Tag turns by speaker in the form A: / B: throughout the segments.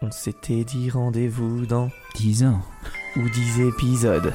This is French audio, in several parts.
A: On s'était dit rendez-vous dans
B: 10 ans.
A: ou 10 épisodes.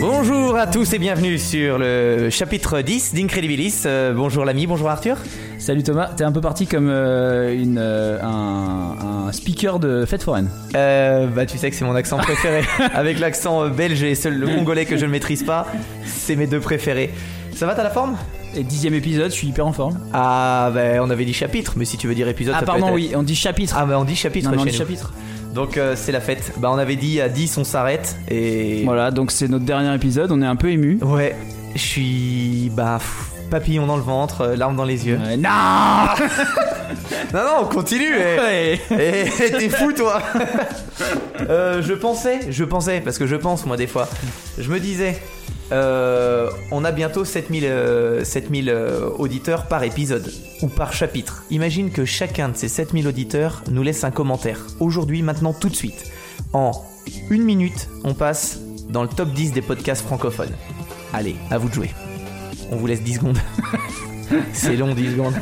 A: Bonjour à tous et bienvenue sur le chapitre 10 d'Incredibilis. Euh, bonjour l'ami, bonjour Arthur.
B: Salut Thomas, t'es un peu parti comme euh, une, euh, un, un speaker de fête foraine.
A: Euh, bah tu sais que c'est mon accent préféré. Avec l'accent euh, belge et seul le congolais que je ne maîtrise pas, c'est mes deux préférés. Ça va, t'as la forme
B: Et dixième épisode, je suis hyper en forme.
A: Ah bah on avait dit chapitre, mais si tu veux dire épisode,
B: Ah
A: ça peut
B: pardon,
A: être...
B: oui, on dit chapitre.
A: Ah bah on dit chapitre
B: Non, mais on
A: chez
B: dit
A: nous.
B: chapitre.
A: Donc euh, c'est la fête. Bah on avait dit à 10 on s'arrête et...
B: Voilà, donc c'est notre dernier épisode, on est un peu ému.
A: Ouais, je suis... Bah... pff, Papillon dans le ventre, euh, larmes dans les yeux.
B: Euh, non
A: Non, non, on continue. eh.
B: Ouais.
A: Eh, t'es fou toi Euh, Je pensais, je pensais, parce que je pense moi des fois, je me disais, euh, on a bientôt 7000, euh, 7000 euh, auditeurs par épisode ou par chapitre. Imagine que chacun de ces 7000 auditeurs nous laisse un commentaire. Aujourd'hui, maintenant, tout de suite. En une minute, on passe dans le top 10 des podcasts francophones. Allez, à vous de jouer. On vous laisse 10 secondes. C'est long 10 secondes.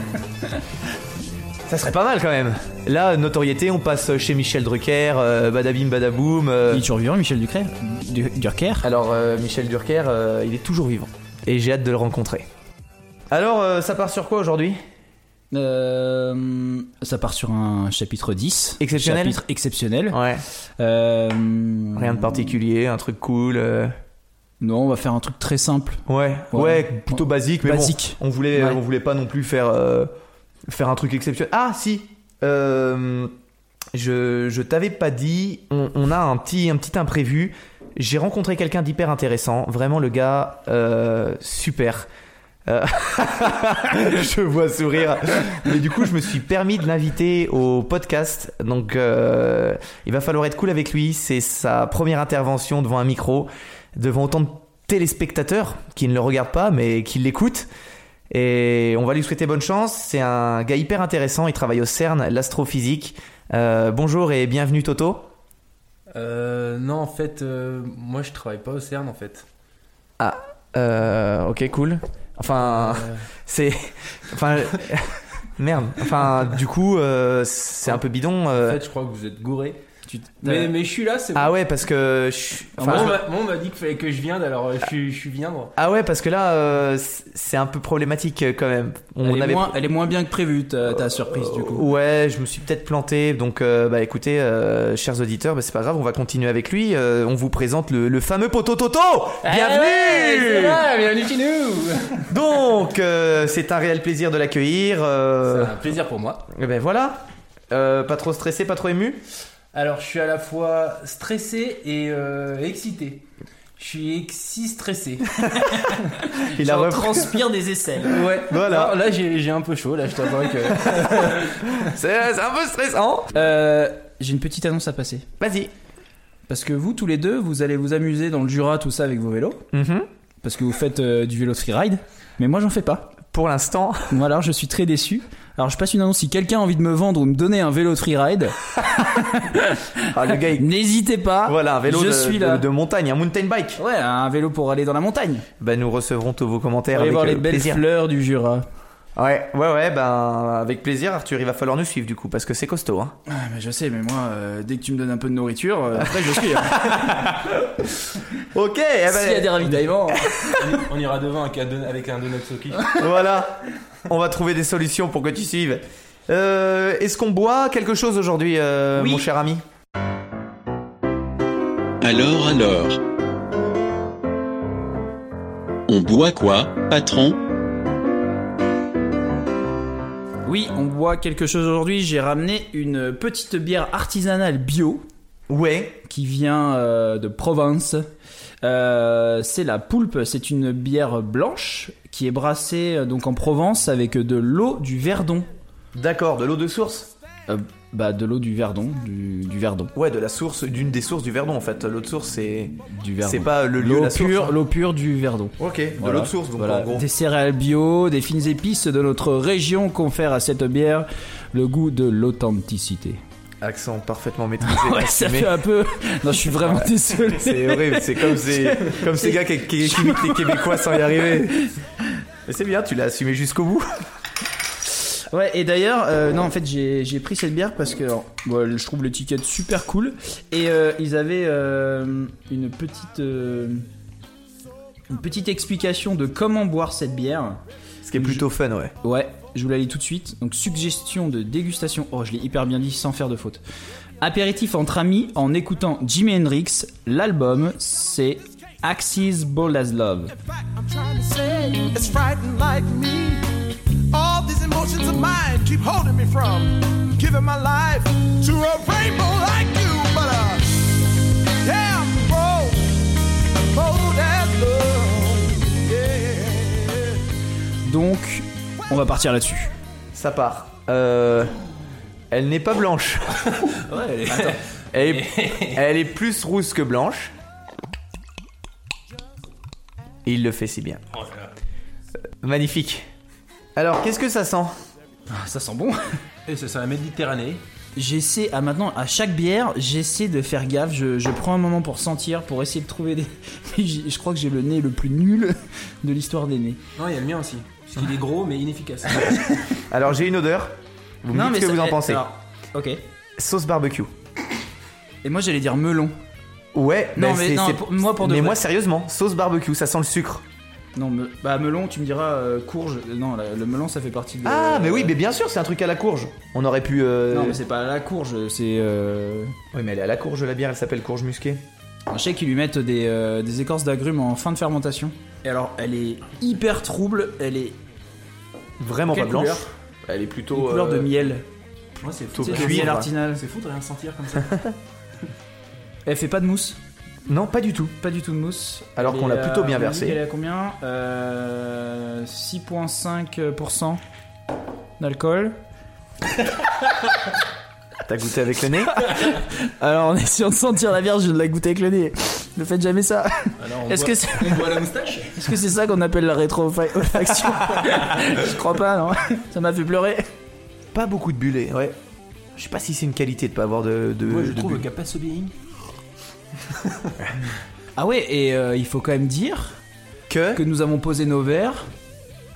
A: Ça serait pas mal quand même. Là, notoriété, on passe chez Michel Drucker, euh, Badabim Badaboum. euh,
B: Il est toujours vivant, Michel Ducret Du- Durker
A: Alors, euh, Michel Drucker, euh, il est toujours vivant. Et j'ai hâte de le rencontrer. Alors, euh, ça part sur quoi aujourd'hui
B: Euh, Ça part sur un chapitre 10.
A: Exceptionnel.
B: Chapitre exceptionnel.
A: Ouais.
B: Euh,
A: Rien de particulier, un truc cool. euh,
B: Non, on va faire un truc très simple.
A: Ouais. ouais,
B: Ouais.
A: plutôt basique, mais bon,
B: Basique.
A: on voulait,
B: Ouais.
A: on voulait pas non plus faire, euh, faire un truc exceptionnel. Ah, si Euh, Je, je t'avais pas dit, on, on a un petit, un petit imprévu. J'ai rencontré quelqu'un d'hyper intéressant, vraiment le gars euh, super. Euh, je vois sourire. Mais du coup, je me suis permis de l'inviter au podcast. Donc, euh, il va falloir être cool avec lui. C'est sa première intervention devant un micro, devant autant de téléspectateurs qui ne le regardent pas, mais qui l'écoutent. Et on va lui souhaiter bonne chance. C'est un gars hyper intéressant. Il travaille au CERN, l'astrophysique. Euh, bonjour et bienvenue, Toto.
C: Euh, non, en fait, euh, moi je travaille pas au CERN en fait.
A: Euh, ok, cool. Enfin,
C: Euh,
A: c'est. Enfin. Merde. Enfin, du coup, euh, c'est un peu bidon.
C: en
A: euh.
C: fait, je crois que vous êtes gouré.
B: Tu-
C: Mais, mais je suis là, c'est bon.
A: Ah ouais, parce que. je suis-
C: Moi,
A: enfin,
C: on m'a- moi, on m'a dit qu'il fallait que je vienne, alors euh, je suis, je suis viendre.
A: Ah ouais, parce que là, euh, c- c'est un peu problématique euh, quand même.
B: elle, est moins, elle est moins bien que prévu, ta, ta surprise, du coup.
A: Ouais, je me suis peut-être planté. Donc, euh, bah écoutez, euh, chers auditeurs, bah, c'est pas grave, on va continuer avec lui. Euh, on vous présente le, le fameux poteau Toto.
B: Eh
A: Bienvenue.
C: bienvenue chez nous
A: donc, euh, c'est un réel plaisir de l'accueillir. euh,
C: C'est un plaisir pour moi.
A: eh ben voilà. Euh, pas trop stressé, pas trop ému.
C: Alors, je suis à la fois stressé et euh, excité. Je suis exi stressé.
A: Il a repris.
B: transpire des essais.
C: Ouais.
A: Voilà.
C: Alors, là, j'ai j'ai un peu chaud, là, je t'avoue que.
A: C'est c'est un peu stressant.
B: Euh, J'ai une petite annonce à passer.
A: Vas-y.
B: Parce que vous, tous les deux, vous allez vous amuser dans le Jura, tout ça, avec vos vélos.
A: Mhm.
B: Parce que vous faites euh, du vélo de freeride. Mais moi, j'en fais pas.
A: Pour l'instant,
B: Voilà, je suis très déçu. Alors, je passe une annonce. Si quelqu'un a envie de me vendre ou me donner un vélo de freeride,
A: ah, le gars. il-
B: n'hésitez pas.
A: Voilà, un vélo
B: je
A: de,
B: suis
A: de-
B: là.
A: de montagne, un mountain bike.
B: Ouais, un vélo pour aller dans la montagne.
A: Bah, nous recevrons tous vos commentaires.
B: Allez
A: avec
B: voir les
A: euh,
B: belles
A: plaisir.
B: fleurs du Jura.
A: Ouais, ouais, ouais, ben avec plaisir, Arthur. Il va falloir nous suivre du coup parce que c'est costaud. Hein.
B: Ah, mais je sais, mais moi, euh, dès que tu me donnes un peu de nourriture, euh, après, je suis. hein.
A: Ok, eh ben,
B: S'il y a des ravitaillements.
C: on ira devant avec un, don- avec un donut soki.
A: voilà, on va trouver des solutions pour que tu suives. Euh, Est-ce qu'on boit quelque chose aujourd'hui, euh,
B: Oui.
A: mon cher ami
D: Alors alors. On boit quoi, patron
B: Oui, on boit quelque chose aujourd'hui. J'ai ramené une petite bière artisanale bio
A: Ouais,
B: qui vient euh, de Provence. Euh, c'est la poulpe, c'est une bière blanche qui est brassée euh, donc en Provence avec de l'eau du Verdon.
A: d'accord, de l'eau de source.
B: Euh, bah de l'eau du Verdon, du, du Verdon,
A: Ouais, de la source, d'une des sources du Verdon en fait. L'eau de source, c'est
B: du Verdon.
A: c'est pas le lieu de
B: l'eau
A: la source.
B: pure,
A: hein.
B: l'eau pure du Verdon.
A: Ok, de
B: Voilà.
A: l'eau de source, donc
B: Voilà.
A: en gros.
B: Des céréales bio, des fines épices de notre région confèrent à cette bière le goût de l'authenticité.
A: Accent parfaitement maîtrisé.
B: Ouais, ça
A: assumé.
B: fait un peu. Non, je suis vraiment désolé.
A: C'est horrible, c'est comme ces, comme ces gars qui, qui imitent les Québécois sans y arriver. Mais c'est bien, tu l'as assumé jusqu'au bout.
B: Ouais, et d'ailleurs, euh, non, en fait, j'ai j'ai pris cette bière parce que alors, bon, je trouve le ticket super cool. Et euh, ils avaient euh, une petite. euh, une petite explication de comment boire cette bière.
A: Ce qui est plutôt fun, ouais.
B: Ouais, je vous la lis tout de suite. Donc, suggestion de dégustation. Oh, je l'ai hyper bien dit sans faire de faute. Apéritif entre amis en écoutant Jimi Hendrix. L'album, c'est Axis Bold as Love.
E: fact I'm trying to say it's frightened like me. All these emotions of mine keep holding me from giving my life to a rainbow like you, but uh, a damn bold, bold as love. Yeah.
B: Donc, on va partir là-dessus.
A: Ça part. Euh, elle n'est pas blanche. Elle est, elle est plus rousse que blanche. Et il le fait si bien. Euh, Magnifique. Alors, qu'est-ce que ça sent
B: Ah, ça sent bon.
C: Et ça sent la Méditerranée.
B: J'essaie à maintenant à chaque bière, j'essaie de faire gaffe. Je, je prends un moment pour sentir, pour essayer de trouver des. Mais j'ai- je crois que j'ai le nez le plus nul de l'histoire des nez.
C: Non, il y a le mien aussi. Parce qu'il est gros mais inefficace.
A: Alors, j'ai une odeur. Vous me dites ce que
B: ça-
A: vous en
B: eh,
A: pensez.
B: alors, ok.
A: Sauce barbecue.
B: Et moi j'allais dire melon.
A: Ouais,
B: Non,
A: bah,
B: mais
A: c'est-
B: non,
A: c'est-
B: pour- moi, pour de
A: Mais
B: vrai.
A: moi, sérieusement, sauce barbecue, ça sent le sucre.
B: Non, me- bah melon, tu me diras euh, courge. Euh, Non, la- le melon ça fait partie de.
A: Ah, mais oui, mais bien sûr, c'est un truc à la courge. On aurait pu. euh,
B: Euh, Non, mais c'est pas la courge, c'est. euh,
A: Oui, mais elle est à la courge, la bière, elle s'appelle courge musquée.
B: Je sais qu'ils lui mettent des, euh, des écorces d'agrumes en fin de fermentation. Et alors, elle est hyper trouble, elle est
A: Vraiment
B: Quelle
A: pas blanche.
B: couleur
A: elle est plutôt.
B: une couleur de
A: euh,
B: miel.
C: Moi, c'est fou.
A: Taupe.
B: C'est
A: cuivre.
B: du miel artisanal.
C: C'est fou de rien sentir comme ça.
B: Elle fait pas de mousse.
A: Non, pas du tout.
B: Pas du tout de mousse.
A: Alors
B: Elle
A: qu'on l'a
B: est à-
A: plutôt bien
B: on dit
A: versée.
B: qu'elle est à combien Euh, 6,5% d'alcool.
A: T'as goûté avec le nez
B: Alors en essayant de sentir la vierge, je la goûte avec le nez. Ne faites jamais ça.
C: Alors, on
B: Est-ce que
C: voit-
B: c'est
C: on voit la moustache
B: est-ce que c'est ça qu'on appelle la rétro-olfaction Je crois pas, non. Ça m'a fait pleurer.
A: Pas beaucoup de bullets, ouais. Je sais pas si c'est une qualité de pas avoir de. de
C: Moi, je
A: de
C: trouve
A: bulles.
C: qu'à pas ce bien.
B: Ah ouais, et euh, il faut quand même dire
A: que.
B: que nous avons posé nos verres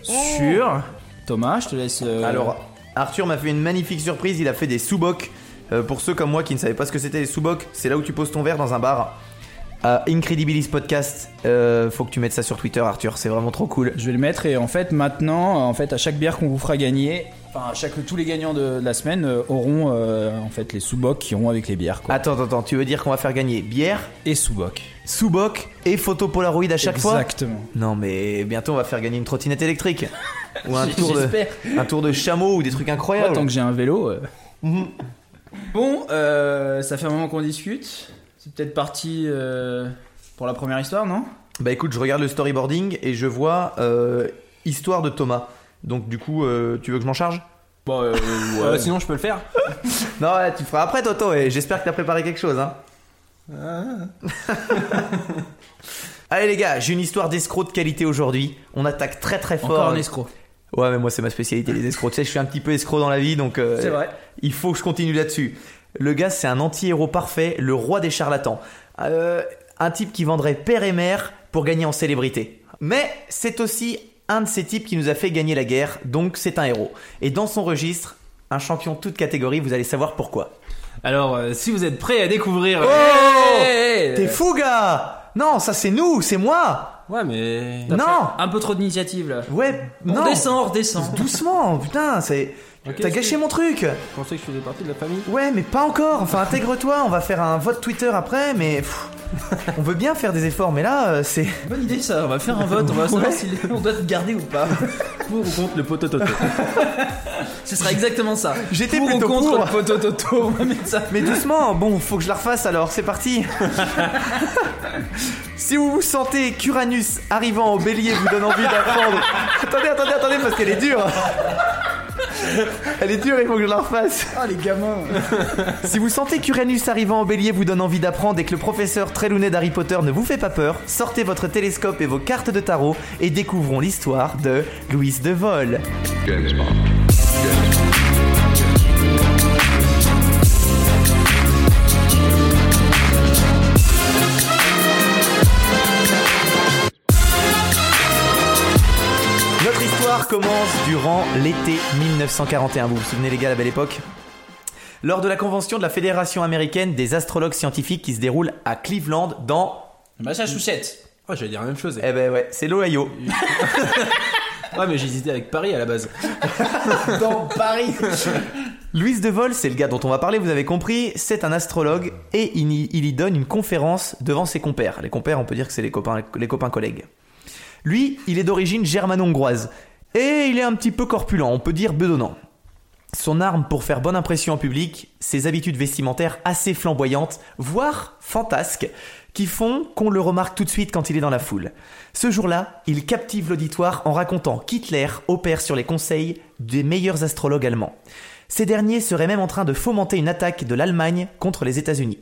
B: Oh. sur... Thomas, je te laisse... euh,
A: Alors, Arthur m'a fait une magnifique surprise, il a fait des sous-bocs. Euh, pour ceux comme moi qui ne savaient pas ce que c'était les sous-bocs, c'est là où tu poses ton verre dans un bar. À Incredibilis Podcast, euh, faut que tu mettes ça sur Twitter, Arthur, c'est vraiment trop cool.
B: Je vais le mettre et en fait maintenant, en fait à chaque bière qu'on vous fera gagner, enfin à chaque tous les gagnants de, de la semaine euh, auront euh, en fait les sous-bocs qui iront avec les bières quoi.
A: Attends, attends, attends, tu veux dire qu'on va faire gagner bière,
B: Et sous-bocs.
A: sous-boc et photo Polaroid à chaque fois
B: Exactement.
A: Non mais bientôt on va faire gagner une trottinette électrique ou un
B: J-
A: tour de
B: j'espère.
A: un tour de chameau ou des trucs
F: Ah
B: Moi,
A: incroyables.
B: tant que j'ai un vélo. euh.
F: Mhm.
B: Bon, euh, ça fait un moment qu'on discute. C'est peut-être parti euh, pour la première histoire, non
A: Bah écoute, je regarde le storyboarding et je vois euh, histoire de Thomas. Donc du coup, euh, tu veux que je m'en charge
F: Bah,
C: Bon, euh, euh, sinon, je peux le faire.
A: Non, ouais, tu le feras après Toto et j'espère que t'as préparé quelque chose hein.
B: Ah.
A: Allez les gars, j'ai une histoire d'escroc de qualité aujourd'hui. On attaque très très fort.
B: Encore un escroc.
A: Ouais, mais moi c'est ma spécialité les escrocs. Tu sais, je suis un petit peu escroc dans la vie donc euh,
B: C'est vrai.
A: Il faut que je continue là-dessus. Le gars, c'est un anti-héros parfait, le roi des charlatans. Euh, un type qui vendrait père et mère pour gagner en célébrité. Mais c'est aussi un de ces types qui nous a fait gagner la guerre, donc c'est un héros. Et dans son registre, un champion toute catégorie, vous allez savoir pourquoi.
C: Alors, euh, si vous êtes prêts à découvrir.
F: Oh
B: Eh, Hey
A: T'es fou, gars Non, ça c'est nous, c'est moi
C: Ouais, mais.
A: Non
B: Un peu trop d'initiative là.
A: Ouais,
B: On
A: non
B: redescend, on redescend.
A: Doucement, putain, c'est.
C: Ok,
A: T'as
C: est-ce
A: gâché
C: que-
A: mon truc
C: Je pensais que je faisais partie de la famille.
A: Ouais, mais pas encore. Enfin, intègre-toi. On va faire un vote Twitter après, mais pff, on veut bien faire des efforts. Mais là, euh, c'est
B: Bonne idée ça, on va faire un vote, on va savoir si on doit te garder ou pas.
C: Pour ou contre le poteau toto
B: Ce sera exactement ça.
A: J'étais
B: pour ou
A: plutôt
B: contre
A: pour.
B: le poteau Toto, on va mettre ça.
A: mais doucement. Bon, faut que je la refasse alors. C'est parti. si vous vous sentez qu'Uranus arrivant au Bélier vous donne envie d'apprendre, attendez, attendez, attendez, parce qu'elle est dure. Elle est dure, il faut que je la refasse.
B: Ah les gamins.
A: Si vous sentez qu'Uranus arrivant en bélier vous donne envie d'apprendre et que le professeur Trelawney d'Harry Potter ne vous fait pas peur, sortez votre télescope et vos cartes de tarot et découvrons l'histoire de Louise de Vol. durant l'été 1941. Vous vous souvenez les gars, la belle époque Lors de la convention de la Fédération américaine des astrologues scientifiques qui se déroule à Cleveland dans...
F: Massachusetts. Ouais, j'allais dire la même chose.
A: Eh ben ouais, c'est l'Ohio.
F: Ah, mais j'hésitais avec Paris à la base.
G: Dans Paris.
A: Louis de Vol, c'est le gars dont on va parler, vous avez compris, c'est un astrologue et il y, il y donne une conférence devant ses compères. Les compères, on peut dire que c'est les copains, les copains collègues. Lui, il est d'origine germano-hongroise et il est un petit peu corpulent, on peut dire bedonnant. Son arme pour faire bonne impression en public, ses habitudes vestimentaires assez flamboyantes, voire fantasques, qui font qu'on le remarque tout de suite quand il est dans la foule. Ce jour-là, il captive l'auditoire en racontant qu'Hitler opère sur les conseils des meilleurs astrologues allemands. Ces derniers seraient même en train de fomenter une attaque de l'Allemagne contre les États-Unis.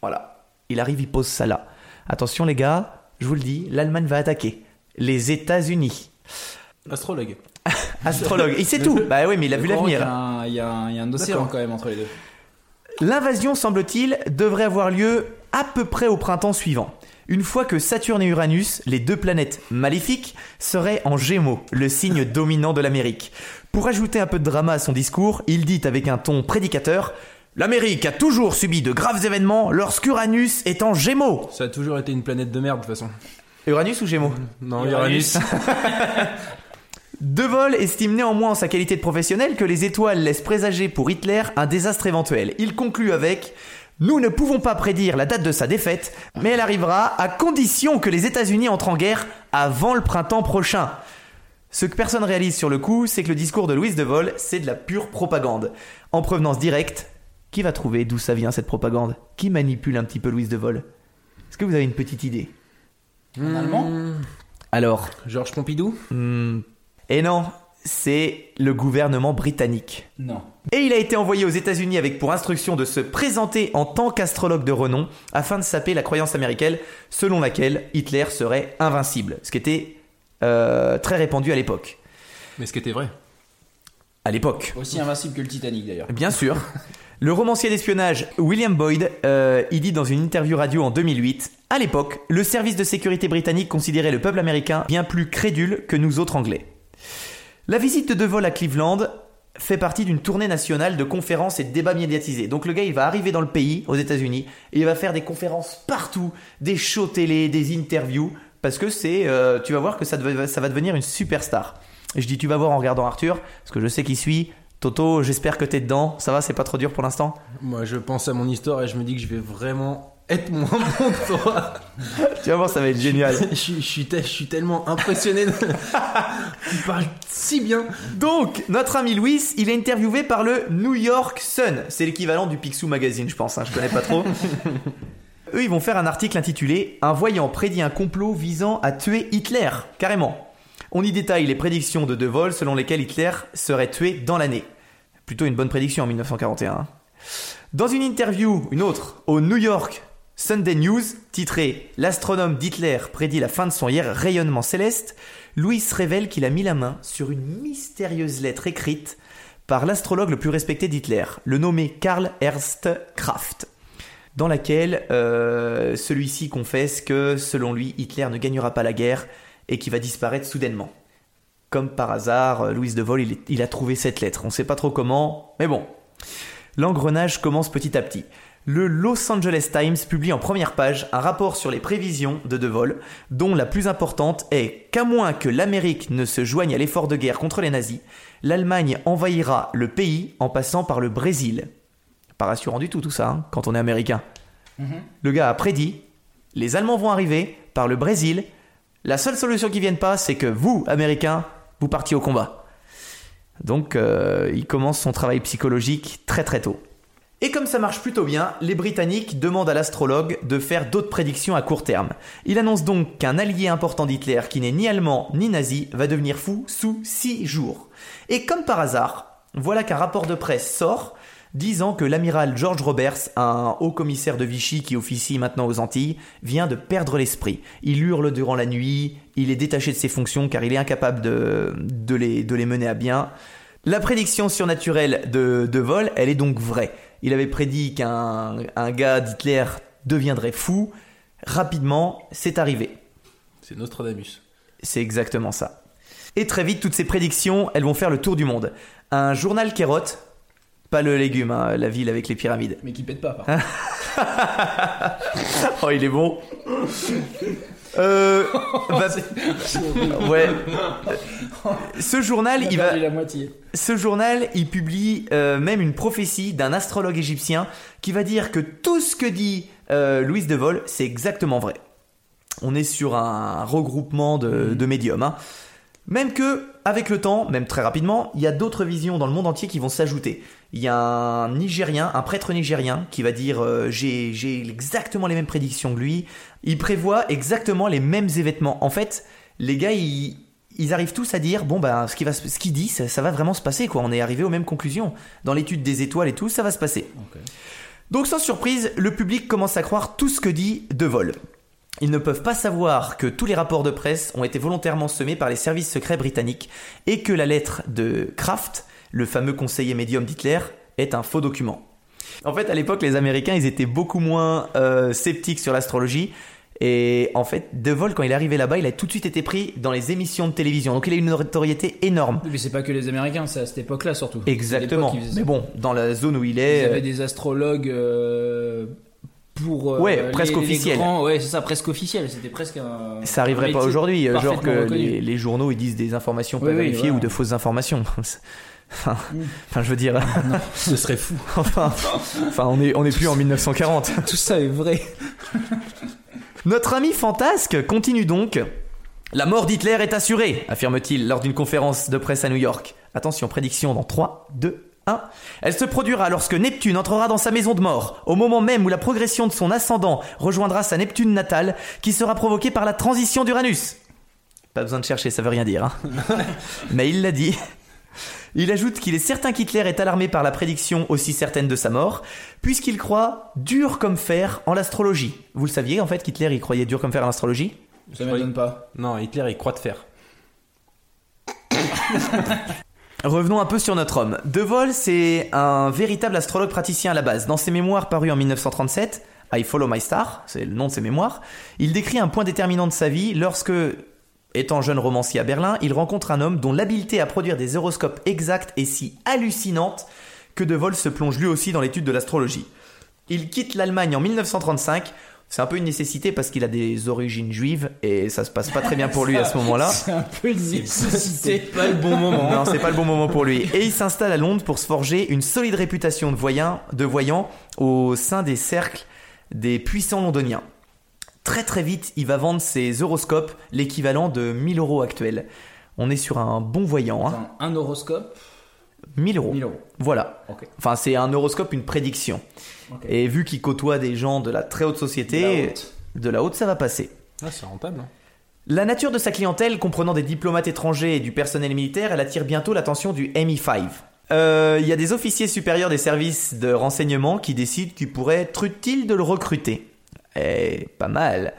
A: Voilà, il arrive, il pose ça là. Attention les gars, je vous le dis, l'Allemagne va attaquer. Les États-Unis.
F: Astrologue.
A: Astrologue, il sait tout. Bah oui, mais il a vu
F: Je crois
A: l'avenir.
F: qu'il y a
B: hein.
F: un- Il y, a un- il y a un océan quand même entre les deux.
A: L'invasion, semble-t-il, devrait avoir lieu à peu près au printemps suivant. Une fois que Saturne et Uranus, les deux planètes maléfiques, seraient en Gémeaux, le signe dominant de l'Amérique. Pour ajouter un peu de drama à son discours, il dit avec un ton prédicateur L'Amérique a toujours subi de graves événements lorsqu'Uranus est en Gémeaux.
F: Ça a toujours été une planète de merde de toute façon.
A: Uranus ou Gémeaux
F: Non,
G: Uranus.
A: De Vol estime néanmoins en sa qualité de professionnel que les étoiles laissent présager pour Hitler un désastre éventuel. Il conclut avec Nous ne pouvons pas prédire la date de sa défaite, mais elle arrivera à condition que les États-Unis entrent en guerre avant le printemps prochain. Ce que personne réalise sur le coup, c'est que le discours de Louise De Vol, c'est de la pure propagande. En provenance directe, qui va trouver d'où ça vient cette propagande Qui manipule un petit peu Louise De Vol Est-ce que vous avez une petite idée
B: Hmm.
G: En allemand
A: Alors,
F: Georges Pompidou
A: Hmm. Et non, c'est le gouvernement britannique.
G: Non.
A: Et il a été envoyé aux États-Unis avec pour instruction de se présenter en tant qu'astrologue de renom afin de saper la croyance américaine selon laquelle Hitler serait invincible, ce qui était euh, très répandu à l'époque.
F: Mais ce qui était vrai.
A: À l'époque.
F: Aussi invincible que le Titanic d'ailleurs.
A: Bien sûr. Le romancier d'espionnage William Boyd euh, y dit dans une interview radio en 2008 À l'époque, le service de sécurité britannique considérait le peuple américain bien plus crédule que nous autres Anglais. La visite de De Vol à Cleveland fait partie d'une tournée nationale de conférences et de débats médiatisés. Donc le gars, il va arriver dans le pays, aux États-Unis, et il va faire des conférences partout, des shows télé, des interviews, parce que c'est, euh, tu vas voir que ça, deve- ça va devenir une superstar. Et je dis, tu vas voir en regardant Arthur, parce que je sais qu'il suit. Toto, j'espère que t'es dedans. Ça va, c'est pas trop dur pour l'instant.
F: Moi je pense à mon histoire et je me dis que je vais vraiment être moins bon que toi.
A: Tu vas voir, ça va être génial.
F: je, suis- je suis, te- je suis tellement impressionné. de- tu parles si bien.
A: Donc, notre ami Louis, il est interviewé par le New York Sun. C'est l'équivalent du Picsou Magazine, je pense. hein, je connais pas trop. Eux, ils vont faire un article intitulé Un voyant prédit un complot visant à tuer Hitler. Carrément. On y détaille les prédictions de De Vol selon lesquelles Hitler serait tué dans l'année. Plutôt une bonne prédiction en 1941. hein. Dans une interview, une autre, au New York Sunday News, titrée L'astronome d'Hitler prédit la fin de son hier rayonnement céleste, Louis révèle qu'il a mis la main sur une mystérieuse lettre écrite par l'astrologue le plus respecté d'Hitler, le nommé Karl Ernst Kraft, dans laquelle euh, celui-ci confesse que, selon lui, Hitler ne gagnera pas la guerre et qu'il va disparaître soudainement. Comme par hasard, euh, Louis de Vol, il, est- il a trouvé cette lettre. On ne sait pas trop comment, mais bon, L'engrenage commence petit à petit. Le Los Angeles Times publie en première page un rapport sur les prévisions de De Vol, dont la plus importante est qu'à moins que l'Amérique ne se joigne à l'effort de guerre contre les nazis, l'Allemagne envahira le pays en passant par le Brésil. Pas rassurant du tout tout ça, hein, quand on est américain. Le gars a prédit, les Allemands vont arriver par le Brésil, la seule solution qui vienne pas, c'est que vous, Américains, vous partiez au combat. Donc euh, il commence son travail psychologique très très tôt. Et comme ça marche plutôt bien, les Britanniques demandent à l'astrologue de faire d'autres prédictions à court terme. Il annonce donc qu'un allié important d'Hitler, qui n'est ni allemand ni nazi, va devenir fou sous 6 jours. Et comme par hasard, voilà qu'un rapport de presse sort disant que l'amiral George Roberts, un haut commissaire de Vichy qui officie maintenant aux Antilles, vient de perdre l'esprit. Il hurle durant la nuit, il est détaché de ses fonctions car il est incapable de, de les, de les mener à bien. La prédiction surnaturelle de, de Vol, elle est donc vraie. Il avait prédit qu'un un gars d'Hitler deviendrait fou. Rapidement, c'est arrivé.
F: C'est Nostradamus.
A: C'est exactement ça. Et très vite, toutes ces prédictions, elles vont faire le tour du monde. Un journal Kérotte, pas le légume, hein, la ville avec les pyramides.
G: Mais qui pète pas, par contre.
A: Oh, il est bon. Euh, va- ouais. Ce journal, il
G: Il
A: va.
G: a la moitié.
A: Ce journal, il publie euh, même une prophétie d'un astrologue égyptien qui va dire que tout ce que dit euh, Louise de Vol, c'est exactement vrai. On est sur un regroupement
G: Mm.
A: de, de médiums. hein. Même que, avec le temps, même très rapidement, il y a d'autres visions dans le monde entier qui vont s'ajouter. Il y a un Nigérien, un prêtre nigérien, qui va dire euh, j'ai j'ai exactement les mêmes prédictions que lui. Il prévoit exactement les mêmes événements. En fait, les gars, ils, ils arrivent tous à dire bon ben ce qui va se- ce qu'il dit, ça, ça va vraiment se passer quoi. On est arrivé aux mêmes conclusions dans l'étude des étoiles et tout, ça va se passer. Donc sans surprise, le public commence à croire tout ce que dit De Vol. Ils ne peuvent pas savoir que tous les rapports de presse ont été volontairement semés par les services secrets britanniques et que la lettre de Kraft, le fameux conseiller médium d'Hitler, est un faux document. En fait, à l'époque, les Américains, ils étaient beaucoup moins euh, sceptiques sur l'astrologie. Et en fait, De Vol, quand il est arrivé là-bas, il a tout de suite été pris dans les émissions de télévision. Donc il a eu une notoriété énorme.
F: Mais c'est pas que les Américains, c'est à cette époque-là surtout.
A: Exactement.
F: C'est l'époque, ils faisaient ça.
A: Mais bon, dans la zone où il
F: Ils
A: est...
F: avaient des astrologues euh, pour. euh,
A: Ouais, presque
F: les- les
A: officiels.
F: grands- ouais, c'est ça, presque officiel. C'était presque un.
A: Ça arriverait
F: un
A: pas
F: métier
A: aujourd'hui, euh, genre
F: parfaitement
A: que
F: reconnu.
A: les, les journaux ils disent des informations pas
F: Oui, oui,
A: vérifiées
F: voilà. Mm.
A: ou de fausses informations. enfin, enfin, je veux dire,
F: Ce serait fou.
A: enfin, enfin, on est on est plus en 1940.
F: Tout ça est vrai.
A: Notre ami fantasque continue donc. La mort d'Hitler est assurée, affirme-t-il lors d'une conférence de presse à New York. Attention, prédiction dans 3, 2, 1. Elle se produira lorsque Neptune entrera dans sa maison de mort, au moment même où la progression de son ascendant rejoindra sa Neptune natale, qui sera provoquée par la transition d'Uranus. Pas besoin de chercher, ça veut rien dire. hein. Mais il l'a dit. Il ajoute qu'il est certain qu'Hitler est alarmé par la prédiction aussi certaine de sa mort, puisqu'il croit dur comme fer en l'astrologie. Vous le saviez en fait qu'Hitler il croyait dur comme fer en l'astrologie
F: Ça m'étonne pas.
C: Non, Hitler, il croit de fer.
A: Revenons un peu sur notre homme. De Vol, c'est un véritable astrologue praticien à la base. Dans ses mémoires parues en 1937, I Follow My Star, c'est le nom de ses mémoires, il décrit un point déterminant de sa vie lorsque, étant jeune romancier à Berlin, il rencontre un homme dont l'habileté à produire des horoscopes exacts est si hallucinante que De Vol se plonge lui aussi dans l'étude de l'astrologie. Il quitte l'Allemagne en 1935. C'est un peu une nécessité parce qu'il a des origines juives et ça se passe pas très bien pour lui à ce moment-là.
F: C'est un peu une nécessité.
C: Pas le bon moment.
A: Non, c'est pas le bon moment pour lui. Et il s'installe à Londres pour se forger une solide réputation de voyant, de voyant au sein des cercles des puissants londoniens. Très très vite, il va vendre ses horoscopes, l'équivalent de 1000 euros actuels. On est sur un bon voyant, hein.
F: Attends, Un horoscope,
A: 1000 euros.
F: 1000 euros.
A: Voilà.
F: Ok.
A: Enfin, c'est un horoscope, une prédiction.
F: Ok.
A: Et vu qu'il côtoie des gens de la très haute société,
F: De la haute.
A: de la haute ça va passer.
C: Ah, c'est rentable. hein.
A: La nature de sa clientèle, comprenant des diplomates étrangers et du personnel militaire, elle attire bientôt l'attention du MI5. Euh, Il y a des officiers supérieurs des services de renseignement qui décident qu'il pourrait être utile de le recruter. Eh, pas mal.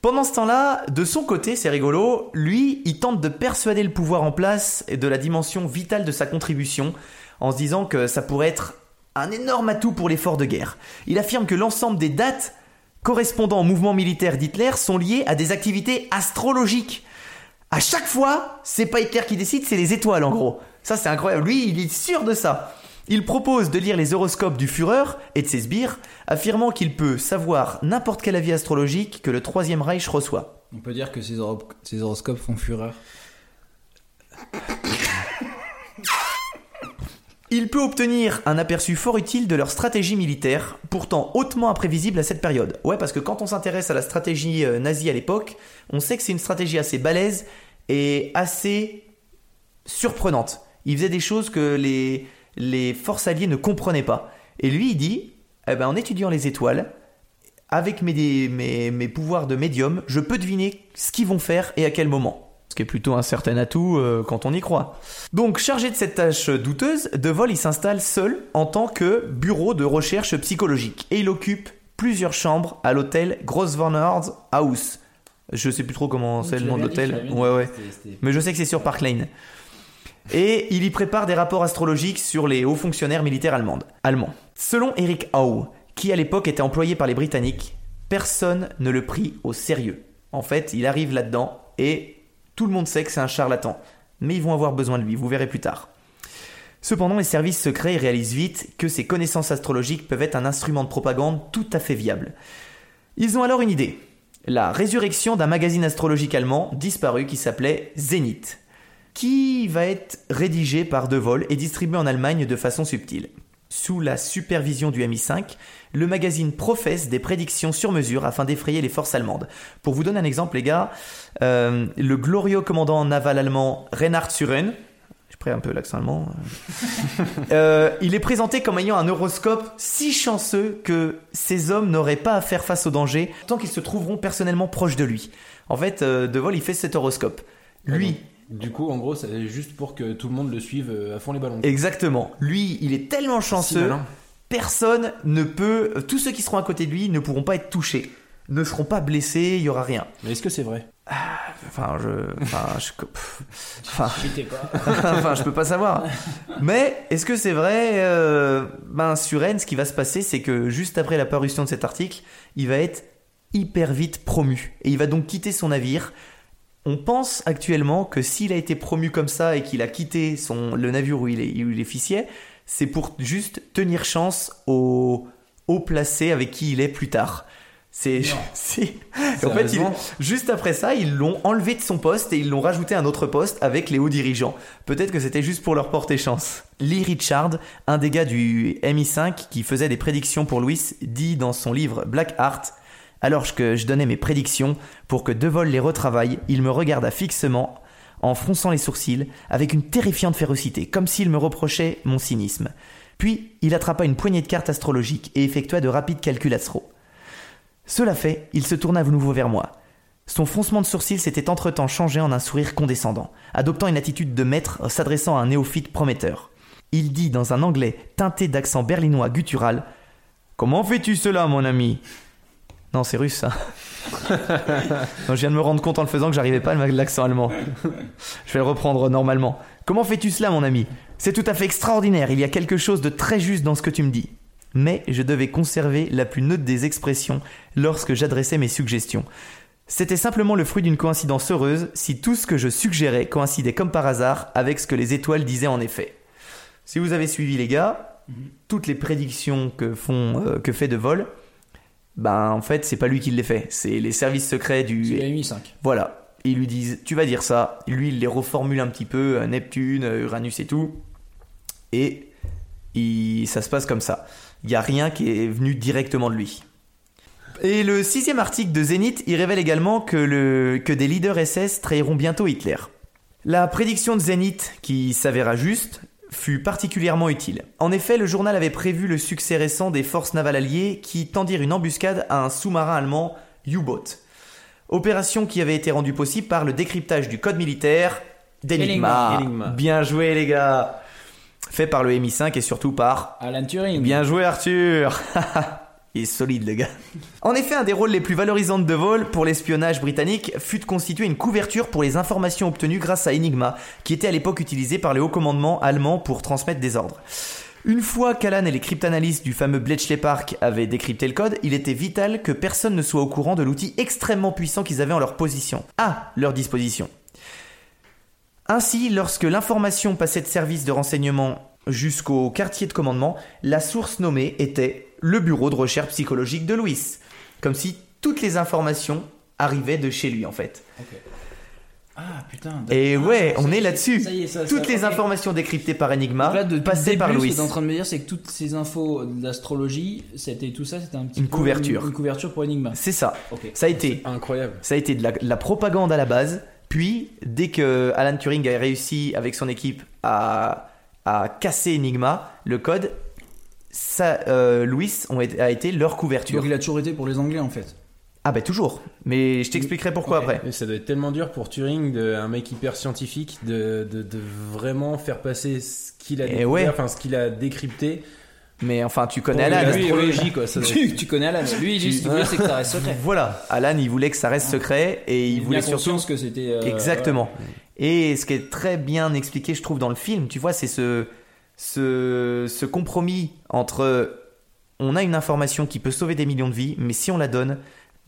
A: Pendant ce temps-là, de son côté, c'est rigolo, lui, il tente de persuader le pouvoir en place de la dimension vitale de sa contribution en se disant que ça pourrait être un énorme atout pour l'effort de guerre. Il affirme que l'ensemble des dates correspondant au mouvement militaire d'Hitler sont liées à des activités astrologiques. À chaque fois, c'est pas Hitler qui décide, c'est les étoiles en gros. Ça c'est incroyable. Lui, il est sûr de ça. Il propose de lire les horoscopes du Führer et de ses sbires, affirmant qu'il peut savoir n'importe quel avis astrologique que le Troisième Reich reçoit.
F: On peut dire que ces, horo- ces horoscopes font fureur.
A: Il peut obtenir un aperçu fort utile de leur stratégie militaire, pourtant hautement imprévisible à cette période. Ouais, parce que quand on s'intéresse à la stratégie euh, nazie à l'époque, on sait que c'est une stratégie assez balèze et assez surprenante. Il faisait des choses que les, les forces alliées ne comprenaient pas. Et lui, il dit, eh ben, en étudiant les étoiles, avec mes, dé- mes, mes pouvoirs de médium, je peux deviner ce qu'ils vont faire et à quel moment. Ce qui est plutôt un certain atout euh, quand on y croit. Donc, chargé de cette tâche douteuse, De Vol, il s'installe seul en tant que bureau de recherche psychologique. Et il occupe plusieurs chambres à l'hôtel Grosvenor House. Je sais plus trop comment c'est
F: tu
A: le nom de
F: l'avais dit, tu
A: l'hôtel.
F: l'avais dit.
A: Ouais, ouais.
F: C'était- c'était-
A: Mais je sais que c'est sur Park Lane. Et il y prépare des rapports astrologiques sur les hauts fonctionnaires militaires allemandes. allemands. Selon Eric Howe, qui à l'époque était employé par les Britanniques, personne ne le prit au sérieux. En fait, il arrive là-dedans et tout le monde sait que c'est un charlatan. mais ils vont avoir besoin de lui, vous verrez plus tard. Cependant, les services secrets réalisent vite que ces connaissances astrologiques peuvent être un instrument de propagande tout à fait viable. Ils ont alors une idée. La résurrection d'un magazine astrologique allemand disparu qui s'appelait Zénith, qui va être rédigé par De Vol et distribué en Allemagne de façon subtile. Sous la supervision du MI5, le magazine professe des prédictions sur mesure afin d'effrayer les forces allemandes. Pour vous donner un exemple, les gars, euh, le glorieux commandant naval allemand Reinhard Suren, j'ai pris un peu l'accent allemand, euh, il est présenté comme ayant un horoscope si chanceux que ces hommes n'auraient pas à faire face au danger tant qu'ils se trouveront personnellement proches de lui. En fait, euh, De Vol, il fait cet horoscope.
C: Ah
A: Lui,
C: Du coup, en gros, c'est juste pour que tout le monde le suive euh, à fond les ballons.
A: exactement, lui, il est tellement
C: Si
A: chanceux,
C: malin.
A: personne ne peut, tous ceux qui seront à côté de lui ne pourront pas être touchés, ne seront pas blessés, il y aura rien.
C: Mais est-ce que c'est vrai
A: Enfin, je, enfin, je, pff, enfin, Enfin, je peux pas savoir. Mais est-ce que c'est vrai euh, Ben, sur Rennes, ce qui va se passer, c'est que juste après la parution de cet article, il va être hyper vite promu. Et il va donc quitter son navire. On pense actuellement que s'il a été promu comme ça et qu'il a quitté son, le navire où il, est, où il est officier, c'est pour juste tenir chance aux hauts placés avec qui il est plus tard. C'est. si. Et En fait, il-
C: Sérieusement
A: juste après ça, ils l'ont enlevé de son poste et ils l'ont rajouté à un autre poste avec les hauts dirigeants. Peut-être que c'était juste pour leur porter chance. Lee Richard, un des gars du MI5 qui faisait des prédictions pour Louis, dit dans son livre Black Heart Alors que je donnais mes prédictions pour que Devol les retravaille, il me regarda fixement en fronçant les sourcils avec une terrifiante férocité, comme s'il me reprochait mon cynisme. Puis il attrapa une poignée de cartes astrologiques et effectua de rapides calculs astraux. Cela fait, il se tourna à nouveau vers moi. Son froncement de sourcils s'était entre-temps changé en un sourire condescendant, adoptant une attitude de maître euh, s'adressant à un néophyte prometteur. Il dit dans un anglais teinté d'accent berlinois guttural Comment fais-tu cela, mon ami Non, c'est russe, ça. Non, je viens de me rendre compte en le faisant que j'arrivais pas à l'accent allemand. Je vais le reprendre normalement. Comment fais-tu cela, mon ami C'est tout à fait extraordinaire, il y a quelque chose de très juste dans ce que tu me dis. Mais je devais conserver la plus neutre des expressions lorsque j'adressais mes suggestions. C'était simplement le fruit d'une coïncidence heureuse si tout ce que je suggérais coïncidait comme par hasard avec ce que les étoiles disaient en effet. Si vous avez suivi les gars, toutes les prédictions que, font, euh, que fait de vol, ben en fait c'est pas lui qui les fait, c'est les services secrets du
F: Il a mis 5.
A: voilà. Ils lui disent, tu vas dire ça. Lui, il les reformule un petit peu, euh, Neptune, euh, Uranus et tout. Et il- ça se passe comme ça. Il n'y a rien qui est venu directement de lui. Et le sixième article de Zénith, il révèle également que, le, que des leaders SS trahiront bientôt Hitler. La prédiction de Zénith, qui s'avéra juste, fut particulièrement utile. En effet, le journal avait prévu le succès récent des forces navales alliées qui tendirent une embuscade à un sous-marin allemand, U-Boat. Opération qui avait été rendue possible par le décryptage du code militaire d'Enigma.
C: Enigma. Enigma.
A: Bien joué les gars Fait par le MI5 et surtout par
F: Alan Turing.
A: Bien joué Arthur Il est solide le gars. En effet, un des rôles les plus valorisants de De Vol pour l'espionnage britannique fut de constituer une couverture pour les informations obtenues grâce à Enigma, qui était à l'époque utilisée par les hauts commandements allemands pour transmettre des ordres. Une fois qu'Alan et les cryptanalystes du fameux Bletchley Park avaient décrypté le code, il était vital que personne ne soit au courant de l'outil extrêmement puissant qu'ils avaient en leur position, à leur disposition. Ainsi, lorsque l'information passait de service de renseignement jusqu'au quartier de commandement, la source nommée était le bureau de recherche psychologique de Louis. Comme si toutes les informations arrivaient de chez lui en fait.
F: Ah putain.
A: Et ouais, on est là-dessus.
F: ça y est, ça- ça-
A: Toutes les
F: ok.
A: informations décryptées par Enigma
F: Donc là, depuis
A: passaient
F: le
A: par
F: début, Ce
A: Louis.
F: que t'es en train de me dire, c'est que toutes ces infos d'astrologie, c'était tout ça, c'était un petit
A: Une
F: peu
A: couverture.
F: Une, une couverture pour Enigma.
A: C'est ça.
F: Ok.
A: Ça a été
C: Incroyable.
A: Ça a été de la, de la propagande à la base, puis dès que Alan Turing a réussi avec son équipe à, à casser Enigma, le code, ça, euh, Louis ont été- a été leur couverture.
F: Donc il a toujours été pour les Anglais en fait.
A: Ah bah toujours, mais je t'expliquerai pourquoi
F: Ok.
A: après.
C: Et ça doit être tellement dur pour Turing, de, un mec hyper scientifique, de, de, de vraiment faire passer ce qu'il a
A: Eh
C: découvert,
A: ouais.
C: enfin ce qu'il a décrypté.
A: Mais enfin, tu connais
C: Pour
A: Alan.
C: lui,
A: Astro-
C: l'astrologie, quoi. Ça doit être-
F: tu, tu connais Alan. Lui, lui, ce qu'il voulait, c'est que ça reste secret.
A: Voilà, Alan, il voulait que ça reste secret et il,
F: Ah.
A: voulait
F: Il voulait
A: surtout
F: conscience que c'était. euh,
A: Exactement. Et ce qui est très bien expliqué, je trouve, dans le film, tu vois, c'est ce, ce, ce compromis entre on a une information qui peut sauver des millions de vies, mais si on la donne,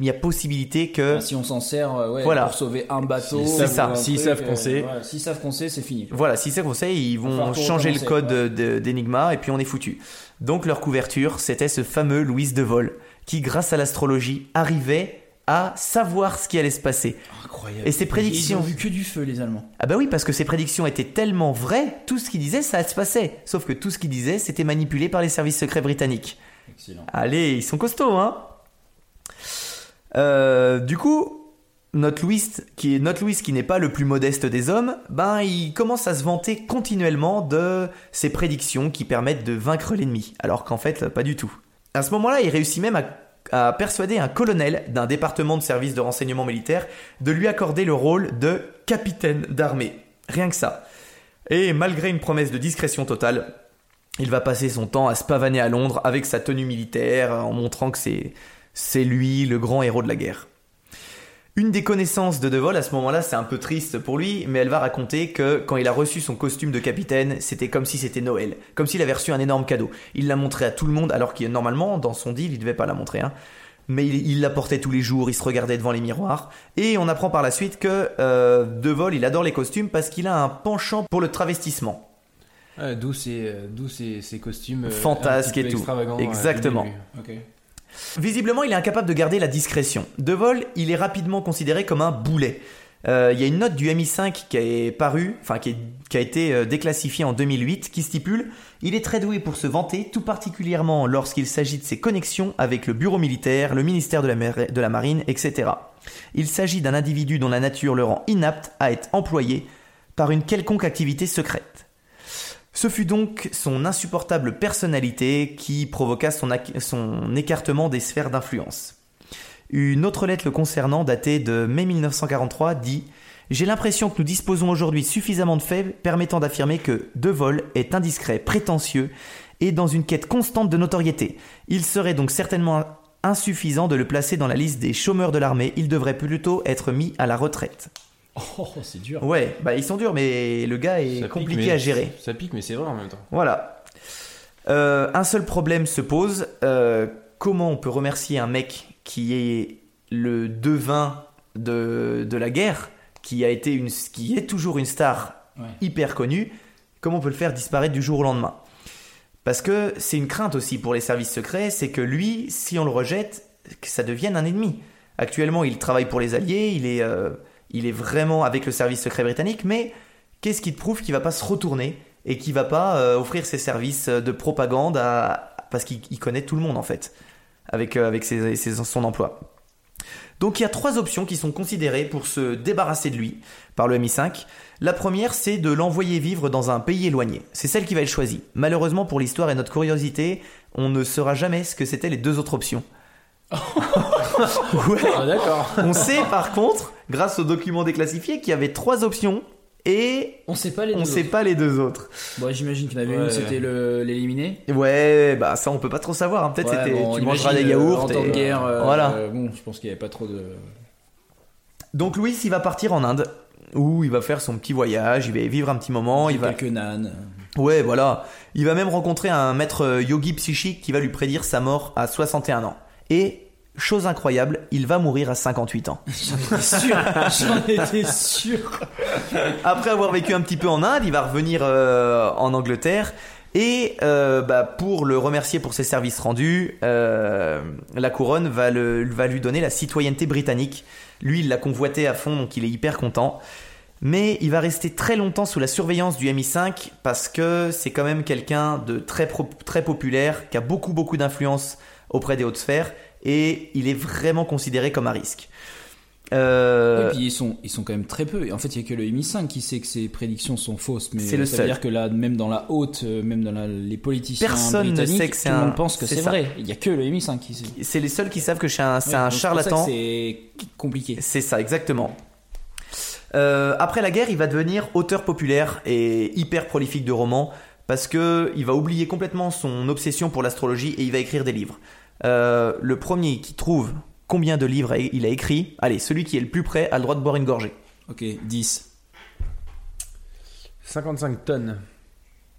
A: il y a possibilité que.
F: si on s'en sert euh, ouais,
A: Voilà.
F: pour sauver un bateau,
C: S'ils
F: ou
A: savent-
F: un
C: s'ils
F: truc,
C: savent
F: euh,
C: qu'on sait.
F: voilà, S'ils savent qu'on sait, c'est fini.
A: Voilà, si c'est conseil, ils vont
F: falloir tout
A: changer le
F: recommencer,
A: code
F: ouais.
A: de- d'Enigma et puis on est foutu. Donc leur couverture, c'était ce fameux Louise de Vol qui, grâce à l'astrologie, arrivait à savoir ce qui allait se passer.
F: Incroyable.
A: Et ses
F: Ils ont
A: prédictions.
F: vu que du feu, les Allemands.
A: Ah bah oui, parce que ses prédictions étaient tellement vraies, tout ce qu'il disait, ça se passait. Sauf que tout ce qu'il disait, c'était manipulé par les services secrets britanniques.
C: Excellent.
A: Allez, ils sont costauds, hein Euh, Du coup, notre Louis, qui est notre Louis qui n'est pas le plus modeste des hommes, ben il commence à se vanter continuellement de ses prédictions qui permettent de vaincre l'ennemi, alors qu'en fait, pas du tout. À ce moment-là, il réussit même à, à persuader un colonel d'un département de service de renseignement militaire de lui accorder le rôle de capitaine d'armée. Rien que ça. Et malgré une promesse de discrétion totale, il va passer son temps à se pavaner à Londres avec sa tenue militaire, en montrant que c'est, c'est lui le grand héros de la guerre. Une des connaissances de De Vol à ce moment-là, c'est un peu triste pour lui, mais elle va raconter que quand il a reçu son costume de capitaine, c'était comme si c'était Noël, comme s'il avait reçu un énorme cadeau. Il l'a montré à tout le monde, alors que normalement, dans son deal, il devait pas la montrer. Hein. Mais il, il la portait tous les jours, il se regardait devant les miroirs. Et on apprend par la suite que euh, De Vol, il adore les costumes parce qu'il a un penchant pour le travestissement.
C: Ah, D'où ces, euh, d'où ces, ces costumes euh,
A: Fantasques
C: un petit
A: et
C: peu
A: tout.
C: extravagants, euh,
A: Exactement.
C: dès le début.
A: Visiblement, il est incapable de garder la discrétion. De vol, il est rapidement considéré comme un boulet. Euh, Il y a une note du MI5 qui est parue, enfin qui, est- qui a été euh, déclassifiée en 2008, qui stipule Il est très doué pour se vanter, tout particulièrement lorsqu'il s'agit de ses connexions avec le bureau militaire, le ministère de la, mer- de la Marine, etc. Il s'agit d'un individu dont la nature le rend inapte à être employé par une quelconque activité secrète. Ce fut donc son insupportable personnalité qui provoqua son, ac- son écartement des sphères d'influence. Une autre lettre le concernant, datée de mai 1943, dit J'ai l'impression que nous disposons aujourd'hui suffisamment de faits permettant d'affirmer que De Vol est indiscret, prétentieux et dans une quête constante de notoriété. Il serait donc certainement insuffisant de le placer dans la liste des chômeurs de l'armée il devrait plutôt être mis à la retraite.
F: Oh, c'est dur.
A: Ouais, bah ils sont durs, mais le gars
C: Ok.
A: est
C: Ça pique,
A: compliqué
C: mais-
A: à gérer.
C: Ça pique, mais c'est vrai en même temps.
A: Voilà. Euh, un seul problème se pose. euh, comment on peut remercier un mec qui est le devin de, de la guerre, qui, a été une, qui est toujours une star
F: Ouais.
A: hyper connue, comment on peut le faire disparaître du jour au lendemain Parce que c'est une crainte aussi pour les services secrets, c'est que lui, si on le rejette, que ça devienne un ennemi. Actuellement, il travaille pour les Alliés, il est, euh, il est vraiment avec le service secret britannique, mais qu'est-ce qui te prouve qu'il va pas se retourner et qu'il va pas euh, offrir ses services euh, de propagande à... parce qu'il il connaît tout le monde en fait avec, euh, avec ses- ses- son emploi. Donc il y a trois options qui sont considérées pour se débarrasser de lui par le MI5. La première, c'est de l'envoyer vivre dans un pays éloigné. C'est celle qui va être choisie. Malheureusement pour l'histoire et notre curiosité, on ne saura jamais ce que c'était les deux autres options. Ouais.
C: Ah, d'accord.
A: On sait par contre, grâce aux documents déclassifiés, qu'il y avait trois options et
F: On sait pas les
A: on
F: deux
A: sait
F: autres.
A: pas les deux autres.
F: Bon, j'imagine qu'il y en avait une,
C: Ouais.
F: c'était le- l'éliminer.
A: Ouais, bah ça on peut pas trop savoir. hein. Peut-être
F: Ouais,
A: c'était
F: bon,
A: tu
F: on
A: mangeras des
F: imagine, euh, En
A: yaourts.
F: temps de
A: et-
F: guerre, euh,
A: Voilà.
F: euh, bon, je pense qu'il n'y avait pas trop de.
A: Donc Louis, il va partir en Inde où il va faire son petit voyage, il va y vivre un petit moment, il va
F: Quelques nanes.
A: Ouais, voilà. Il va même rencontrer un maître euh, yogi psychique qui va lui prédire sa mort à 61 ans. Et chose incroyable, il va mourir à 58 ans.
F: sûr, j'en étais sûr.
A: Après avoir vécu un petit peu en Inde, il va revenir euh, en Angleterre. Et euh, bah, pour le remercier pour ses services rendus, euh, la couronne va, le- va lui donner la citoyenneté britannique. Lui, il l'a convoité à fond, donc il est hyper content. Mais il va rester très longtemps sous la surveillance du MI5 parce que c'est quand même quelqu'un de très, pro- très populaire, qui a beaucoup beaucoup d'influence auprès des hautes sphères, et il est vraiment considéré comme à risque. Euh,
F: Et puis ils sont, ils sont quand même très peu. Et en fait, il n'y a que le MI5 qui sait que ses prédictions sont fausses. Mais
A: C'est le
F: ça
A: seul.
F: veut dire que là, même dans la haute, euh, même dans la- les politiciens
A: Personne ne
F: britanniques,
A: sait que c'est
F: tout le
A: un-
F: monde pense que
A: c'est
F: c'est
A: ça.
F: vrai. Il n'y a que le MI5 qui sait.
A: c'est les seuls qui savent que je suis un- c'est
F: Ouais,
A: un
F: donc pour ça que
A: charlatan.
F: C'est compliqué.
A: C'est ça, exactement. Euh, après la guerre, il va devenir auteur populaire et hyper prolifique de romans parce que il va oublier complètement son obsession pour l'astrologie et il va écrire des livres. Euh, le premier qui trouve combien de livres il a écrit, allez, celui qui est le plus près a le droit de boire une gorgée.
F: Ok, 10.
C: 55 tonnes.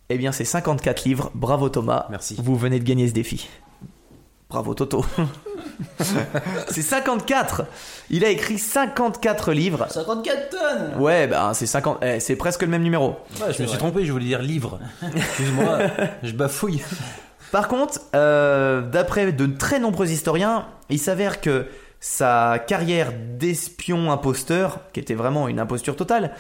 A: Eh bien, c'est 54 livres. Bravo Thomas.
C: Merci.
A: Vous venez de gagner ce défi. Bravo Toto. c'est 54. Il a écrit 54 livres.
B: 54 tonnes
A: Ouais, bah c'est 50 eh, c'est presque le même numéro.
C: Ouais, je me suis trompé, je voulais dire livre. Excuse-moi, je bafouille.
A: Par contre, euh, d'après de très nombreux historiens, il s'avère que sa carrière d'espion imposteur, qui était vraiment une imposture totale,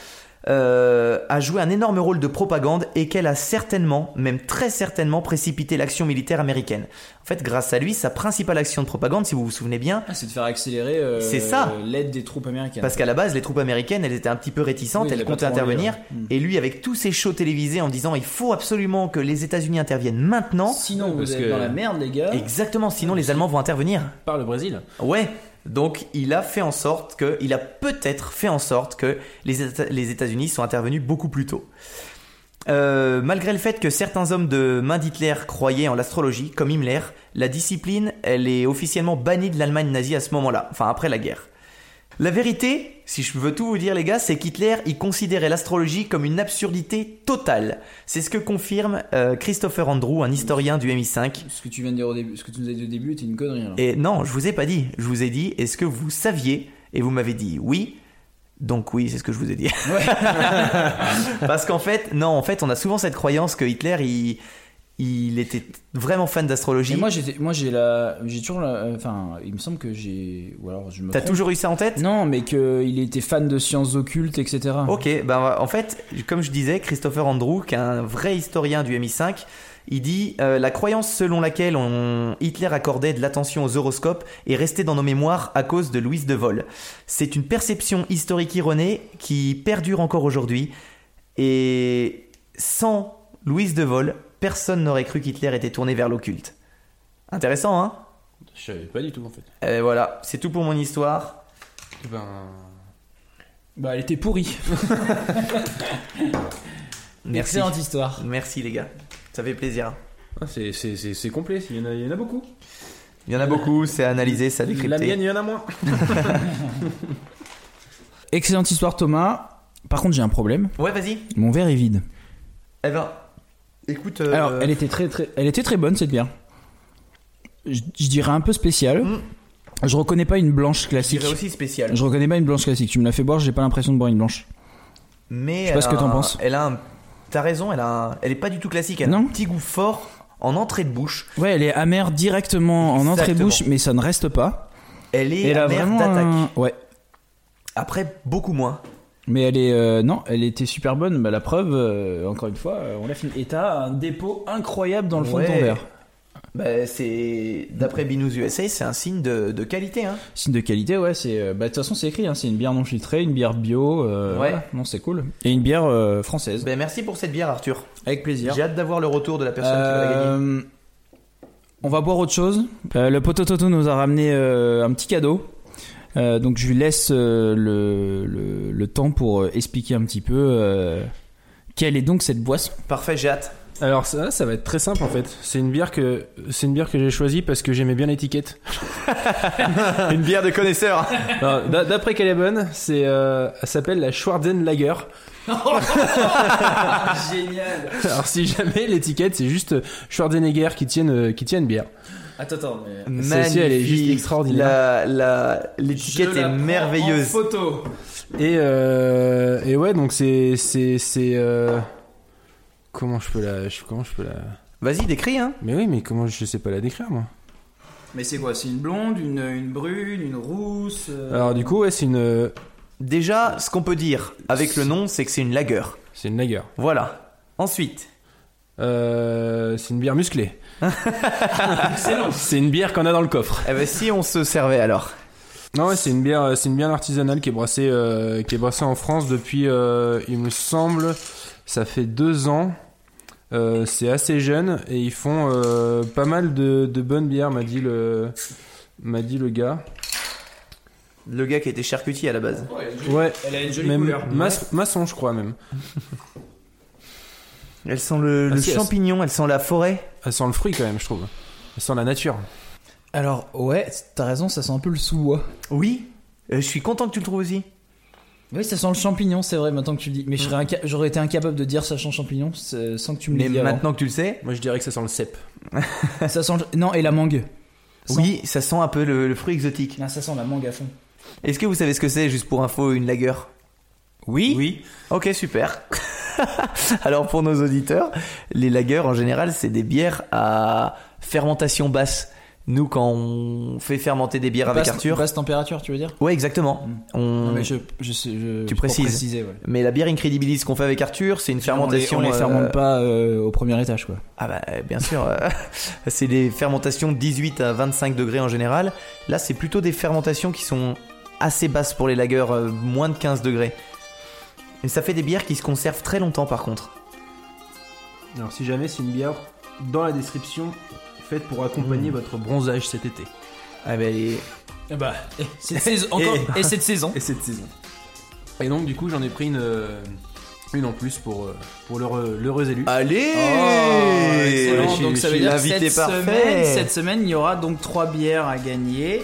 A: euh, a joué un énorme rôle de propagande et qu'elle a certainement, même très certainement, précipité l'action militaire américaine. En fait, grâce à lui, sa principale action de propagande, si vous vous souvenez bien,
B: Ah, c'est de faire accélérer euh,
A: C'est ça.
B: l'aide des troupes américaines.
A: Parce qu'à la base, les troupes américaines, elles étaient un petit peu réticentes,
B: Oui, il
A: elles
B: a pas
A: comptaient
B: trop envie,
A: intervenir.
B: ouais. Mm.
A: Et lui, avec tous ses shows télévisés en disant il faut absolument que les États-Unis interviennent maintenant.
B: Sinon,
C: Parce
B: vous êtes
C: que-
B: dans la merde, les gars.
A: Exactement, sinon les Allemands vont intervenir.
C: Par le Brésil.
A: Ouais. Donc il a fait en sorte que, il a peut-être fait en sorte que les, Éta- les États-Unis sont intervenus beaucoup plus tôt. Euh, malgré le fait que certains hommes de main d'Hitler croyaient en l'astrologie, comme Himmler, la discipline, elle est officiellement bannie de l'Allemagne nazie à ce moment-là, enfin après la guerre. La vérité, si je veux tout vous dire les gars, c'est qu'Hitler y considérait l'astrologie comme une absurdité totale. C'est ce que confirme euh, Christopher Andrew, un historien du MI5,
B: Ce que tu viens de dire au début, ce que tu nous as dit au début, était une connerie. alors.
A: et non, je vous ai pas dit. Je vous ai dit, est-ce que vous saviez Et vous m'avez dit oui. Donc oui, c'est ce que je vous ai dit. Parce qu'en fait, non, en fait, on a souvent cette croyance que Hitler, il, il était vraiment fan
B: Et
A: d'astrologie.
B: moi, j'étais- moi, j'ai la, j'ai toujours la, enfin, il me semble que j'ai, ou alors je me.
A: T'as
B: trompe.
A: toujours eu ça en tête
B: Non, mais qu'il était fan de sciences occultes, etc.
A: Ok, ben en fait, comme je disais, Christopher Andrew, qui est un vrai historien du MI5, il dit euh, la croyance selon laquelle on- Hitler accordait de l'attention aux horoscopes est restée dans nos mémoires à cause de Louise de Vol. C'est une perception historique erronée qui perdure encore aujourd'hui. Et sans Louise de Vol, personne n'aurait cru qu'Hitler était tourné vers l'occulte. Intéressant, hein
C: Je savais pas du tout en fait.
A: Et voilà, c'est tout pour mon histoire.
C: Ben.
B: Bah, elle était pourrie.
A: Merci.
B: Excellente histoire.
A: Merci les gars, ça fait plaisir.
C: ah, c'est- C'est c'est- c'est complet, il y, en a, il y en a beaucoup.
A: Il y en a beaucoup, c'est analysé, ça décrypté.
C: La mienne, il y en a moins.
B: Excellente histoire, Thomas. Par contre, j'ai un problème.
A: Ouais, vas-y.
B: Mon verre est vide.
A: Eh ben, écoute. euh,
B: Alors, elle était très, très, elle était très bonne cette bière. Je, je dirais un peu spéciale.
A: Mm.
B: Je reconnais pas une blanche
A: je
B: classique.
A: dirais aussi spéciale.
B: Je reconnais pas une blanche classique. Tu me l'as fait boire, j'ai pas l'impression de boire une blanche.
A: Mais.
B: Je sais pas ce
A: elle a
B: que t'en
A: un-
B: penses.
A: Elle a un. T'as raison, elle a un- Elle est pas du tout classique, elle a
B: Non.
A: un petit goût fort en entrée de bouche.
B: Ouais, elle est amère directement en entrée de
A: Exactement.
B: bouche, mais ça ne reste pas.
A: Elle est
B: elle a
A: amère
B: vraiment
A: d'attaque.
B: un- Ouais.
A: Après, beaucoup moins.
B: Mais elle est euh, non, elle était super bonne. Bah, la preuve, euh, encore une fois, euh, on l'a fini. Et t'as un dépôt incroyable dans le fond de
A: Ouais.
B: ton verre.
A: Bah, c'est. D'après Binous USA, c'est un signe de, de qualité, hein.
B: Signe de qualité, ouais. C'est euh, bah, de toute façon c'est écrit. hein, c'est une bière non filtrée, une bière bio. euh,
A: Ouais.
B: voilà. Non, c'est cool. Et une bière euh, française.
A: Bah, merci pour cette bière, Arthur.
B: Avec plaisir.
A: J'ai hâte d'avoir le retour de la personne qui va la gagner.
B: Euh, On va boire autre chose. Euh, le pote Toto nous a ramené euh, un petit cadeau. Euh, donc je lui laisse euh, le, le- le temps pour euh, expliquer un petit peu euh, quelle est donc cette boisson.
A: Parfait, j'ai hâte.
C: Alors ça, ça va être très simple en fait. C'est une bière que c'est une bière que j'ai choisie parce que j'aimais bien l'étiquette.
A: Une bière de connaisseur.
C: Alors, d'a- D'après qu'elle est bonne, c'est euh, elle s'appelle la Schwarzen Lager.
B: Génial.
C: Alors si jamais l'étiquette, c'est juste euh, Schwarzenegger qui tiennent euh, qui tiennent bière.
B: Attends, attends. Mais...
C: Celle-ci, elle est juste extraordinaire.
A: La- la- L'étiquette est merveilleuse.
B: Photo.
C: Et euh, et ouais, donc c'est c'est c'est euh, comment je peux la je- comment je peux la
A: Vas-y, décris, hein.
C: Mais oui, mais comment je sais pas la décrire moi.
B: Mais c'est quoi C'est une blonde, une, une brune, une rousse. euh,
C: Alors du coup, ouais, c'est une euh,
A: Déjà, ce qu'on peut dire avec le nom, c'est que c'est une lagueur.
C: c'est une lager.
A: Voilà. Ensuite,
C: Euh, c'est une bière musclée. c'est une bière qu'on a dans le coffre.
A: eh ben, si on se servait alors
C: Non, ouais, c'est une bière, euh, c'est une bière artisanale qui est brassée, euh, qui est brassée en France depuis, euh, il me semble, ça fait deux ans. Euh, c'est assez jeune et ils font euh, pas mal de, de bonnes bières, m'a dit le, m'a dit le gars.
A: le gars qui était charcutier à la base.
C: Ouais,
B: Elle a une jolie
C: même
B: couleur.
C: Mas- maçon, je crois même.
A: Elle sent le,
C: Ah,
A: le
C: si, elle-
A: champignon, elle sent la forêt.
C: Elle sent le fruit quand même, je trouve. Elle sent la nature.
B: Alors ouais, t'as raison, ça sent un peu le sous-bois.
A: Oui. Euh, je suis content que tu le trouves aussi.
B: Oui, ça sent le champignon, c'est vrai, maintenant que tu le dis. Mais je serais inca- j'aurais été incapable de dire ça sent champignon c'est- sans que tu me
A: Mais
B: le dises.
A: maintenant que tu le sais,
C: Moi, je dirais que ça sent le cèpe.
B: Ça sent le- Non, et la mangue. Sans.
A: Oui, ça sent un peu le, le fruit exotique.
B: Là, ça sent la mangue à fond.
A: Est-ce que vous savez ce que c'est, juste pour info, une lagueur Oui.
C: Oui.
A: Ok, super. Alors pour nos auditeurs, les lagers en général, c'est des bières à fermentation basse. Nous, quand on fait fermenter des bières avec
B: Basse-
A: Arthur,
B: Basse température, tu veux dire
A: ouais, exactement.
B: Mm.
A: On-
B: Non, mais
A: mais,
B: je, je sais- je-
A: Tu
B: pour
A: précises.
B: préciser, ouais.
A: la bière Incredibilis qu'on fait avec Arthur, c'est une fermentation.
B: on les, on les
A: euh,
B: fermente pas euh, au premier étage, quoi.
A: Ah bah bien sûr, euh, c'est des fermentations 18 à 25 degrés en général. Là, c'est plutôt des fermentations qui sont assez basses pour les lagers, euh, moins de 15 degrés. Et ça fait des bières qui se conservent très longtemps par contre.
C: Alors si jamais c'est une bière dans la description faite pour accompagner votre bronzage cet été.
A: Ah bah, les-
B: bah, encore,
C: encore-
B: et cette saison.
C: Et cette saison. Et donc du coup j'en ai pris une, euh, une en plus pour, euh, pour l'heureux, l'heureux élu.
B: Oh,
A: Allez Oh,
C: excellent.
A: Je suis-
B: donc ça
A: je
B: veut
A: suis
B: dire que
A: l'invité
B: cette
A: parfait.
B: semaine, cette semaine, il y aura donc trois bières à gagner.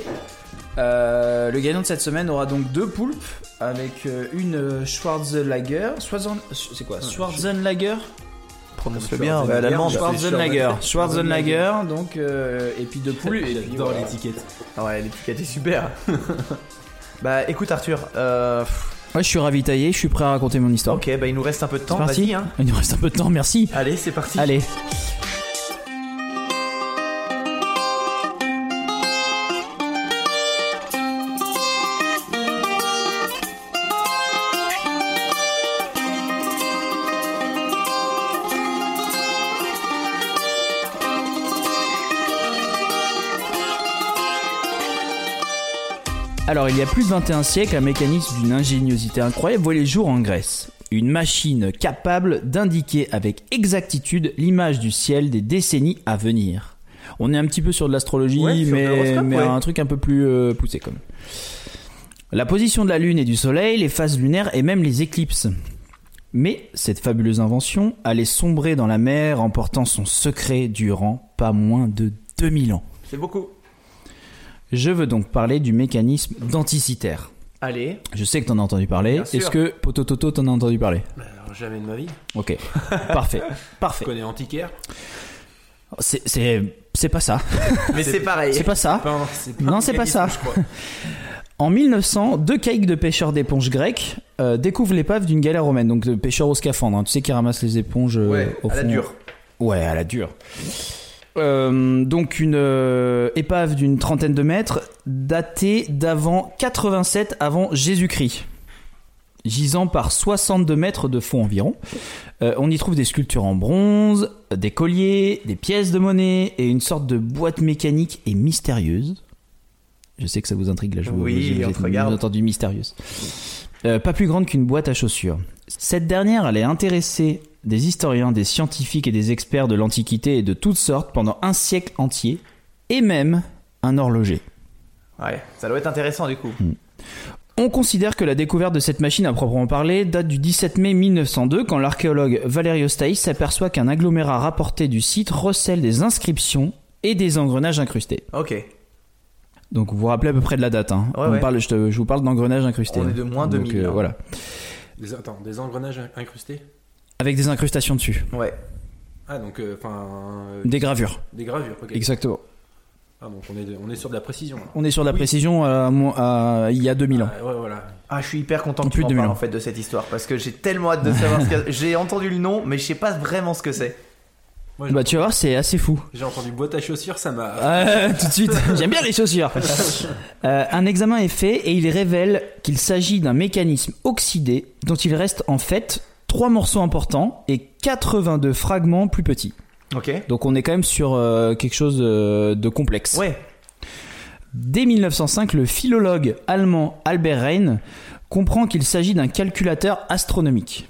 B: Euh, le gagnant de cette semaine aura donc deux poulpes avec euh, une euh, Schwarzenlager. Schwarzen- C'est quoi Schwarzenlager
A: Prononce-le bien,
C: Schwarzenegger,
A: à l'allemande.
C: je pense.
B: Schwarzenlager.
C: Schwarzenegger.
B: Schwarzenlager, donc, euh, et puis deux poulpes. et puis
C: J'adore
B: voilà.
C: l'étiquette.
A: Ouais, l'étiquette est super. bah écoute Arthur, euh, pff,
B: Moi, je suis ravitaillé, je suis prêt à raconter mon histoire.
A: ok, bah il nous reste un peu de
B: C'est
A: temps,
B: parti.
A: vas-y. Hein.
B: Il nous reste un peu de temps, merci.
A: Allez, c'est parti.
B: Allez. Alors, il y a plus de 21 siècles, un mécanisme d'une ingéniosité incroyable voit les jours en Grèce. Une machine capable d'indiquer avec exactitude l'image du ciel des décennies à venir. On est un petit peu sur de l'astrologie,
A: Ouais, sur de
B: mais,
A: l'horoscope,
B: mais
A: ouais.
B: un truc un peu plus euh, poussé quand même. La position de la Lune et du Soleil, les phases lunaires et même les éclipses. Mais cette fabuleuse invention allait sombrer dans la mer en portant son secret durant pas moins de 2000 ans.
A: C'est beaucoup.
B: Je veux donc parler du mécanisme denticitaire.
A: Allez.
B: Je sais que t'en as entendu parler.
C: Bien sûr.
B: Est-ce que Potototo t'en as entendu parler
C: Bah, alors, jamais de ma vie.
B: Ok. Parfait.
C: Je
B: Parfait.
C: connais Antiquaire.
B: C'est- C'est c'est pas ça.
A: Mais c'est pareil.
B: C'est pas ça.
C: Pas un- c'est pas
B: Non,
C: un
B: c'est pas ça.
C: mécanisme, je crois.
B: En 1900, deux caïques de pêcheurs d'éponges grecques euh, découvrent l'épave d'une galère romaine, donc de pêcheurs au scaphandre. hein. Tu sais qui ramassent les éponges euh,
A: Ouais,
B: au
A: à la
B: fond.
A: dure.
B: Ouais, à la dure. Euh, donc une euh, épave d'une trentaine de mètres datée d'avant 87 avant Jésus-Christ, gisant par 62 mètres de fond environ. Euh, on y trouve des sculptures en bronze, euh, des colliers, des pièces de monnaie et une sorte de boîte mécanique et mystérieuse. Je sais que ça vous intrigue là, je vous
A: Oui,
B: j'ai- j'ai
A: on te
B: bien
A: regarde.
B: entendu mystérieuse. Euh, pas plus grande qu'une boîte à chaussures. Cette dernière allait intéresser des historiens, des scientifiques et des experts de l'Antiquité et de toutes sortes pendant un siècle entier, et même un horloger.
A: Ouais, ça doit être intéressant du coup.
B: On considère que la découverte de cette machine à proprement parler date du 17 mai 1902 quand l'archéologue Valerio Staïs s'aperçoit qu'un agglomérat rapporté du site recèle des inscriptions et des engrenages incrustés.
A: Ok.
B: Donc vous vous rappelez à peu près de la date. Hein.
A: Ouais,
B: On
A: ouais.
B: parle, je, te- je vous parle d'engrenages incrustés.
A: On est de moins de
B: Donc, euh,
A: 1000, hein.
B: voilà.
C: Des, attends, des engrenages in- incrustés
B: Avec des incrustations dessus.
A: Ouais.
C: Ah, donc, enfin. euh,
B: Des gravures.
C: des gravures, ok.
B: Exactement.
C: Ah, donc on est, on est sur de la précision. là.
B: On est sur la précision euh, à mo- à- il y a 2000 ans.
C: Ah, ouais, voilà.
A: Ah, je suis hyper content que
B: Plus
A: tu m'en
B: de 2000
A: parles
B: ans.
A: en fait de cette histoire parce que j'ai tellement hâte de savoir ce que j'ai entendu le nom mais je sais pas vraiment ce que c'est.
C: Moi, j'ai-
B: Bah tu vas voir, c'est assez fou.
C: j'ai entendu boîte à chaussures, ça m'a.
B: Ah, tout de suite. J'aime bien les chaussures. Euh, un examen est fait et il révèle qu'il s'agit d'un mécanisme oxydé dont il reste en fait trois morceaux importants et 82 fragments plus petits.
A: Ok.
B: Donc on est quand même sur euh, quelque chose euh, de complexe.
A: Ouais.
B: Dès 1905, le philologue allemand Albert Rhein comprend qu'il s'agit d'un calculateur astronomique.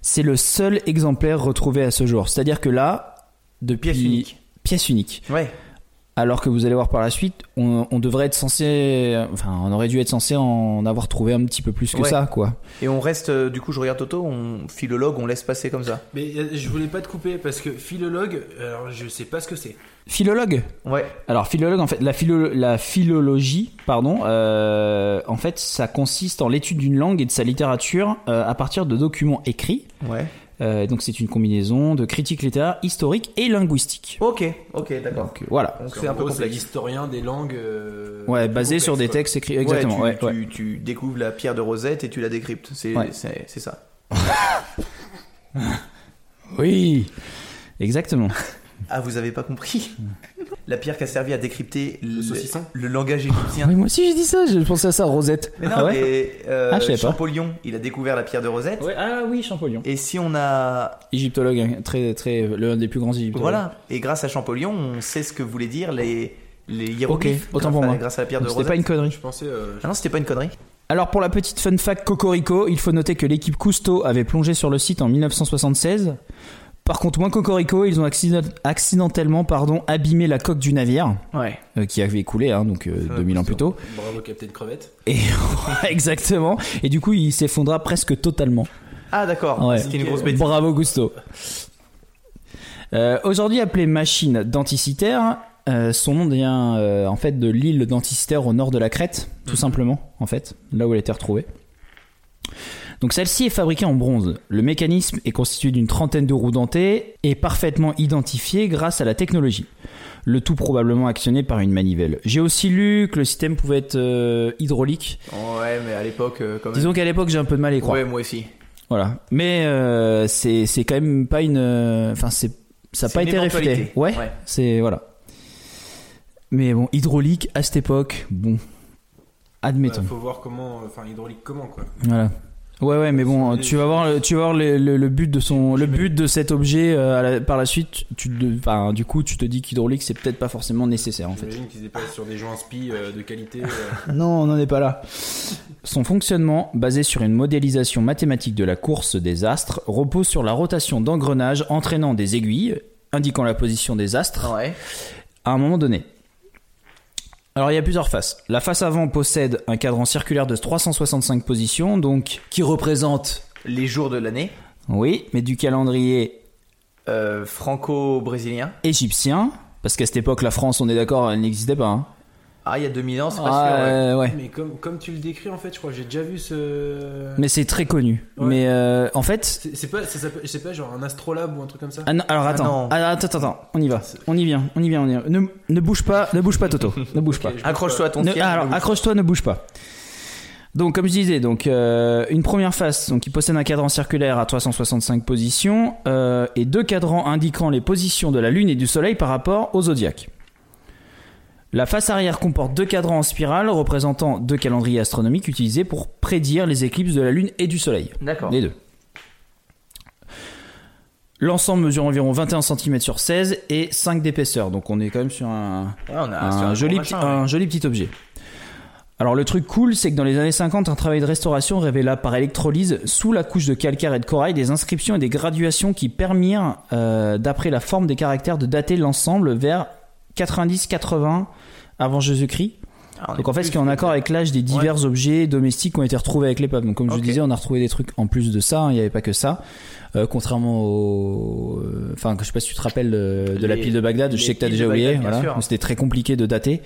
B: C'est le seul exemplaire retrouvé à ce jour. C'est-à-dire que là, depuis
A: Pièce unique.
B: pièce unique.
A: Ouais.
B: Alors que vous allez voir par la suite, on, on devrait être censé, enfin, on aurait dû être censé en avoir trouvé un petit peu plus que
A: Ouais.
B: ça, quoi.
A: Et on reste euh, du coup je regarde Toto, on philologue, on laisse passer comme ça.
C: Mais euh, je voulais pas te couper parce que philologue, alors je sais pas ce que c'est.
B: Philologue.
A: Ouais.
B: Alors philologue, en fait, la, philo- la philologie, pardon, euh, en fait, ça consiste en l'étude d'une langue et de sa littérature euh, à partir de documents écrits
A: Ouais.
B: Euh, donc c'est une combinaison de critique littéraire, historique et linguistique.
A: Ok, ok, d'accord.
B: Donc euh, voilà.
A: Donc
C: C'est
A: c'est un peu complexe.
C: l'historien des langues. euh,
B: Ouais, basé
C: complexes,
B: sur des
C: quoi.
B: textes écrits. Exactement.
A: Ouais,
B: Ouais,
A: tu,
B: ouais.
A: tu- tu découvres la pierre de Rosette et tu la décryptes. C'est
B: Ouais.
A: c'est- c'est ça.
B: Oui. Exactement.
A: Ah, vous avez pas compris La pierre qui a servi à décrypter Hmm. le,
C: saucisson
A: le langage égyptien.
B: Ah Oui, moi aussi j'ai dit ça. Je pensais à ça, Rosette.
A: Mais non,
B: ah ouais.
A: mais, euh,
B: Ah, je savais pas.
A: Champollion, il a découvert la pierre de Rosette.
B: Ouais, ah oui, Champollion.
A: Et si on a.
B: Égyptologue, hein, très très l'un des plus grands égyptologues.
A: Voilà. Et grâce à Champollion, on sait ce que voulaient dire les, les hiéroglyphes.
B: autant
A: grâce
B: pour
A: à-
B: moi.
A: Grâce à la pierre
B: Donc,
A: de
B: C'était
A: Rosette.
B: pas une connerie.
C: Je pensais. euh,
A: Ah non, c'était pas une connerie.
B: Alors pour la petite fun fact Cocorico, il faut noter que l'équipe Cousteau avait plongé sur le site en 1976. Par contre, moins Cocorico, ils ont accident- accidentellement pardon, abîmé la coque du navire
A: Ouais.
B: euh, qui avait coulé, hein, donc euh,
C: euh,
B: 2000 ans plus tôt.
C: Bravo, Captain Crevette.
B: Et exactement. Et du coup, il s'effondra presque totalement.
A: Ah, d'accord.
B: Ouais.
A: C'était une grosse bêtise.
B: Bravo Gusto. Euh, Aujourd'hui appelée machine denticitaire, euh, son nom vient euh, en fait de l'île denticitaire au nord de la Crète,
A: Mhm.
B: tout simplement, en fait, là où elle était retrouvée. Donc celle-ci est fabriquée en bronze. Le mécanisme est constitué d'une trentaine de roues dentées et parfaitement identifié grâce à la technologie. Le tout probablement actionné par une manivelle. J'ai aussi lu que le système pouvait être euh, hydraulique.
A: Ouais, mais à l'époque, euh, quand même.
B: Disons qu'à l'époque j'ai un peu de mal à y croire.
A: ouais, moi aussi.
B: Voilà. Mais euh, c'est c'est quand même pas une. euh, Enfin, c'est ça n'a
A: C'est
B: pas
A: une
B: été réfuté.
A: éventualité.
B: Ouais.
A: Ouais.
B: C'est voilà. Mais bon, hydraulique à cette époque, bon,
C: Il
B: admettons.
C: faut voir comment. euh, Enfin, hydraulique, comment quoi.
B: Voilà. Ouais, ouais, mais bon,
C: C'est-
B: tu vas voir, le, tu vas voir le, le- le but de son, le but de cet objet euh, à la- par la suite. Tu, te- enfin, du coup, tu te dis qu'hydraulique, c'est peut-être pas forcément nécessaire hein. en fait.
C: J'imagine qu'ils étaient pas sur des joints spi euh, de qualité. euh.
B: Non, on n'en est pas là. Son fonctionnement, basé sur une modélisation mathématique de la course des astres, repose sur la rotation d'engrenages entraînant des aiguilles, indiquant la position des astres
A: Ouais.
B: à un moment donné. Alors il y a plusieurs faces. La face avant possède un cadran circulaire de 365 positions, donc qui représente,
A: Les jours de l'année.
B: oui, mais du calendrier
A: euh, franco-brésilien.
B: égyptien, parce qu'à cette époque la France, on est d'accord, elle n'existait pas. hein.
A: Ah, il y a 2000 ans, c'est pas
B: Ah,
A: sûr. ouais.
B: euh, ouais.
C: Mais comme, comme tu le décris, en fait, je crois que j'ai déjà vu ce.
B: Mais c'est très connu.
C: Ouais.
B: Mais euh, en fait,
C: C'est c'est pas, ça s'appelle- je sais pas, genre un astrolabe ou un truc comme ça.
B: Ah non, alors attends.
A: non.
B: Ah, attends, attends, attends. on y va, on y vient, on y vient, on y vient. Ne, ne bouge pas, ne bouge pas Toto, ne bouge pas.
A: Accroche-toi à ton
B: Ne-
A: fier.
B: alors accroche-toi, ne bouge pas. Donc comme je disais, donc euh, une première face donc, qui possède un cadran circulaire à 365 positions euh, et deux cadrans indiquant les positions de la Lune et du Soleil par rapport au zodiaque. La face arrière comporte deux cadrans en spirale représentant deux calendriers astronomiques utilisés pour prédire les éclipses de la Lune et du Soleil.
A: D'accord.
B: Les deux. L'ensemble mesure environ 21 cm sur 16 et 5 d'épaisseur. Donc on est quand même sur un,
A: Ouais, on a
B: un
A: Ah, sur un
B: joli,
A: gros
B: petit-
A: machin,
B: un joli petit objet. Alors le truc cool, c'est que dans les années 50, un travail de restauration révéla par électrolyse sous la couche de calcaire et de corail des inscriptions et des graduations qui permirent, euh, d'après la forme des caractères, de dater l'ensemble vers 90-80 avant Jésus-Christ.
A: Ah, on est
B: Donc en fait, ce
A: plus-
B: qui est en accord avec l'âge des divers objets domestiques qui ont été retrouvés avec l'épave. Donc comme je
A: Ok.
B: vous disais, on a retrouvé des trucs en plus de ça. hein, Il n'y avait pas que ça. Euh, contrairement au, euh, enfin, que je sais pas si tu te rappelles euh, de la
A: Les-
B: pile de Bagdad. Je
A: les
B: sais que t'as
A: piles
B: déjà
A: de Bagdad,
B: oublié.
A: bien
B: voilà.
A: sûr.
B: Donc, C'était très compliqué de dater.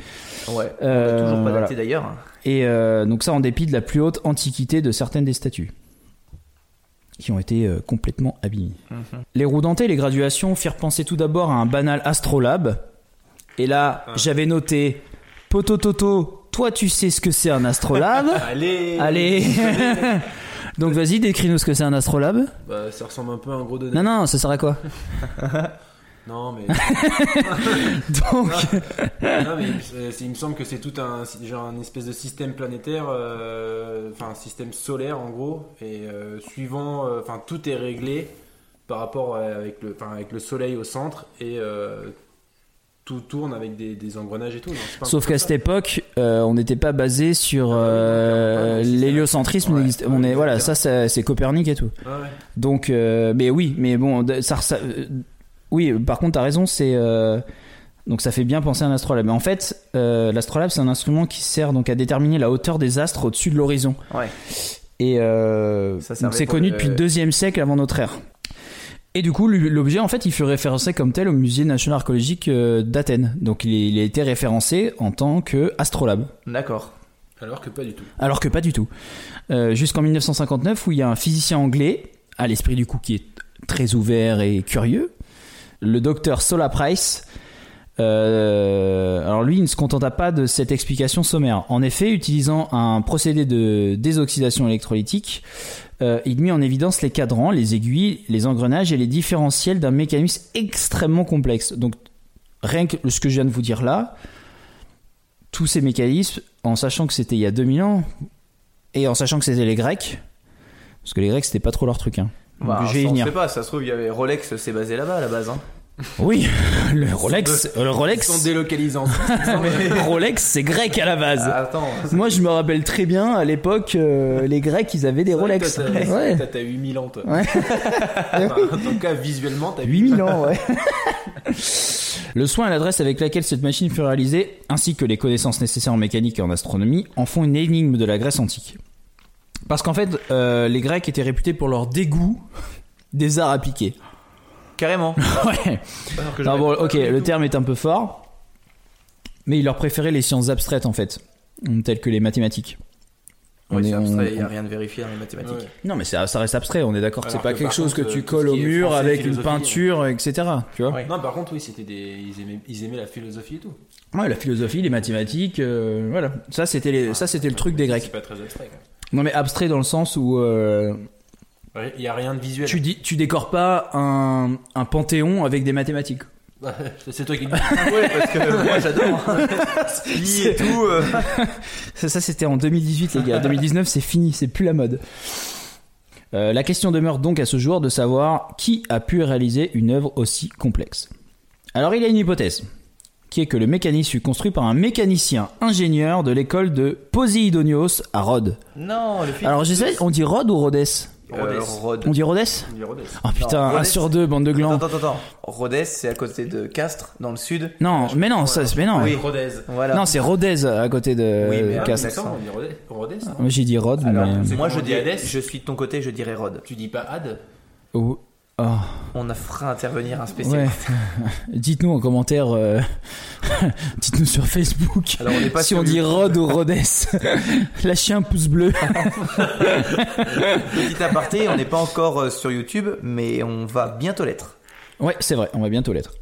A: Ouais.
B: Euh,
A: Toujours pas
B: voilà.
A: daté d'ailleurs.
B: Et euh, donc ça en dépit de la plus haute antiquité de certaines des statues, qui ont été euh, complètement abîmées.
A: Mhm.
B: Les roues dentées et les graduations firent penser tout d'abord à un banal astrolabe. Et là,
A: Ah.
B: j'avais noté, Poto Toto, toi tu sais ce que c'est un astrolabe
C: Allez
B: Allez Donc vas-y, décris-nous ce que c'est un astrolabe.
C: Bah, ça ressemble un peu à un gros donut.
B: Non, non, ça sert à quoi
C: Non, mais.
B: Donc,
C: non, mais euh, c'est- il me semble que c'est tout un, genre un espèce de système planétaire, euh, enfin un système solaire en gros, et euh, suivant, euh, enfin tout est réglé par rapport à- avec le, enfin avec le soleil au centre et euh, tout tourne avec des, des engrenages et tout. non, c'est pas un
B: sauf
C: truc
B: qu'à
C: comme
B: cette époque, euh, on n'était pas basé sur euh,
C: Ah oui, non, clairement pas, non, c'est ça.
B: l'héliocentrisme.
C: Ouais,
B: n'existait- on est,
C: ouais,
B: voilà,
C: clairement.
B: ça, ça, c'est Copernic et tout.
C: ça. Ouais, ouais.
B: Donc, euh, mais oui, mais bon, de- ça, ça- euh, oui. Par contre, t'as raison, c'est euh, donc ça fait bien penser à un astrolabe. Mais en fait, euh, l'astrolabe c'est un instrument qui sert donc à déterminer la hauteur des astres au-dessus de l'horizon.
A: Ouais.
B: Et euh,
A: Ça servait
B: donc c'est
A: pour
B: connu
A: le-
B: depuis le deuxième siècle avant notre ère. Et du coup, lui- l'objet, en fait, il fut référencé comme tel au musée national archéologique euh, d'Athènes. Donc, il, est- il a été référencé en tant que astrolabe.
A: D'accord.
C: Alors que pas du tout.
B: Alors que pas du tout. Euh, Jusqu'en 1959, où il y a un physicien anglais, à l'esprit du coup qui est très ouvert et curieux, le docteur Sola Price. euh, alors lui, il ne se contenta pas de cette explication sommaire. En effet, utilisant un procédé de désoxydation électrolytique, euh, il mit en évidence les cadrans, les aiguilles, les engrenages et les différentiels d'un mécanisme extrêmement complexe. Donc rien que ce que je viens de vous dire là, tous ces mécanismes, en sachant que c'était il y a 2000 ans, et en sachant que c'était les Grecs, parce que les Grecs, c'était pas trop leur truc. Hein.
A: Bah,
B: Donc, je vais y
A: ça, on
B: venir.
A: sait pas, ça se trouve, il y avait Rolex, c'est basé là-bas à la base. hein.
B: Oui, le Rolex, euh, le
C: Sans
B: Rolex,
C: délocalisant.
B: Rolex, c'est grec à la base.
A: Ah, attends,
B: Moi, je me rappelle très bien, à l'époque, euh, les Grecs, ils avaient des Rolex.
C: Toi, t'as-
B: Ouais.
C: T'as t'as 8000 ans, toi.
B: Ouais.
C: Enfin, en tout cas, visuellement, t'as
B: 8000 ans, ouais. Le soin et l'adresse avec laquelle cette machine fut réalisée, ainsi que les connaissances nécessaires en mécanique et en astronomie, en font une énigme de la Grèce antique. Parce qu'en fait, euh, les Grecs étaient réputés pour leur dégoût des arts appliqués.
A: carrément.
B: Ouais. Non, bon, ok, le terme est un peu fort, mais il leur préférait les sciences abstraites en fait, hum, telles que les mathématiques. On
A: Oui,
B: est-
A: c'est
B: on-
A: abstrait, il n'y a rien de vérifié dans les mathématiques.
B: Non, mais ça, ça reste abstrait, on est d'accord que
C: Alors
B: c'est pas
C: que,
B: quelque
C: par
B: chose que
C: contre,
B: tu
C: euh,
B: colles
C: tout
B: au
C: ce qui est
B: mur
C: français,
B: avec une
C: philosophie,
B: peinture, etc. Tu vois
C: Non, par contre, oui, c'était des. Ils aimaient, ils aimaient la philosophie et tout.
B: Ouais, la philosophie, les mathématiques, euh, voilà. Ça, c'était les- ça, c'était le truc des Grecs.
C: C'est pas très abstrait, quoi.
B: Non, mais abstrait dans le sens où euh,
C: Ouais, Il y a rien de visuel.
B: tu dis, tu décores pas un, un panthéon avec des mathématiques.
C: C'est toi qui dis.
A: Ouais, parce que moi j'adore. Pi et tout. euh,
B: Ça, ça, c'était en 2018, les gars. 2019, c'est fini, c'est plus la mode. Euh, la question demeure donc à ce jour de savoir qui a pu réaliser une œuvre aussi complexe. Alors il y a une hypothèse, qui est que le mécanisme fut construit par un mécanicien ingénieur de l'école de Posidonios à Rhodes.
F: Non, le film.
B: Alors je sais, on dit Rhodes ou Rhodes
A: euh, Rhodes.
B: On dit Rhodes Ah putain,
A: Rhodes.
B: 1 sur 2, bande de
A: Attends,
B: glands.
A: attends, attends. Rhodes, c'est à côté de Castres, dans le sud.
B: Non, mais non, ça, mais non.
A: Oui.
C: Rodez.
A: Voilà.
B: Non, c'est Rhodes à côté de
A: Oui, mais-
B: Castres.
A: Castres.
C: Ah, On dit Rodez. Rodez, non
B: Moi, J'ai dit Rhodes,
A: Alors,
B: mais...
C: c'est
A: moi je
C: comment on dit
A: dirais,
C: Hadès
A: je suis de ton côté, je dirais Rhodes.
C: Tu dis pas Had
B: Oh, oh.
A: On a fera intervenir un
B: Ouais.
A: spécialiste.
B: Dites-nous en commentaire. euh, Dites-nous sur Facebook.
A: Alors, on n'est pas
B: si
A: sur
B: on dit
A: YouTube.
B: Rod ou Rhodes. Lâchez un pouce bleu.
A: Petit aparté, on n'est pas encore euh, sur YouTube, mais on va bientôt l'être.
B: Ouais, c'est vrai, on va bientôt l'être.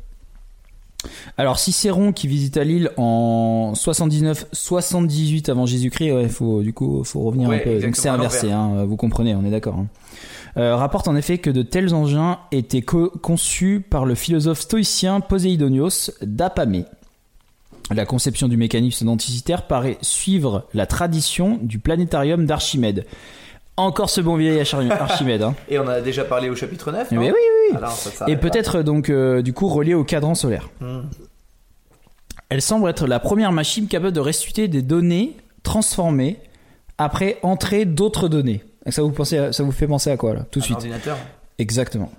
B: Alors Cicéron qui visita l'île en 79 78 avant Jésus-Christ, ouais, faut du coup faut revenir
A: Ouais,
B: un peu. Donc
A: exactement,
B: c'est
A: à
B: inversé, hein, vous comprenez, on est d'accord. hein. Euh, rapporte en effet que de tels engins étaient co- conçus par le philosophe stoïcien Poséidonios d'Apamée. La conception du mécanisme denticitaire paraît suivre la tradition du planétarium d'Archimède. Encore ce bon vieil Archi- Archimède. hein.
A: Et on en a déjà parlé au chapitre 9.
B: Mais
A: non
B: oui,
A: Alors, ça
B: et
A: s'arrête pas.
B: peut-être donc euh, du coup reliée au cadran solaire. Elle semble être la première machine capable de restituer des données transformées après entrée d'autres données. Ça vous, pensez à- ça vous fait penser à quoi là Tout de
A: Un
B: suite.
A: ordinateur.
B: Exactement.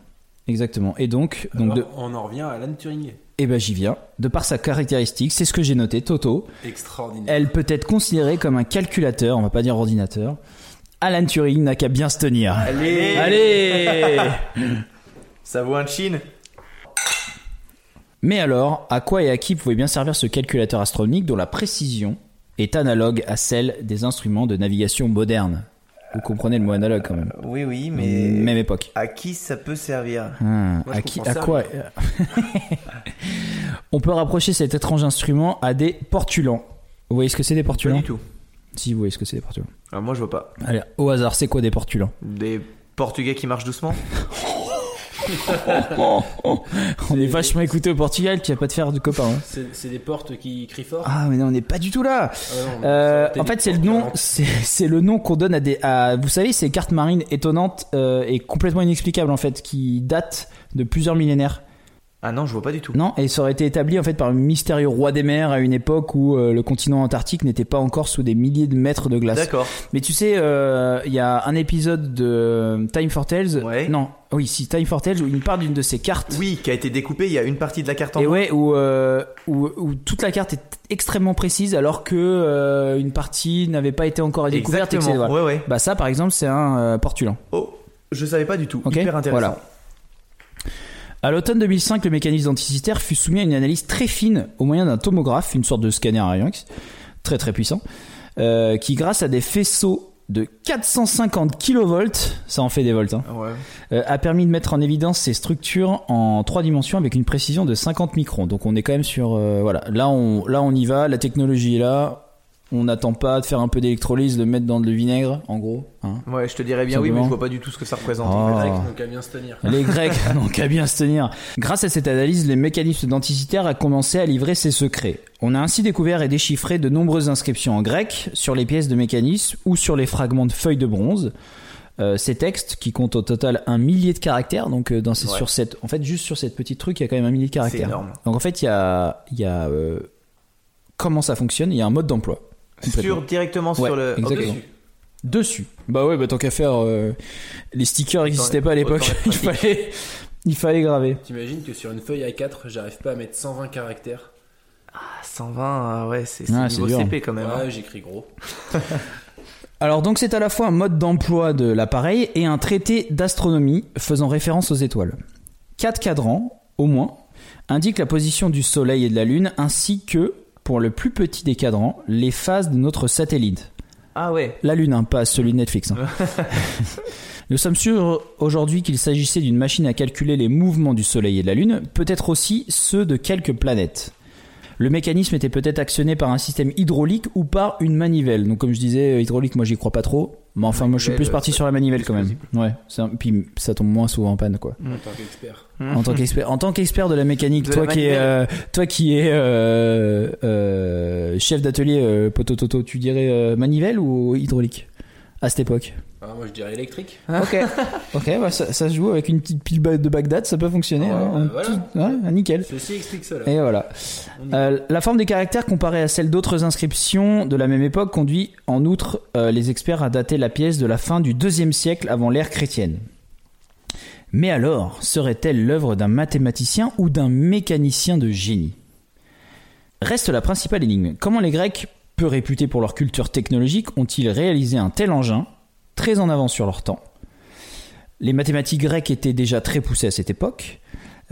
B: Exactement. Et donc, donc de,
C: On en revient à Alan Turing.
B: eh ben j'y viens. De par sa caractéristique, c'est ce que j'ai noté, Toto,
C: Extraordinaire.
B: elle peut être considérée comme un calculateur, on va pas dire ordinateur. Alan Turing n'a qu'à bien se tenir.
A: Allez,
B: Allez
A: Ça vaut un chin.
B: Mais alors, à quoi et à qui pouvait bien servir ce calculateur astronomique dont la précision est analogue à celle des instruments de navigation modernes Vous comprenez le mot analogue quand même.
A: Oui, oui,
B: Même époque.
A: À qui ça peut servir
B: Ah,
C: Moi, je
B: à qui,
C: comprends
B: à
C: ça,
B: quoi On peut rapprocher cet étrange instrument à des portulans. Vous voyez ce que c'est des portulans
A: tout.
B: Si vous voyez ce que c'est des portulans.
A: Alors, moi, je vois pas.
B: Allez, au hasard, c'est quoi des portulans
A: Des Portugais qui marchent doucement
B: On est vachement écouté au Portugal, tu vas pas te faire du copain. hein.
C: Eh, C'est c'est des portes qui crient fort.
B: Ah mais non, on n'est pas du tout là.
C: Ah non, mais
B: Euh,
C: ça, t'es
B: en
C: des
B: fait, c'est le
C: portes
B: nom,
C: galantes.
B: c'est c'est le nom qu'on donne à des, à, vous savez, ces cartes marines étonnantes euh, et complètement inexplicables en fait, qui datent de plusieurs millénaires.
A: Ah non, je vois pas du tout.
B: Non, et ça aurait été établi en fait par un mystérieux roi des mers à une époque où euh, le continent antarctique n'était pas encore sous des milliers de mètres de glace.
A: D'accord.
B: Mais tu sais, euh, il y a un épisode de euh, Time for Tales.
A: Ouais.
B: Non, oui, si Time for Tales où il parle d'une de ces cartes.
A: Oui, qui a été découpé, il y a une partie de la carte en
B: Et
A: bois.
B: ouais, où, euh, où, où toute la carte est extrêmement précise alors que euh, une partie n'avait pas été encore découverte. et que c'est-
A: Exactement.
B: voilà.
A: Ouais, ouais.
B: Bah ça par exemple c'est un euh, portulan.
A: Oh, je savais pas du tout.
B: Ok,
A: Hyper intéressant.
B: voilà. À l'automne 2005, le mécanisme denticitaire fut soumis à une analyse très fine au moyen d'un tomographe, une sorte de scanner à rayons X, très très puissant, euh, qui grâce à des faisceaux de 450 kV, ça en fait des volts, hein, euh, a permis de mettre en évidence ces structures en trois dimensions avec une précision de 50 microns. Donc on est quand même sur... euh, voilà, là on, là on y va, la technologie est là, on n'attend pas de faire un peu d'électrolyse, de mettre dans le vinaigre, en gros. hein.
A: Ouais, je te dirais bien oui, mais
B: Simplement.
A: je vois pas du tout ce que ça représente.
B: Oh. Ah,
A: en fait.
C: Donc à bien se tenir.
B: Les Grecs n'ont qu'à bien se tenir. Grâce à cette analyse, les mécanismes denticitaires a commencé à livrer ses secrets. On a ainsi découvert et déchiffré de nombreuses inscriptions en grec sur les pièces de mécanismes ou sur les fragments de feuilles de bronze. Euh, ces textes qui comptent au total un millier de caractères, donc euh, dans ces,
A: Ouais.
B: sur cette, en fait juste sur cette petite truc, il y a quand même un millier de caractères.
A: énorme.
B: Donc en fait, il y a, il y a euh, comment ça fonctionne, il y a un mode d'emploi. complètement.
A: Sur, directement sur
B: Ouais,
A: le.
B: exactement.
A: Au-dessus.
B: Dessus. Bah ouais, bah tant qu'à faire, euh, les stickers n'existaient pas à l'époque.
C: autant
B: Il
C: être pratique.
B: fallait, il fallait graver.
C: T'imagines que sur une feuille A4, j'arrive pas à mettre 120 caractères.
A: Ah, 120, ah ouais, c'est c'est
B: Ah, c'est
A: niveau
B: dur.
A: CP quand même. hein.
C: Ouais, j'écris gros.
B: Alors donc c'est à la fois un mode d'emploi de l'appareil et un traité d'astronomie faisant référence aux étoiles. Quatre cadrans, au moins, indiquent la position du Soleil et de la Lune ainsi que, pour le plus petit des cadrans, les phases de notre satellite.
A: Ah ouais.
B: La Lune, hein, pas celui de Netflix. hein. Nous sommes sûrs aujourd'hui qu'il s'agissait d'une machine à calculer les mouvements du Soleil et de la Lune, peut-être aussi ceux de quelques planètes. Le mécanisme était peut-être actionné par un système hydraulique ou par une manivelle. Donc comme je disais, euh, hydraulique, moi j'y crois pas trop. Mais enfin, moi je suis
A: Manivelle,
B: plus parti sur la manivelle quand même. Ouais, c'est un- puis ça tombe moins souvent en panne quoi.
C: En tant qu'expert.
B: En tant qu'expert, en tant qu'expert de la mécanique,
A: De
B: toi,
A: la
B: qui es,
A: manivelle.
B: euh, toi qui es euh, euh, chef d'atelier euh, Potototo, tu dirais euh, manivelle ou hydraulique à cette époque
C: Ah, moi je dirais électrique.
B: Ok. ok, bah, ça, ça se joue avec une petite pile ba- de Bagdad, ça peut fonctionner.
C: Ouais,
B: hein, un
C: voilà.
B: petit- ouais, un nickel.
C: Ceci explique cela.
B: Ah. Et voilà.
C: hein. On y
B: Euh, la forme des caractères comparée à celle d'autres inscriptions de la même époque conduit en outre euh, les experts à dater la pièce de la fin du deuxième siècle avant l'ère chrétienne. Mais alors, serait-elle l'œuvre d'un mathématicien ou d'un mécanicien de génie Reste la principale énigme. Comment les Grecs, peu réputés pour leur culture technologique, ont-ils réalisé un tel engin, très en avance sur leur temps Les mathématiques grecques étaient déjà très poussées à cette époque.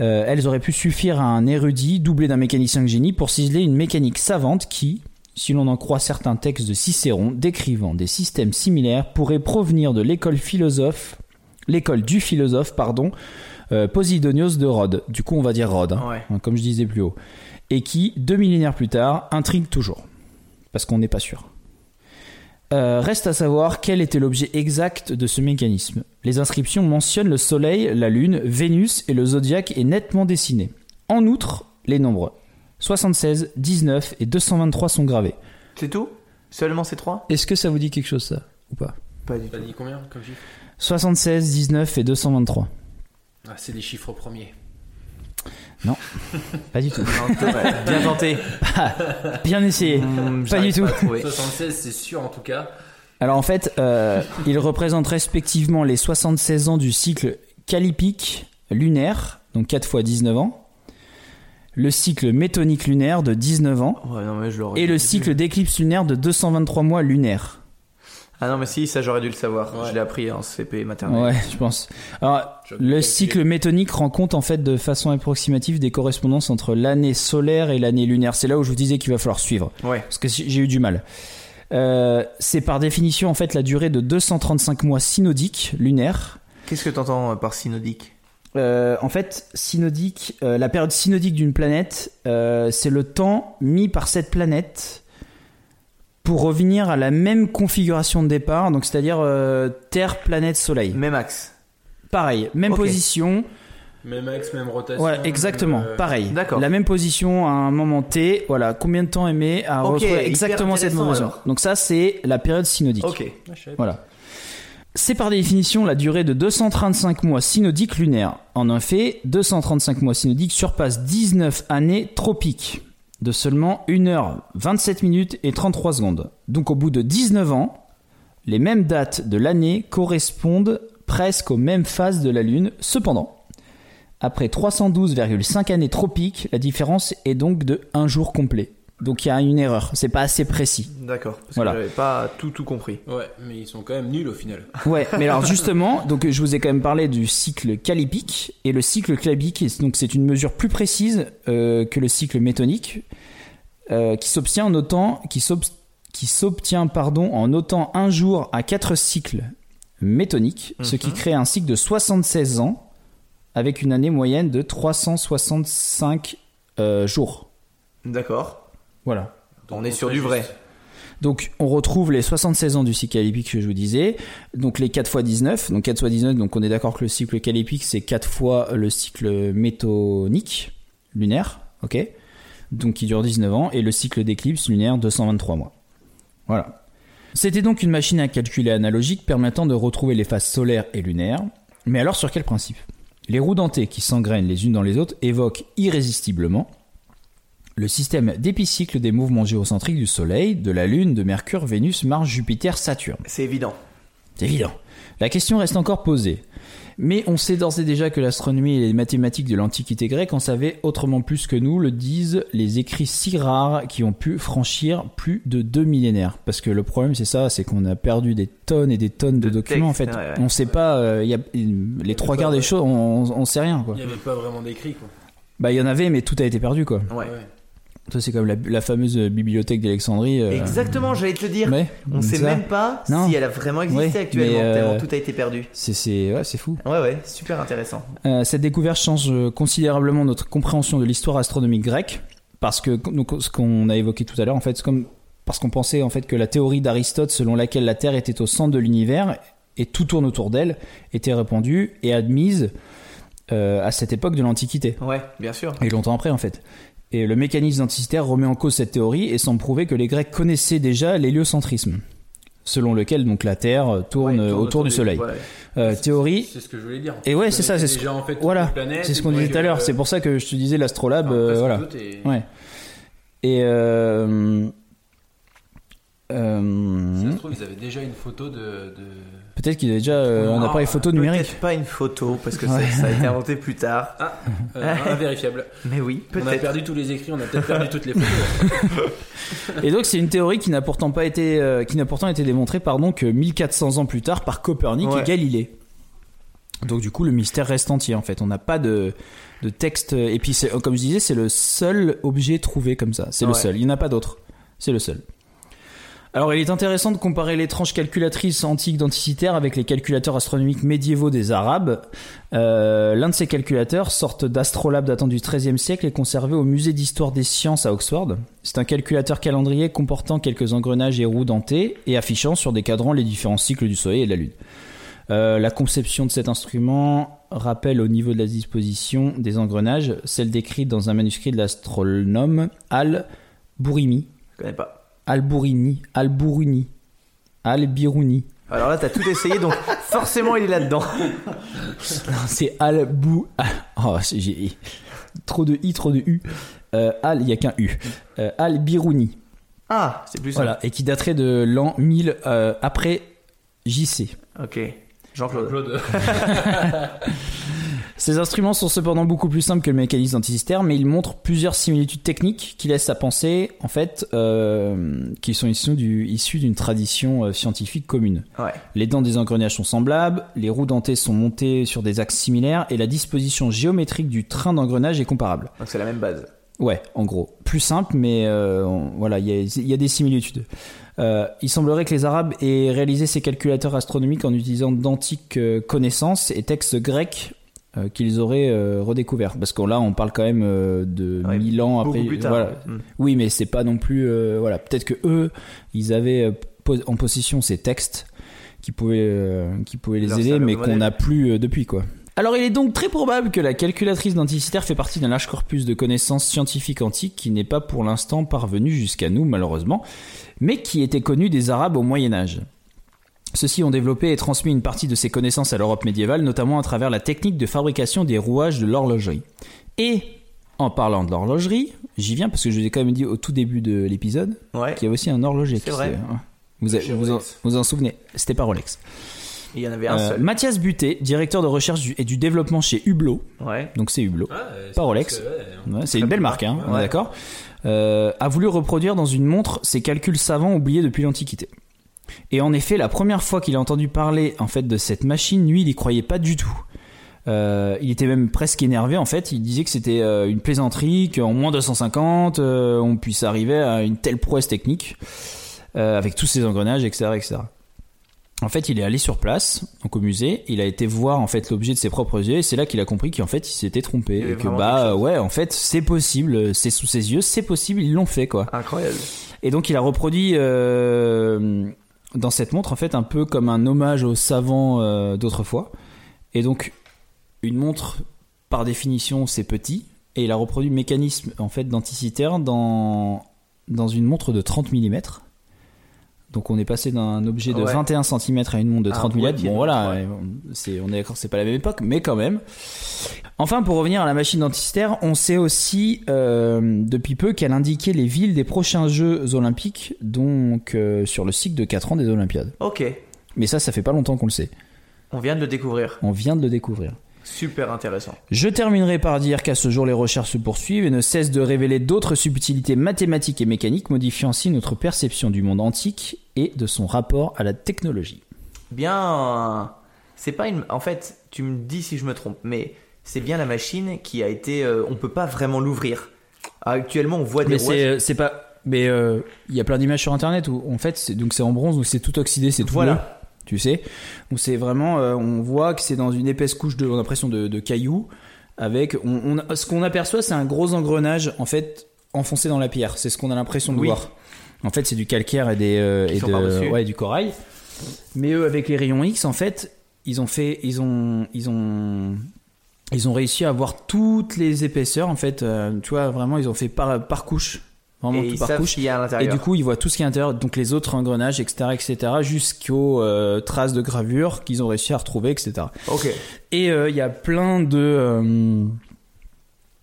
B: Euh, elles auraient pu suffire à un érudit doublé d'un mécanicien de génie pour ciseler une mécanique savante qui, si l'on en croit certains textes de Cicéron décrivant des systèmes similaires, pourrait provenir de l'école philosophe, l'école du philosophe, pardon, euh, Posidonios de Rhodes. Du coup, on va dire Rhodes, hein,
A: Ouais.
B: hein, comme je disais plus haut, et qui, deux millénaires plus tard, intrigue toujours, parce qu'on n'est pas sûr. Euh, reste à savoir quel était l'objet exact de ce mécanisme. Les inscriptions mentionnent le Soleil, la Lune, Vénus et le zodiaque est nettement dessiné. En outre, les nombres 76, 19 et 223 sont gravés.
A: C'est tout Seulement ces trois
B: Est-ce que ça vous dit quelque chose ça ou pas
A: Pas du
C: T'as dit combien comme chiffre
B: 76, 19 et 223.
C: Ah, c'est des chiffres premiers.
B: Pas du tout.
A: Non, t'as pas- Bien tenté.
B: Bien essayé.
A: Mmh,
B: Pas
A: j'arrive
B: du tout.
A: à trouver.
C: 76, c'est sûr en tout cas.
B: Alors en fait, euh, ils représentent respectivement les 76 ans du cycle calipique lunaire, donc 4 fois 19 ans, le cycle métonique lunaire de 19 ans
A: Ouais, non, mais je l'aurais
B: et le
A: dû-
B: cycle d'éclipse lunaire de 223 mois lunaires.
A: Ah non, mais si, ça j'aurais dû le savoir. Je l'ai appris en CP maternelle.
B: Ouais, je pense. Alors,
C: Je vais
B: le
C: calculer.
B: cycle métonique rend compte en fait de façon approximative des correspondances entre l'année solaire et l'année lunaire. C'est là où je vous disais qu'il va falloir suivre,
A: Ouais.
B: parce que j'ai eu du mal. Euh, c'est par définition en fait la durée de 235 mois synodiques lunaires.
A: Qu'est-ce que t'entends euh, par synodique
B: Euh, en fait, synodique, euh, la période synodique d'une planète, euh, c'est le temps mis par cette planète pour revenir à la même configuration de départ, donc c'est-à-dire euh, Terre, planète, Soleil.
A: Même axe.
B: Pareil, même
A: Ok.
B: position,
C: Même axe, même rotation.
B: Ouais, exactement,
C: même, euh,
B: pareil.
A: D'accord.
B: La même position à un moment T, voilà, combien de temps est mis à
A: Ok,
B: retrouver
A: hyper
B: exactement cette
A: intéressant,
B: position.
A: alors.
B: Donc ça, c'est la période synodique.
A: Ok.
B: Voilà. C'est par définition la durée de 235 mois synodiques lunaires. En un fait, 235 mois synodiques surpassent 19 années tropiques de seulement 1 heure 27 minutes et 33 secondes. Donc au bout de 19 ans, les mêmes dates de l'année correspondent presque aux mêmes phases de la Lune. Cependant, après 312,5 années tropiques, la différence est donc de 1 jour complet. Donc il y a une erreur, c'est pas assez précis.
A: D'accord. Parce
B: Voilà.
A: que j'avais pas tout, tout compris.
C: Ouais, mais ils sont quand même nuls au final.
B: Ouais, mais alors justement, donc je vous ai quand même parlé du cycle calipique et le cycle clabique, et donc c'est une mesure plus précise euh, que le cycle métonique, euh, qui s'obtient en notant, qui s'obs- qui s'obtient pardon, en ôtant un jour à quatre cycles métoniques, ce qui crée un cycle de 76 ans avec une année moyenne de 365 euh, jours.
A: D'accord.
B: Voilà.
A: On est sur du vrai.
B: Donc on retrouve les 76 ans du cycle calypique que je vous disais, donc les 4 x 19, donc 4 x 19, donc on est d'accord que le cycle calypique c'est 4 fois le cycle métonique lunaire, ok Donc qui dure 19 ans, et le cycle d'éclipse lunaire 223 mois. Voilà. C'était donc une machine à calculer analogique permettant de retrouver les phases solaires et lunaires, mais alors sur quel principe Les roues dentées qui s'engrainent les unes dans les autres évoquent irrésistiblement le système d'épicycle des mouvements géocentriques du Soleil, de la Lune, de Mercure, Vénus, Mars, Jupiter, Saturne.
A: C'est évident.
B: C'est évident. La question reste encore posée. Mais on sait d'ores et déjà que l'astronomie et les mathématiques de l'Antiquité grecque en savaient autrement plus que nous, le disent les écrits si rares qui ont pu franchir plus de deux millénaires. Parce que le problème, c'est ça, c'est qu'on a perdu des tonnes et des tonnes de,
A: De
B: documents,
A: textes,
B: en fait.
A: ouais, ouais.
B: On sait pas, euh, y a- les trois quarts des choses, on, on sait rien, quoi.
C: Il n'y avait pas vraiment d'écrit, quoi.
B: Bah, il y en avait, mais tout a été perdu, quoi.
A: Ouais.
B: Ça, c'est comme la, la fameuse bibliothèque d'Alexandrie. euh,
A: Exactement, j'allais te le dire.
B: Mais,
A: On sait
B: ça,
A: même pas
B: Non.
A: si elle a vraiment existé
B: Ouais,
A: actuellement,
B: mais, euh,
A: tellement tout a été perdu.
B: C'est, c'est, ouais, c'est fou.
A: Ouais, ouais, super intéressant.
B: Euh, cette découverte change euh, considérablement notre compréhension de l'histoire astronomique grecque, parce que donc, ce qu'on a évoqué tout à l'heure, en fait, c'est comme parce qu'on pensait en fait que la théorie d'Aristote, selon laquelle la Terre était au centre de l'univers et tout tourne autour d'elle, était répandue et admise euh, à cette époque de l'Antiquité
A: Ouais, bien sûr.
B: et longtemps après en fait. Et le mécanisme identitaire remet en cause cette théorie et semble prouver que les Grecs connaissaient déjà l'héliocentrisme, selon lequel donc la Terre tourne,
C: Ouais, tourne
B: autour du
C: des-
B: Soleil.
C: voilà.
B: Euh, théorie.
C: C'est ce que je voulais dire.
B: Et ouais,
C: Tu
B: c'est ça,
C: connais
B: c'est ce
C: déjà, en fait,
B: Voilà,
C: toutes les planètes,
B: c'est ce qu'on
C: et
B: disait
C: puis,
B: tout à l'heure.
C: euh,
B: c'est pour ça que je te disais l'astrolabe.
C: enfin,
B: euh,
C: presque
B: voilà.
C: tout est-
B: Ouais. Et euh, euh,
C: Si ça se trouve, ils avaient déjà une photo de. de-
B: peut-être qu'il y avait déjà euh, un
C: Non,
B: appareil photo numérique.
A: Peut-être pas une photo, parce que
B: Ouais.
A: ça, ça a été inventé plus tard.
C: Ah, euh, invérifiable.
A: Mais oui,
C: On a
A: peut-être.
C: perdu tous les écrits, on a peut-être perdu toutes les photos.
B: Et donc c'est une théorie qui n'a pourtant pas été, euh, qui n'a pourtant été démontrée pardon que 1400 ans plus tard par Copernic
A: Ouais.
B: et Galilée. Donc du coup le mystère reste entier en fait. On n'a pas de, de texte et puis c'est- comme je disais c'est le seul objet trouvé comme ça. C'est le
A: Ouais.
B: seul. Il n'y en a pas d'autre. C'est le seul. Alors il est intéressant de comparer l'étrange calculatrice antique d'Anticythère avec les calculateurs astronomiques médiévaux des Arabes. Euh, L'un de ces calculateurs, sorte d'astrolabe datant du XIIIe siècle, est conservé au musée d'histoire des sciences à Oxford. C'est un calculateur calendrier comportant quelques engrenages et roues dentées et affichant sur des cadrans les différents cycles du Soleil et de la Lune. Euh, la conception de cet instrument rappelle au niveau de la disposition des engrenages celle décrite dans un manuscrit de l'astronome Al-Bourimi.
A: Je connais pas.
B: Al-Bourimi, Al-Bouruni, Al-Biruni.
A: Alors là, t'as tout essayé, donc forcément, il est là-dedans.
B: Ah, C'est Al-Bou. Ah, oh, c'est- j'ai trop de i, trop de u. Euh, Al, il n'y a qu'un u. Euh, Al-Biruni.
A: Ah, c'est plus ça.
B: Voilà, et qui daterait de l'an 1000 euh, après JC.
A: Ok. Jean-Claude.
C: Claude.
B: Ces instruments sont cependant beaucoup plus simples que le mécanisme antisystère, mais ils montrent plusieurs similitudes techniques qui laissent à penser, en fait, euh, qu'ils sont issus du- issus d'une tradition euh, scientifique commune.
A: Ouais.
B: Les dents des engrenages sont semblables, les roues dentées sont montées sur des axes similaires, et la disposition géométrique du train d'engrenage est comparable.
A: Donc c'est la même base.
B: Ouais, en gros. Plus simple, mais euh, on- voilà, il y a, il y a des similitudes. Euh, il semblerait que les Arabes aient réalisé ces calculateurs astronomiques en utilisant d'antiques euh, connaissances et textes grecs euh, qu'ils auraient euh, redécouverts. Parce que là, on parle quand même euh, de
A: Ouais,
B: 1000 ans
A: Beaucoup
B: après.
A: plus tard.
B: voilà.
A: Mm.
B: Oui, mais c'est pas non plus. euh, voilà, peut-être que eux, ils avaient euh, po- en possession ces textes qui pouvaient, euh, qui pouvaient les
A: Leur
B: aider,
A: servait
B: mais
A: de
B: qu'on
A: modèle.
B: n'a plus euh, depuis, quoi. Alors, il est donc très probable que la calculatrice d'Anticythère fait partie d'un large corpus de connaissances scientifiques antiques qui n'est pas pour l'instant parvenu jusqu'à nous, malheureusement, mais qui était connu des Arabes au Moyen-Âge. Ceux-ci ont développé et transmis une partie de ces connaissances à l'Europe médiévale, notamment à travers la technique de fabrication des rouages de l'horlogerie. Et, en parlant de l'horlogerie, j'y viens parce que je vous ai quand même dit au tout début de l'épisode
A: Ouais.
B: qu'il y avait aussi un horloger.
A: C'est
B: qui
A: vrai.
B: s'est- Vous vous, vous en, vous en souvenez, c'était pas Rolex.
A: Il y en avait un
B: Euh,
A: seul.
B: Mathias Buté, directeur de recherche du- et du développement chez Hublot,
A: Ouais.
B: donc c'est Hublot,
C: Ah, euh, c'est
B: pas Rolex,
C: parce que, ouais, on-
B: Ouais, c'est une belle marque, hein, on est
A: Ouais.
B: d'accord, euh, a voulu reproduire dans une montre ses calculs savants oubliés depuis l'Antiquité. Et en effet, la première fois qu'il a entendu parler en fait de cette machine, lui, il n'y croyait pas du tout. Euh, il était même presque énervé en fait. Il disait que c'était euh, une plaisanterie, qu'en moins 250, euh, on puisse arriver à une telle prouesse technique. euh, avec tous ses engrenages, etc., etc. En fait, il est allé sur place, donc au musée, il a été voir en fait l'objet de ses propres yeux, et c'est là qu'il a compris qu'en fait il s'était trompé,
A: y avait
B: et que
A: vraiment quelque
B: bah
A: chose.
B: ouais, en fait c'est possible, c'est sous ses yeux, c'est possible, ils l'ont fait quoi.
A: Incroyable.
B: Et donc il a reproduit euh, dans cette montre en fait un peu comme un hommage aux savants euh, d'autrefois. Et donc une montre par définition c'est petit et il a reproduit le mécanisme en fait d'anticitaire dans dans une montre de 30 mm. Donc on est passé d'un objet de
A: Ouais.
B: 21 cm à une montre de
A: Un
B: 30 mm.
A: boîtier,
B: Bon
A: donc,
B: voilà, euh,
A: ouais.
B: c'est on est d'accord, c'est pas la même époque mais quand même. Enfin, pour revenir à la machine d'anticitaire, on sait aussi euh, depuis peu qu'elle indiquait les villes des prochains Jeux Olympiques, donc euh, sur le cycle de 4 ans des Olympiades.
A: Ok,
B: Mais ça, ça fait pas longtemps qu'on le sait.
A: on vient de le découvrir.
B: On vient de le découvrir.
A: Super intéressant.
B: Je terminerai par dire qu'à ce jour, les recherches se poursuivent et ne cessent de révéler d'autres subtilités mathématiques et mécaniques, modifiant ainsi notre perception du monde antique et de son rapport à la technologie.
A: Bien. C'est pas une. En fait, tu me dis si je me trompe, mais c'est bien la machine qui a été. euh, on peut pas vraiment l'ouvrir. Actuellement, on voit des
B: Mais
A: rouages.
B: c'est c'est pas. Mais euh, il y a plein d'images sur internet où en fait c'est donc c'est en bronze donc c'est tout oxydé c'est tout
A: Voilà.
B: bleu, tu sais donc c'est vraiment euh, on voit que c'est dans une épaisse couche de on a l'impression de, de cailloux avec on, on- ce qu'on aperçoit c'est un gros engrenage en fait enfoncé dans la pierre c'est ce qu'on a l'impression de
A: Oui.
B: voir en fait c'est du calcaire et des euh,
A: Qui
B: et
A: sont
B: de-
A: par-dessus.
B: ouais, du corail mais eux avec les rayons X en fait ils ont fait ils ont ils ont ils ont réussi à avoir toutes les épaisseurs en fait euh, tu vois vraiment ils ont fait par par couche euh, vraiment
A: Et
B: tout
A: ils
B: par
A: savent
B: couche
A: ce qu'il y a à
B: et
A: l'intérieur.
B: du coup ils voient tout ce qui est à l'intérieur donc les autres engrenages etc etc jusqu'aux euh, traces de gravure qu'ils ont réussi à retrouver etc
A: Ok.
B: et euh, il y a plein de euh,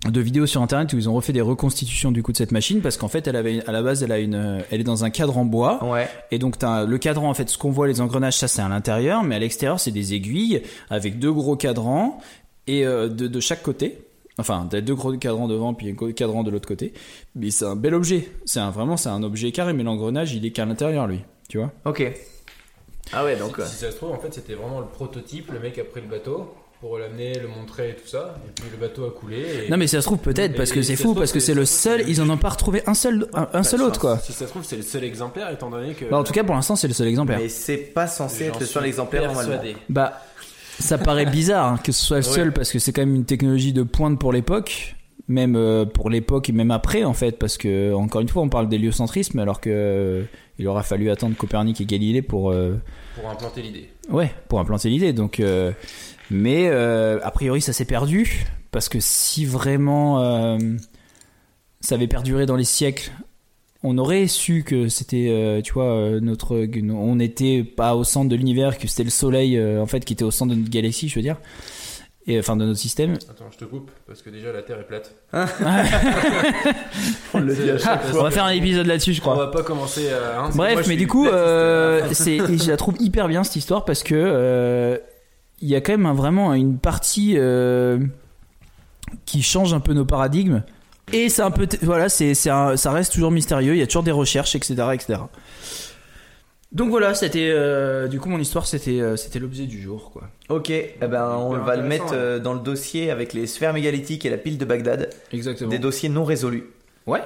B: de vidéos sur internet où ils ont refait des reconstitutions du coup de cette machine parce qu'en fait elle avait à la base elle a une euh, elle est dans un cadre en bois
A: Ouais.
B: et donc t'as le cadran en fait ce qu'on voit les engrenages ça c'est à l'intérieur mais à l'extérieur c'est des aiguilles avec deux gros cadrans et euh, de, de chaque côté. Enfin t'as deux gros cadrans devant puis un gros cadran de l'autre côté. Mais c'est un bel objet. C'est un vraiment c'est un objet carré mais l'engrenage il est qu'à l'intérieur lui. Tu vois.
A: Ok. Ah ouais, donc. euh,
C: Si ça se trouve, en fait, c'était vraiment le prototype. Le mec a pris le bateau pour l'amener, le montrer et tout ça. Et puis le bateau a coulé. Et...
B: Non mais ça se trouve peut-être parce
C: Et
B: que
C: ça
B: c'est
C: se
B: fou
C: trouve,
B: parce que
C: c'est-
B: c'est le
C: ça se trouve,
B: seul
C: c'est-
B: ils en ont pas retrouvé un seul un, un seul autre quoi.
C: Si ça se trouve, c'est le seul exemplaire, étant donné que.
B: Bah, en tout cas pour l'instant c'est le seul exemplaire.
A: Mais c'est pas censé
C: J'en
A: être le seul
C: suis
A: exemplaire normalement.
C: persuadé.
B: Bah, ça paraît bizarre hein, que ce soit le seul parce que c'est quand même une technologie de pointe pour l'époque, même euh, pour l'époque et même après en fait, parce que encore une fois on parle d'héliocentrisme alors que euh, il aura fallu attendre Copernic et Galilée pour euh,
C: Pour implanter l'idée.
B: ouais pour implanter l'idée. Donc, euh, mais euh, a priori ça s'est perdu parce que si vraiment euh, ça avait perduré dans les siècles. On aurait su que c'était, euh, tu vois, euh, notre, on n'était pas au centre de l'univers, que c'était le Soleil euh, en fait qui était au centre de notre galaxie, je veux dire, et enfin de notre système.
C: Attends, je te coupe parce que déjà la Terre est plate.
F: Hein
B: on va faire un épisode là-dessus, je
C: On
B: crois.
C: va pas commencer à. hein,
B: Bref,
C: moi, je
B: mais
C: suis
B: du coup,
C: bête,
B: euh,
C: c'est-
B: c'est, et je la trouve hyper bien cette histoire parce que euh, il y a quand même un- vraiment une partie euh, qui change un peu nos paradigmes. Et c'est un peu, voilà, c'est, c'est un- ça reste toujours mystérieux. Il y a toujours des recherches, etc., etc. Donc voilà, c'était, euh, du coup, mon histoire, c'était, euh, c'était l'objet du jour, quoi.
A: Ok, eh ben, on
C: Hyper
A: va le
C: intéressant,
A: mettre euh, dans le dossier avec les sphères mégalithiques et la pile de Bagdad.
B: Exactement.
A: Des dossiers non résolus.
B: Ouais.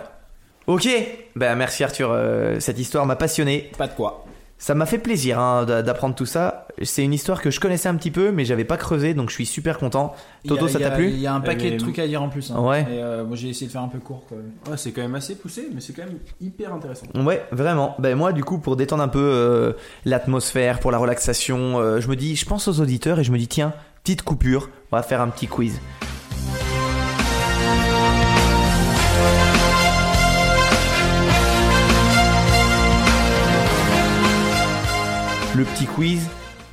A: Ok, ben merci Arthur, euh, cette histoire m'a passionné.
B: Pas de quoi.
A: Ça m'a fait plaisir hein, d'a- d'apprendre tout ça. C'est une histoire que je connaissais un petit peu, mais j'avais pas creusé, donc je suis super content. Toto, ça t'a
B: Il
A: plu
B: y a un paquet
C: paquet
B: de
C: de
B: trucs à dire en plus.
A: hein. Ouais.
B: Et, euh, j'ai essayé de faire un peu court, quoi.
C: Ouais, c'est quand même assez poussé, mais c'est quand même hyper intéressant.
A: Ouais, vraiment. Ben moi, du coup, pour détendre un peu euh, l'atmosphère, pour la relaxation, euh, je me dis, je pense aux auditeurs et je me dis, tiens, petite coupure, on va faire un petit quiz. Le petit quiz.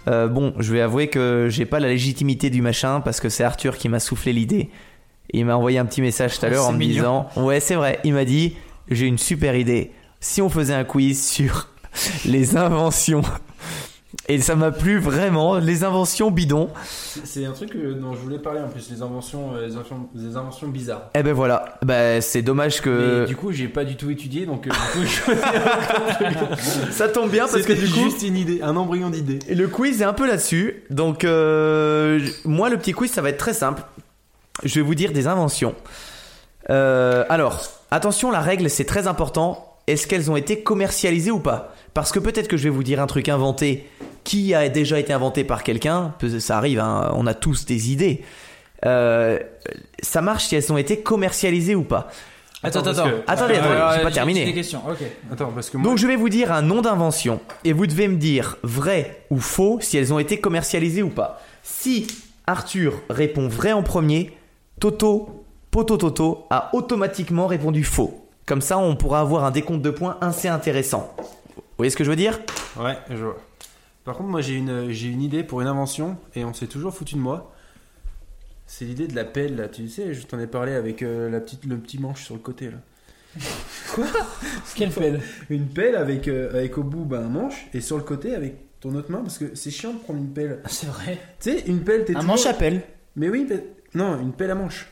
A: euh, bon, je vais avouer que j'ai pas la légitimité du machin parce que c'est Arthur qui m'a soufflé l'idée. Il m'a envoyé un petit message
C: Ah,
A: tout à l'heure en me disant Ouais, c'est vrai, il m'a dit J'ai une super idée. Si on faisait un quiz sur les inventions. Et ça m'a plu vraiment, les inventions bidons.
C: C'est un truc euh, dont je voulais parler en plus, les inventions, euh, les inventions, les inventions bizarres.
A: Eh ben voilà, bah, c'est dommage que.
F: Euh,
C: Mais du coup, j'ai pas du tout étudié, donc euh, du coup, je-
A: Ça tombe bien parce que
C: c'était
A: du coup.
C: juste une idée, un embryon d'idée.
A: Et Le quiz est un peu là-dessus. Donc, euh, j- moi, le petit quiz, ça va être très simple. Je vais vous dire des inventions. Euh, alors, attention, la règle, c'est très important. est-ce qu'elles ont été commercialisées ou pas Parce que peut-être que je vais vous dire un truc inventé qui a déjà été inventé par quelqu'un, parce que ça arrive, hein, on a tous des idées. Euh, ça marche si elles ont été commercialisées ou pas.
B: Attends,
F: Attends,
B: attends.
F: parce que-
A: Attendez, attendez,
B: Alors,
A: j'ai
B: euh,
A: pas
B: Des
A: terminé.
B: questions, ok.
F: Attends, parce que moi.
A: Donc je vais vous dire un nom d'invention et vous devez me dire vrai ou faux si elles ont été commercialisées ou pas. Si Arthur répond vrai en premier, Toto, Poto Toto a automatiquement répondu faux. Comme ça, on pourra avoir un décompte de points assez intéressant. Vous voyez ce que je veux dire
F: Ouais, je vois. Par contre, moi, j'ai une, j'ai une idée pour une invention et on s'est toujours foutu de moi. C'est l'idée de la pelle, là. Tu sais, je t'en ai parlé avec euh, la petite, le petit manche sur le côté, là.
B: Quelle pelle
F: Une pelle avec, euh, avec au bout bah, un manche et sur le côté avec ton autre main parce que c'est chiant de prendre une pelle.
B: C'est vrai.
F: Tu sais, une pelle, t'es
H: Un
F: toujours-
H: manche à pelle.
F: Mais oui, mais- non, une pelle à manche.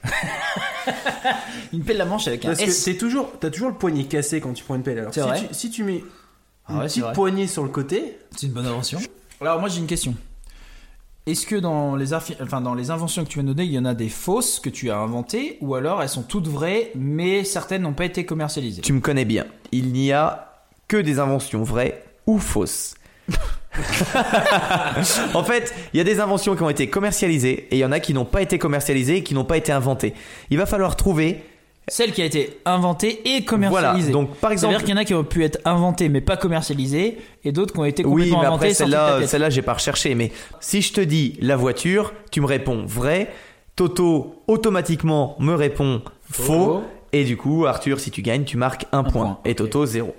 H: Une pelle à manche avec un
F: Parce que
H: S.
F: t'es toujours, t'as toujours le poignet cassé quand tu prends une pelle. Alors,
H: C'est
F: si,
H: vrai.
F: Tu, si tu mets
H: Ah
F: une
H: ouais, c'est
F: petite
H: vrai.
F: poignée sur le côté,
B: C'est une bonne invention. Alors moi j'ai une question. Est-ce que dans les, arfi- enfin, dans les inventions que tu viens de donner, il y en a des fausses que tu as inventées ou alors elles sont toutes vraies mais certaines n'ont pas été commercialisées
A: Tu me connais bien. Il n'y a que des inventions vraies ou fausses. en fait, il y a des inventions qui ont été commercialisées et il y en a qui n'ont pas été commercialisées et qui n'ont pas été inventées. Il va falloir trouver.
B: Celle qui a été inventée et
A: Voilà.
B: commercialisée.
A: Donc, par exemple,
B: C'est-à-dire qu'il y en a qui ont pu être inventées mais pas commercialisées et d'autres qui ont été
A: oui,
B: complètement
A: mais
B: inventées
A: après
B: sans toute la
A: celle-là,
B: tête.
A: celle-là, j'ai pas recherché. Mais si je te dis la voiture, tu me réponds vrai. Toto automatiquement me répond faux. Et du coup, Arthur, si tu gagnes, tu marques un, point.
B: point,
A: Et Toto zéro.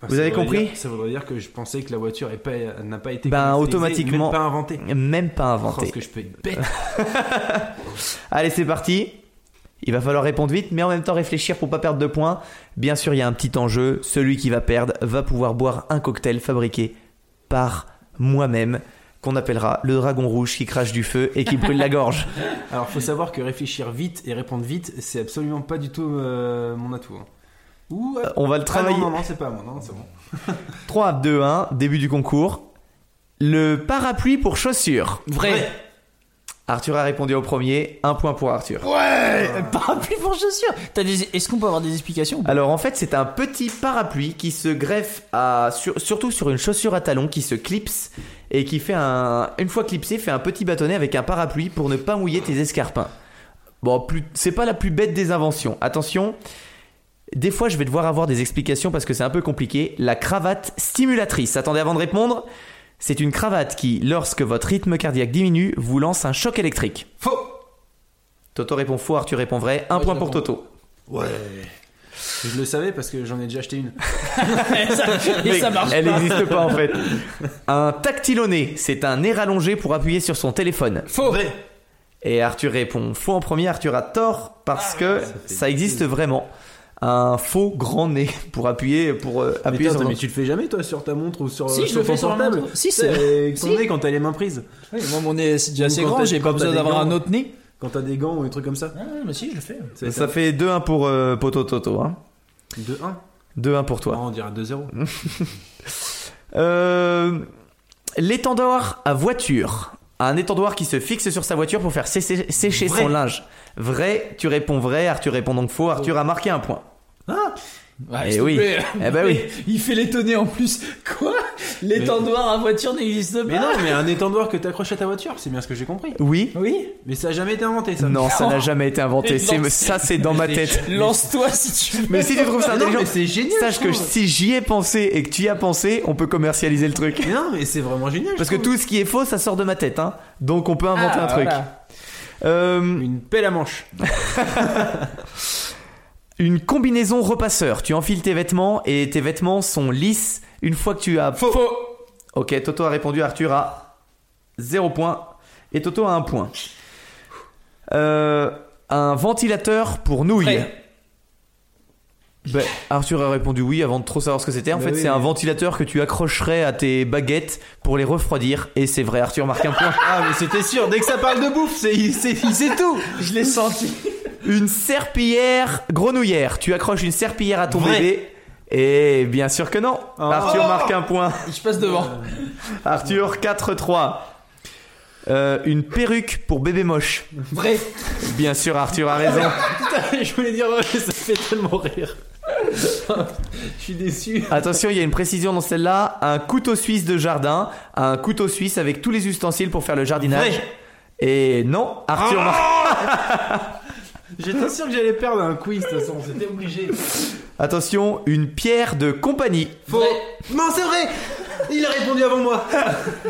F: bah,
A: Vous
F: ça
A: avez
F: voudrait
A: compris
F: dire- Ça voudrait dire que je pensais que la voiture est pas- n'a pas été
A: Ben,
F: commercialisée,
A: automatiquement.
F: même pas inventée.
A: Même pas
F: Oh,
A: inventé.
F: ce que je peux être bête.
A: Allez, c'est parti. Il va falloir répondre vite, mais en même temps réfléchir pour pas perdre de points. Bien sûr, il y a un petit enjeu. Celui qui va perdre va pouvoir boire un cocktail fabriqué par moi-même, qu'on appellera le dragon rouge qui crache du feu et qui brûle la gorge.
F: Alors, faut savoir que réfléchir vite et répondre vite, c'est absolument pas du tout euh, mon atout. hein. Ou euh,
A: On va le
F: ah, non,
A: travailler.
F: non, non, c'est pas moi, non, c'est bon.
A: 3, 2, 1, début du concours. Le parapluie pour chaussures.
B: Vrai.
A: Arthur a répondu au premier. Un point pour Arthur.
B: Parapluie Euh, pour chaussures. T'as des... Est-ce qu'on peut avoir des explications ou pas
A: Alors en fait, c'est un petit parapluie qui se greffe à, sur- surtout sur une chaussure à talons qui se clipse et qui fait un, une fois clipsé, fait un petit bâtonnet avec un parapluie pour ne pas mouiller tes escarpins. Bon, plus- c'est pas la plus bête des inventions. Attention, des fois je vais devoir avoir des explications parce que c'est un peu compliqué. La cravate stimulatrice. Attendez avant de répondre. C'est une cravate qui, lorsque votre rythme cardiaque diminue, vous lance un choc électrique. Faux Toto répond faux, Arthur répond vrai. Un
B: Moi, je
A: point pour
B: réponds.
A: Toto.
F: Je le savais parce que j'en ai déjà acheté une.
B: Et
A: Mais
B: ça marche
A: Elle
B: pas.
A: n'existe pas en fait. Un tactilonné, c'est un nez rallongé pour appuyer sur son téléphone.
F: Oh.
B: Faux.
A: Et Arthur répond faux en premier, Arthur a tort parce que ça existe vraiment. Un faux grand nez pour appuyer pour euh,
F: Mais,
A: appuyer
F: attends,
A: sur
F: mais tu le fais jamais toi sur ta montre ou sur
B: Si,
F: euh,
B: je
F: sur
B: le
F: ton
B: fais sur la
F: portable
B: montre. Si,
F: Tu
B: c'est
F: sais,
B: vrai.
F: avec ton
B: Si.
F: nez quand t'as les mains prises
B: Oui, moi mon nez c'est déjà assez
F: Ou quand
B: grand,
F: t'as-
B: j'ai pas
F: quand
B: besoin
F: t'as des
B: d'avoir un
F: gants.
B: autre nez.
F: quand t'as des gants ou des trucs comme ça
B: Ah, mais si, je le fais.
F: Ça,
A: Ça fait 2-1 pour euh, Poto Toto hein.
F: fait 2-1
A: 2-1 pour toi.
F: on dirait 2-0
A: Euh, l'étendoir à voiture. Un étendoir qui se fixe sur sa voiture pour faire sécher, sécher
F: Vrai.
A: son linge. Vrai, tu réponds vrai, Arthur répond donc faux, Arthur a marqué un point.
B: Ouais,
A: Eh
B: s'il te
A: oui.
B: plaît.
A: Eh ben oui.
B: Il fait l'étonner en plus. Quoi L'étendoir à voiture n'existe
F: mais
B: pas.
F: non mais un étendoir que t'accroches à ta voiture c'est bien ce que j'ai compris
A: Oui
B: Oui.
F: mais ça a jamais été inventé ça
A: Non, ça
B: Non.
A: n'a jamais été inventé.
B: Mais
A: C'est-
B: non.
A: ça, c'est dans ma tête.
B: Lance-toi si tu veux.
A: Mais si tu trouves ça
F: Mais Ah non,
A: intelligent,
F: mais c'est génial
A: sache
F: je
A: que
F: trouve.
A: si j'y ai pensé et que tu y as pensé, on peut commercialiser le truc.
F: mais non mais c'est vraiment génial je
A: Parce que
F: trouve.
A: tout ce qui est faux, ça sort de ma tête. Hein. Donc on peut inventer
B: Ah,
A: un truc.
B: voilà.
A: Euh,
F: une pelle à manche
A: une combinaison repasseur. Tu enfiles tes vêtements et tes vêtements sont lisses une fois que tu as... Faux. Ok, Toto a répondu, Arthur a 0 point et Toto a 1 point. Euh, un ventilateur pour nouilles.
B: Vrai.
A: Ben, Arthur a répondu oui avant de trop savoir ce que c'était. En
F: Ben
A: fait,
F: oui,
A: c'est un
F: mais-
A: ventilateur que tu accrocherais à tes baguettes pour les refroidir. Et c'est vrai, Arthur marque un point.
F: ah mais c'était sûr dès que ça parle de bouffe c'est il sait, il sait tout
B: Je l'ai senti.
A: Une serpillière grenouillère. Tu accroches une serpillière à ton bébé. Et bien sûr que non.
F: Oh.
A: Arthur marque un point.
B: Je passe devant.
A: Arthur 4-3. Euh, une perruque pour bébé moche.
B: Vrai.
A: Bien sûr, Arthur a raison.
B: Putain, je voulais dire, ouais, ça fait tellement rire.
F: Je suis déçu.
A: Attention, il y a une précision dans celle-là. Un couteau suisse de jardin, un couteau suisse avec tous les ustensiles pour faire le jardinage.
F: Vrai. Ah.
A: Et non, Arthur Mar-
F: J'étais sûr que j'allais perdre un quiz, de toute façon, c'était obligé.
A: Attention, une pierre de compagnie.
F: Faux. Non, c'est vrai Il a répondu avant moi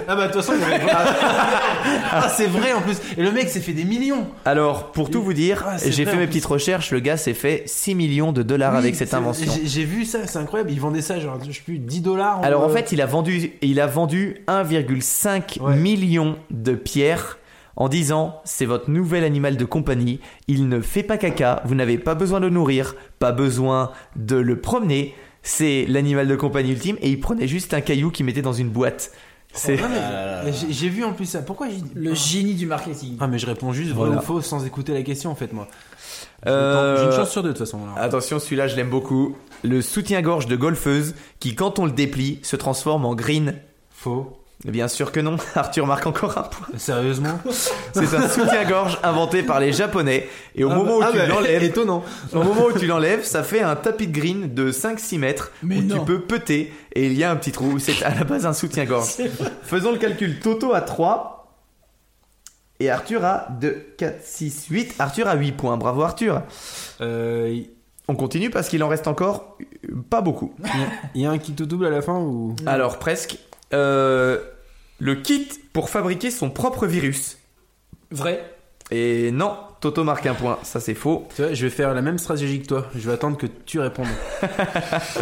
F: Ah bah, de toute façon, il avait- Ah, c'est vrai en plus Et le mec s'est fait des millions
A: Alors, pour tout vous dire,
F: Ah, c'est
A: j'ai
F: vrai,
A: fait
F: en
A: mes
F: plus.
A: petites recherches. Le gars s'est fait 6 millions de dollars
F: Oui,
A: Ah, avec cette
F: c'est-
A: invention.
F: j'ai- J'ai vu ça, c'est incroyable. Ils vendaient ça, genre, je sais plus, 10 dollars. euh,
A: Alors en fait, il a vendu, il a vendu 1,5
F: Ouais.
A: million de pierres en disant c'est votre nouvel animal de compagnie. Il ne fait pas caca. Vous n'avez pas besoin de le nourrir, pas besoin de le promener. C'est l'animal de compagnie ultime et il prenait juste un caillou qu'il mettait dans une boîte. C'est
F: Ouais, mais- mais j'ai j'ai vu en plus ça. Pourquoi j'ai dit.
G: Le génie du marketing.
F: Ah, mais je réponds juste vrai
A: Voilà.
F: ou faux sans écouter la question en fait, moi.
A: Euh,
F: J'ai une chance sur deux de toute façon. alors.
A: Attention, celui-là je l'aime beaucoup. Le soutien-gorge de golfeuse qui, quand on le déplie, se transforme en green.
F: Faux.
A: Bien sûr que non. Arthur marque encore un point.
F: Sérieusement
A: C'est un soutien-gorge inventé par les Japonais. Et
F: Ah,
A: au moment où
F: bah,
A: tu l'enlèves,
F: Étonnant.
A: au moment où tu l'enlèves, ça fait un tapis de green de 5-6 mètres où tu peux péter et il y a un petit trou. C'est à la base un soutien-gorge. Faisons le calcul. Toto a 3 et Arthur a 2, 4, 6, 8. Arthur a 8 points. Bravo Arthur.
F: Euh, Il
A: On continue parce qu'il en reste encore euh, pas beaucoup.
F: il y a un qui tout double à la fin ou.
A: Alors presque. Euh, le kit pour fabriquer son propre virus.
G: Vrai.
A: Et non, Toto marque un point. Ça c'est faux.
F: Tu vois, je vais faire la même stratégie que toi. Je vais attendre que tu répondes.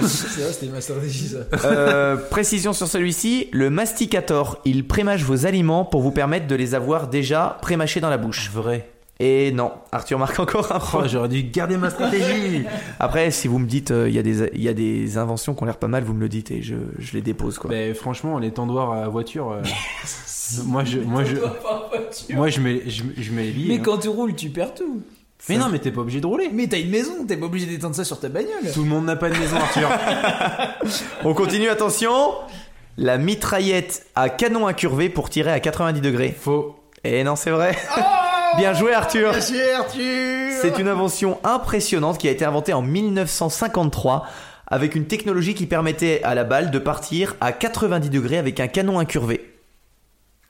G: C'est vrai, c'était ma stratégie ça.
A: Euh, précision sur celui-ci, le masticator, il prémâche vos aliments pour vous permettre de les avoir déjà prémâchés dans la bouche.
F: Vrai.
A: Et non, Arthur marque encore un point.
F: Oh, j'aurais dû garder ma stratégie.
A: Après, si vous me dites, euh, il y, a des- il y a des inventions qui ont l'air pas mal, vous me le dites et je, je les dépose quoi.
F: Mais Bah, franchement, les tendoirs à voiture. euh, moi, je, moi, je, moi, je mets, je, je mets les billets.
G: Mais
F: hein.
G: quand tu roules, tu perds tout.
F: mais non, mais t'es pas obligé de rouler.
G: Mais t'as une maison, t'es pas obligé d'étendre ça sur ta bagnole.
F: Tout le monde n'a pas de maison, Arthur.
A: On continue, attention La mitraillette à canon incurvé pour tirer à 90 degrés.
F: Faux.
A: Et non, c'est vrai. Oh Bien joué Arthur
F: Arthur.
A: C'est une invention impressionnante qui a été inventée en 1953 avec une technologie qui permettait à la balle de partir à 90 degrés avec un canon incurvé.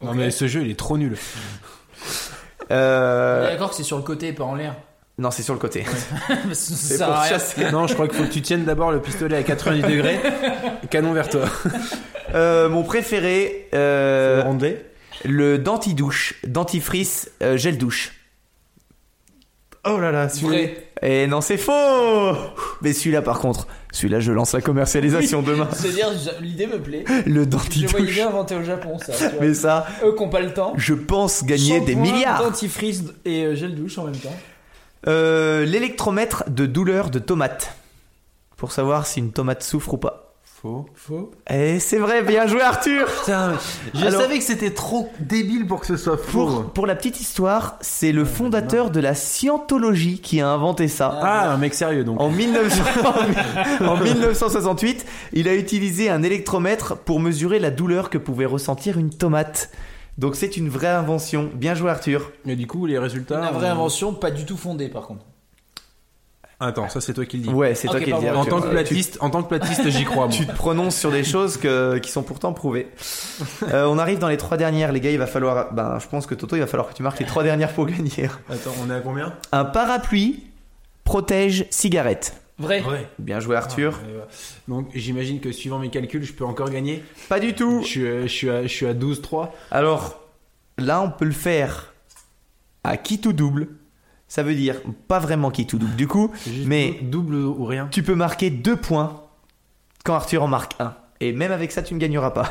F: Non mais ce jeu, il est trop nul.
A: Euh,
G: D'accord que c'est sur le côté et pas en l'air.
A: Non, c'est sur le côté.
G: Ça
A: C'est
G: sert
A: pour
G: à rien.
A: chasser.
F: Non, je crois qu'il faut que tu tiennes d'abord le pistolet à 90 degrés, canon vers toi.
A: Euh, mon préféré, euh,
F: Rendez.
A: le denti-douche, dentifrice, euh, gel douche.
F: Oh là là, si vous voulez.
G: Vrai.
A: Et Eh non, c'est faux Mais celui-là, par contre, celui-là, je lance la commercialisation demain.
G: C'est-à-dire, je- l'idée me plaît.
A: Le
G: Je voyais
A: denti-douche.
G: bien inventé au Japon ça. tu vois.
A: Mais ça,
G: Eux qui ont pas le temps.
A: je pense gagner des
G: Shampoing,
A: milliards.
G: Dentifrice et euh, gel douche en même temps.
A: Euh, l'électromètre de douleur de tomate. Pour savoir si une tomate souffre ou pas.
F: Faux.
G: Faux.
A: Et c'est vrai, bien joué Arthur
F: Putain, mais je
A: Alors-
F: savais que c'était trop débile pour que ce soit faux.
A: pour, pour la petite histoire, c'est le fondateur de la scientologie qui a inventé ça.
F: Ah, un mec sérieux donc.
A: En, 1900 en 1968, il a utilisé un électromètre pour mesurer la douleur que pouvait ressentir une tomate. Donc c'est une vraie invention. Bien joué Arthur.
F: Mais du coup, les résultats.
G: Une vraie
F: euh,
G: invention pas du tout fondée par contre.
F: Attends, ça c'est toi qui le dis.
A: Ouais, c'est
G: Ok,
A: toi qui le
G: pardon.
A: dis.
F: En
A: Arthur.
F: tant que
A: Euh, tu-
F: platiste, en tant que platiste, j'y crois. Moi.
A: tu te prononces sur des choses que- qui sont pourtant prouvées. Euh, on arrive dans les trois dernières, les gars. Il va falloir. Ben, je pense que Toto, il va falloir que tu marques les trois dernières pour gagner.
F: Attends, on est à combien
A: Un parapluie protège cigarette.
G: Vrai.
F: Ouais.
A: Bien joué, Arthur.
F: Donc j'imagine que suivant mes calculs, je peux encore gagner.
A: Pas du
F: Je
A: tout.
F: suis, euh, je suis à, je suis à 12-3.
A: Alors là, on peut le faire à qui tout double. Ça veut dire pas vraiment qui tout double du coup,
F: Juste
A: mais
F: dou- double ou rien.
A: tu peux marquer deux points quand Arthur en marque un. Et même avec ça, tu ne gagneras pas.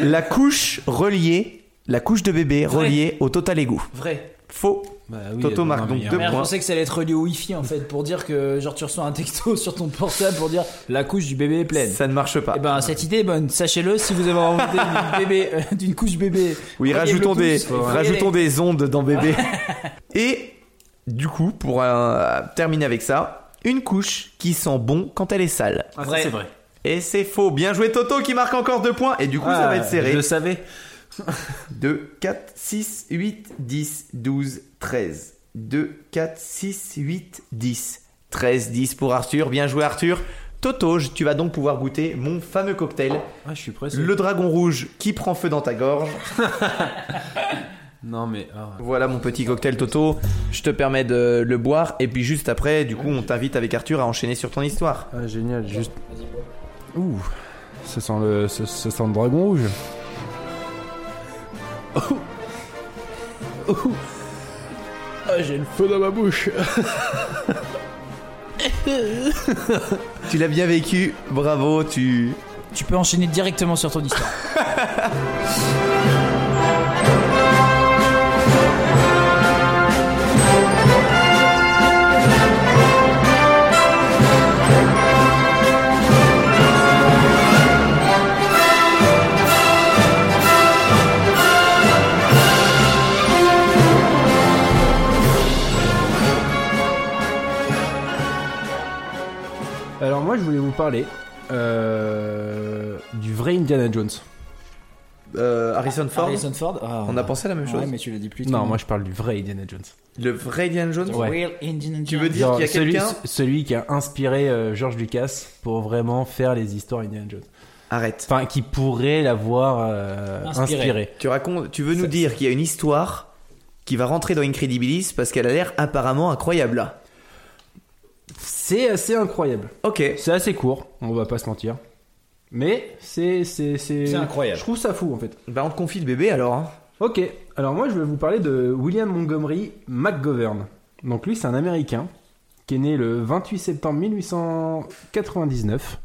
A: la couche reliée, la couche de bébé
G: Vrai.
A: reliée au total égout.
G: Vrai.
A: Faux.
F: Bah oui,
A: Toto
F: attends,
A: marque
F: non,
A: donc
F: mais-
A: deux
G: Merde, je
A: points.
G: pensais que ça allait être relié au wifi en fait pour dire que genre tu reçois un texto sur ton portable pour dire la couche du bébé est pleine.
A: Ça ne marche pas.
G: Eh
F: Ah.
G: ben cette idée est bonne, sachez-le si vous avez envie d'une bébé, euh, d'une couche bébé.
A: Oui,
G: Voyez
A: rajoutons
G: le
A: des,
G: pouce, voyez
A: rajoutons
G: les-
A: des ondes dans bébé. Et du coup, pour euh, terminer avec ça, une couche qui sent bon quand elle est sale.
F: Ah, ça,
G: Vrai.
F: c'est vrai.
A: Et c'est faux. Bien joué Toto qui marque encore deux points. Et du coup, ça va être serré.
F: Ah, Je le savais.
A: 2, 4, 6, 8, 10, 12, 13. 2, 4, 6, 8, 10, 13, 10 pour Arthur. Bien joué Arthur. Toto, je- tu vas donc pouvoir goûter mon fameux cocktail,
F: Ah, je suis pressé.
A: le dragon rouge qui prend feu dans ta gorge.
F: Non, mais. ah.
A: Voilà mon petit cocktail Toto, je te permets de le boire et puis juste après, du coup, on t'invite avec Arthur à enchaîner sur ton histoire.
F: Ah, génial, juste. Ouh, ça sent le, ça, ça sent le dragon rouge. Oh. Oh. Ah, j'ai le feu dans ma bouche.
A: Tu l'as bien vécu, bravo, tu...
B: Tu peux enchaîner directement sur ton histoire.
F: Alors, moi, je voulais vous parler euh, du vrai Indiana Jones.
A: Euh, Harrison Ford
B: Harrison Ford. ah,
A: On a pensé à la même chose.
B: Ouais, mais tu l'as dit plus.
F: Non,
B: tôt.
F: moi, je parle du vrai Indiana Jones.
A: Le vrai Indiana Jones
F: Ouais.
B: Real Indiana
A: Tu
B: Jones.
A: veux dire qu'il y a
F: celui,
A: quelqu'un
F: celui qui a inspiré euh, George Lucas pour vraiment faire les histoires Indiana Jones.
A: Arrête.
F: Enfin, qui pourrait l'avoir euh,
B: Inspiré.
F: inspiré.
A: Tu racontes, tu veux nous dire qu'il y a une histoire qui va rentrer dans Incredibilis parce qu'elle a l'air apparemment incroyable là.
F: C'est assez incroyable.
A: Ok.
F: C'est assez court, on va pas se mentir. Mais c'est c'est c'est
B: C'est incroyable.
F: Je trouve ça fou en fait.
A: Bah on te confie le bébé alors. hein.
F: Ok, alors moi je vais vous parler de William Montgomery McGovern. Donc lui c'est un Américain qui est né le 28 septembre 1899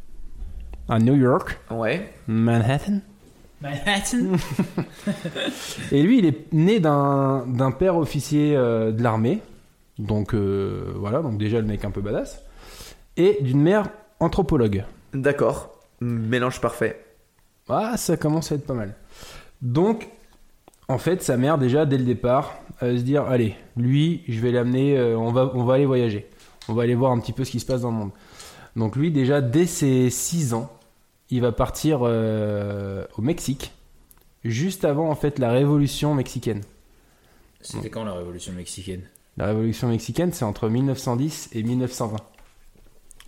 F: à New York,
A: Ouais.
F: Manhattan.
B: Manhattan.
F: Et lui, il est né d'un d'un père officier euh, de l'armée. Donc euh, voilà, donc déjà le mec un peu badass. Et d'une mère anthropologue.
A: D'accord. Mélange parfait.
F: Ah, ça commence à être pas mal. Donc, en fait, sa mère, déjà, dès le départ, elle va se dire, allez, lui, je vais l'amener, euh, on, va, on va aller voyager. On va aller voir un petit peu ce qui se passe dans le monde. Donc lui, déjà, dès ses 6 ans, il va partir euh, au Mexique, juste avant, en fait, la révolution mexicaine.
B: C'était quand la révolution mexicaine
F: La révolution mexicaine, c'est entre 1910 et 1920.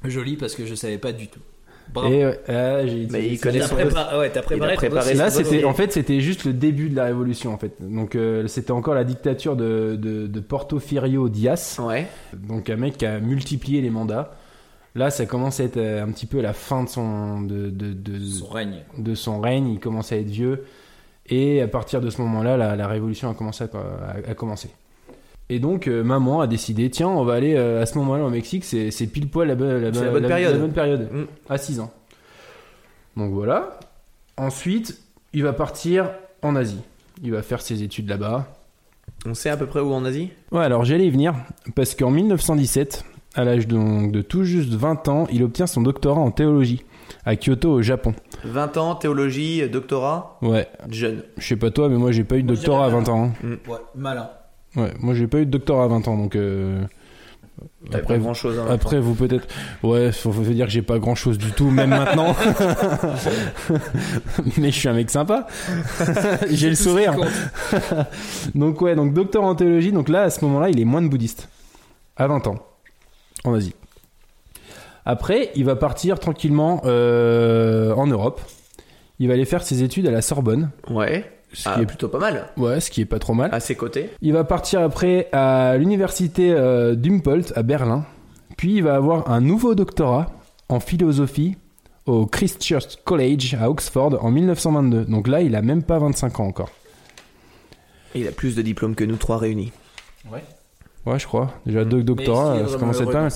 B: Joli parce que je savais pas du tout.
F: Et euh, ah, j'ai
A: Mais
F: utilisé
A: il
F: ça.
A: connaît
B: T'as
A: son
B: prépa- ouais, t'as
A: Il
B: préparé.
A: a préparé
F: Et
A: Et
F: là,
A: c'est
F: c'était
A: vrai.
F: en fait c'était juste le début de la révolution en fait. Donc euh, c'était encore la dictature de, de, de Portofirio Dias,
A: Ouais.
F: donc un mec qui a multiplié les mandats. Là, ça commence à être euh, un petit peu la fin de son de, de, de,
B: Son règne.
F: de son règne. Il commence à être vieux et à partir de ce moment-là, la, la révolution a commencé à, à- à commencer. Et donc euh, maman a décidé tiens on va aller euh, à ce moment-là au Mexique c'est c'est pile poil la, bonne- la,
A: C'est la
F: bonne-
A: bonne période.
F: la bonne période
A: Mm.
F: à 6 ans. Donc voilà. Ensuite, il va partir en Asie. Il va faire ses études là-bas.
A: On sait à peu près où en Asie.
F: Ouais, alors j'allais y venir parce qu'en 1917, à l'âge de, donc de tout juste 20 ans, il obtient son doctorat en théologie à Kyoto au Japon.
A: 20 ans, théologie, doctorat,
F: Ouais,
A: jeune.
F: je sais pas toi, mais moi j'ai pas eu de
B: Moi,
F: doctorat à
B: j'avais
F: 20 ans. hein.
C: Mm.
B: Ouais, malin.
F: Ouais, moi j'ai pas eu de doctorat à 20 ans donc euh,
A: T'as
F: Après,
A: pas hein. grand chose.
F: Après, vous peut-être. Ouais, faut, faut dire que j'ai pas grand chose du tout, même maintenant. Mais je suis un mec sympa. j'ai le sourire. donc, ouais, donc docteur en théologie. Donc là, à ce moment-là, il est moine bouddhiste. À 20 ans. En Asie. Après, il va partir tranquillement euh, en Europe. Il va aller faire ses études à la Sorbonne.
A: Ouais.
F: Ce
A: Ah,
F: qui est,
A: plutôt pas mal.
F: ouais, ce qui est pas trop mal.
A: À ses côtés.
F: Il va partir après à l'université euh, d'Umpolt à Berlin. Puis il va avoir un nouveau doctorat en philosophie au Christchurch College à Oxford en 1922. Donc là, il a même pas 25 ans encore.
A: Il a plus de diplômes que nous trois réunis.
F: Ouais, je crois. Déjà deux doctorats, euh, ça commence à être pas mal.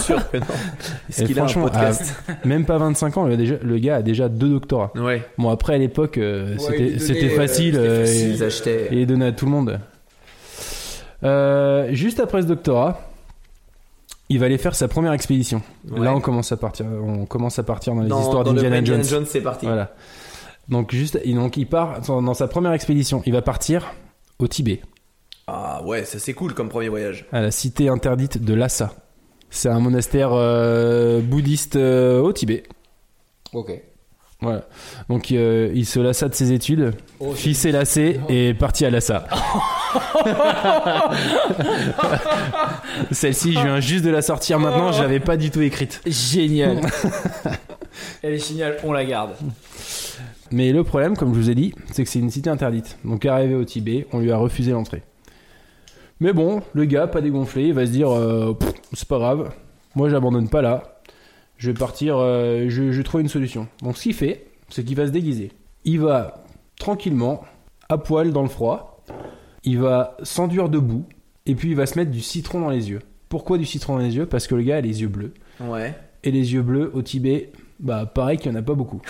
A: Sûr que non. Est-ce
F: Et
A: qu'il a un
F: franchement, euh,
A: podcast
F: Même pas 25 ans, il a déjà, le gars a déjà deux doctorats.
A: Ouais.
F: Bon, après, à l'époque, euh, c'était-
C: il lui donnait,
F: c'était
C: euh,
F: facile.
C: c'était
F: euh, et-
A: Ils achetaient.
F: Et il donnait à tout le monde. Euh, juste après ce doctorat, il va aller faire sa première expédition.
A: Ouais.
F: Là, on commence à partir, on commence à partir dans les
A: Dans-
F: histoires
A: dans le
F: d'Indiana
A: Indiana
F: Jones.
A: Jones, c'est parti.
F: Voilà. Donc juste, et donc il part dans dans sa première expédition. Il va partir au Tibet,
A: Ah ouais, ça c'est cool comme premier voyage.
F: à la cité interdite de Lhasa. C'est un monastère euh, bouddhiste euh, au Tibet.
B: Ok.
C: Voilà. Donc euh, il se lassa de ses études,
B: Oh,
C: fils s'est lassé et est parti à Lassa. Celle-ci, je viens juste de la sortir maintenant, je l'avais pas du tout écrite.
B: Génial. Elle est géniale, on la garde.
C: Mais le problème, comme je vous ai dit, c'est que c'est une cité interdite. Donc arrivé au Tibet, on lui a refusé l'entrée. Mais bon, le gars, pas dégonflé, il va se dire, euh, Pff, c'est pas grave, moi j'abandonne pas là, je vais partir, euh, je, je vais trouver une solution. Donc ce qu'il fait, c'est qu'il va se déguiser. Il va tranquillement, à poil dans le froid, il va s'enduire debout, et puis il va se mettre du citron dans les yeux. Pourquoi du citron dans les yeux Parce que le gars a les yeux bleus.
A: Ouais.
C: Et les yeux bleus au Tibet, bah pareil qu'il n'y en a pas beaucoup.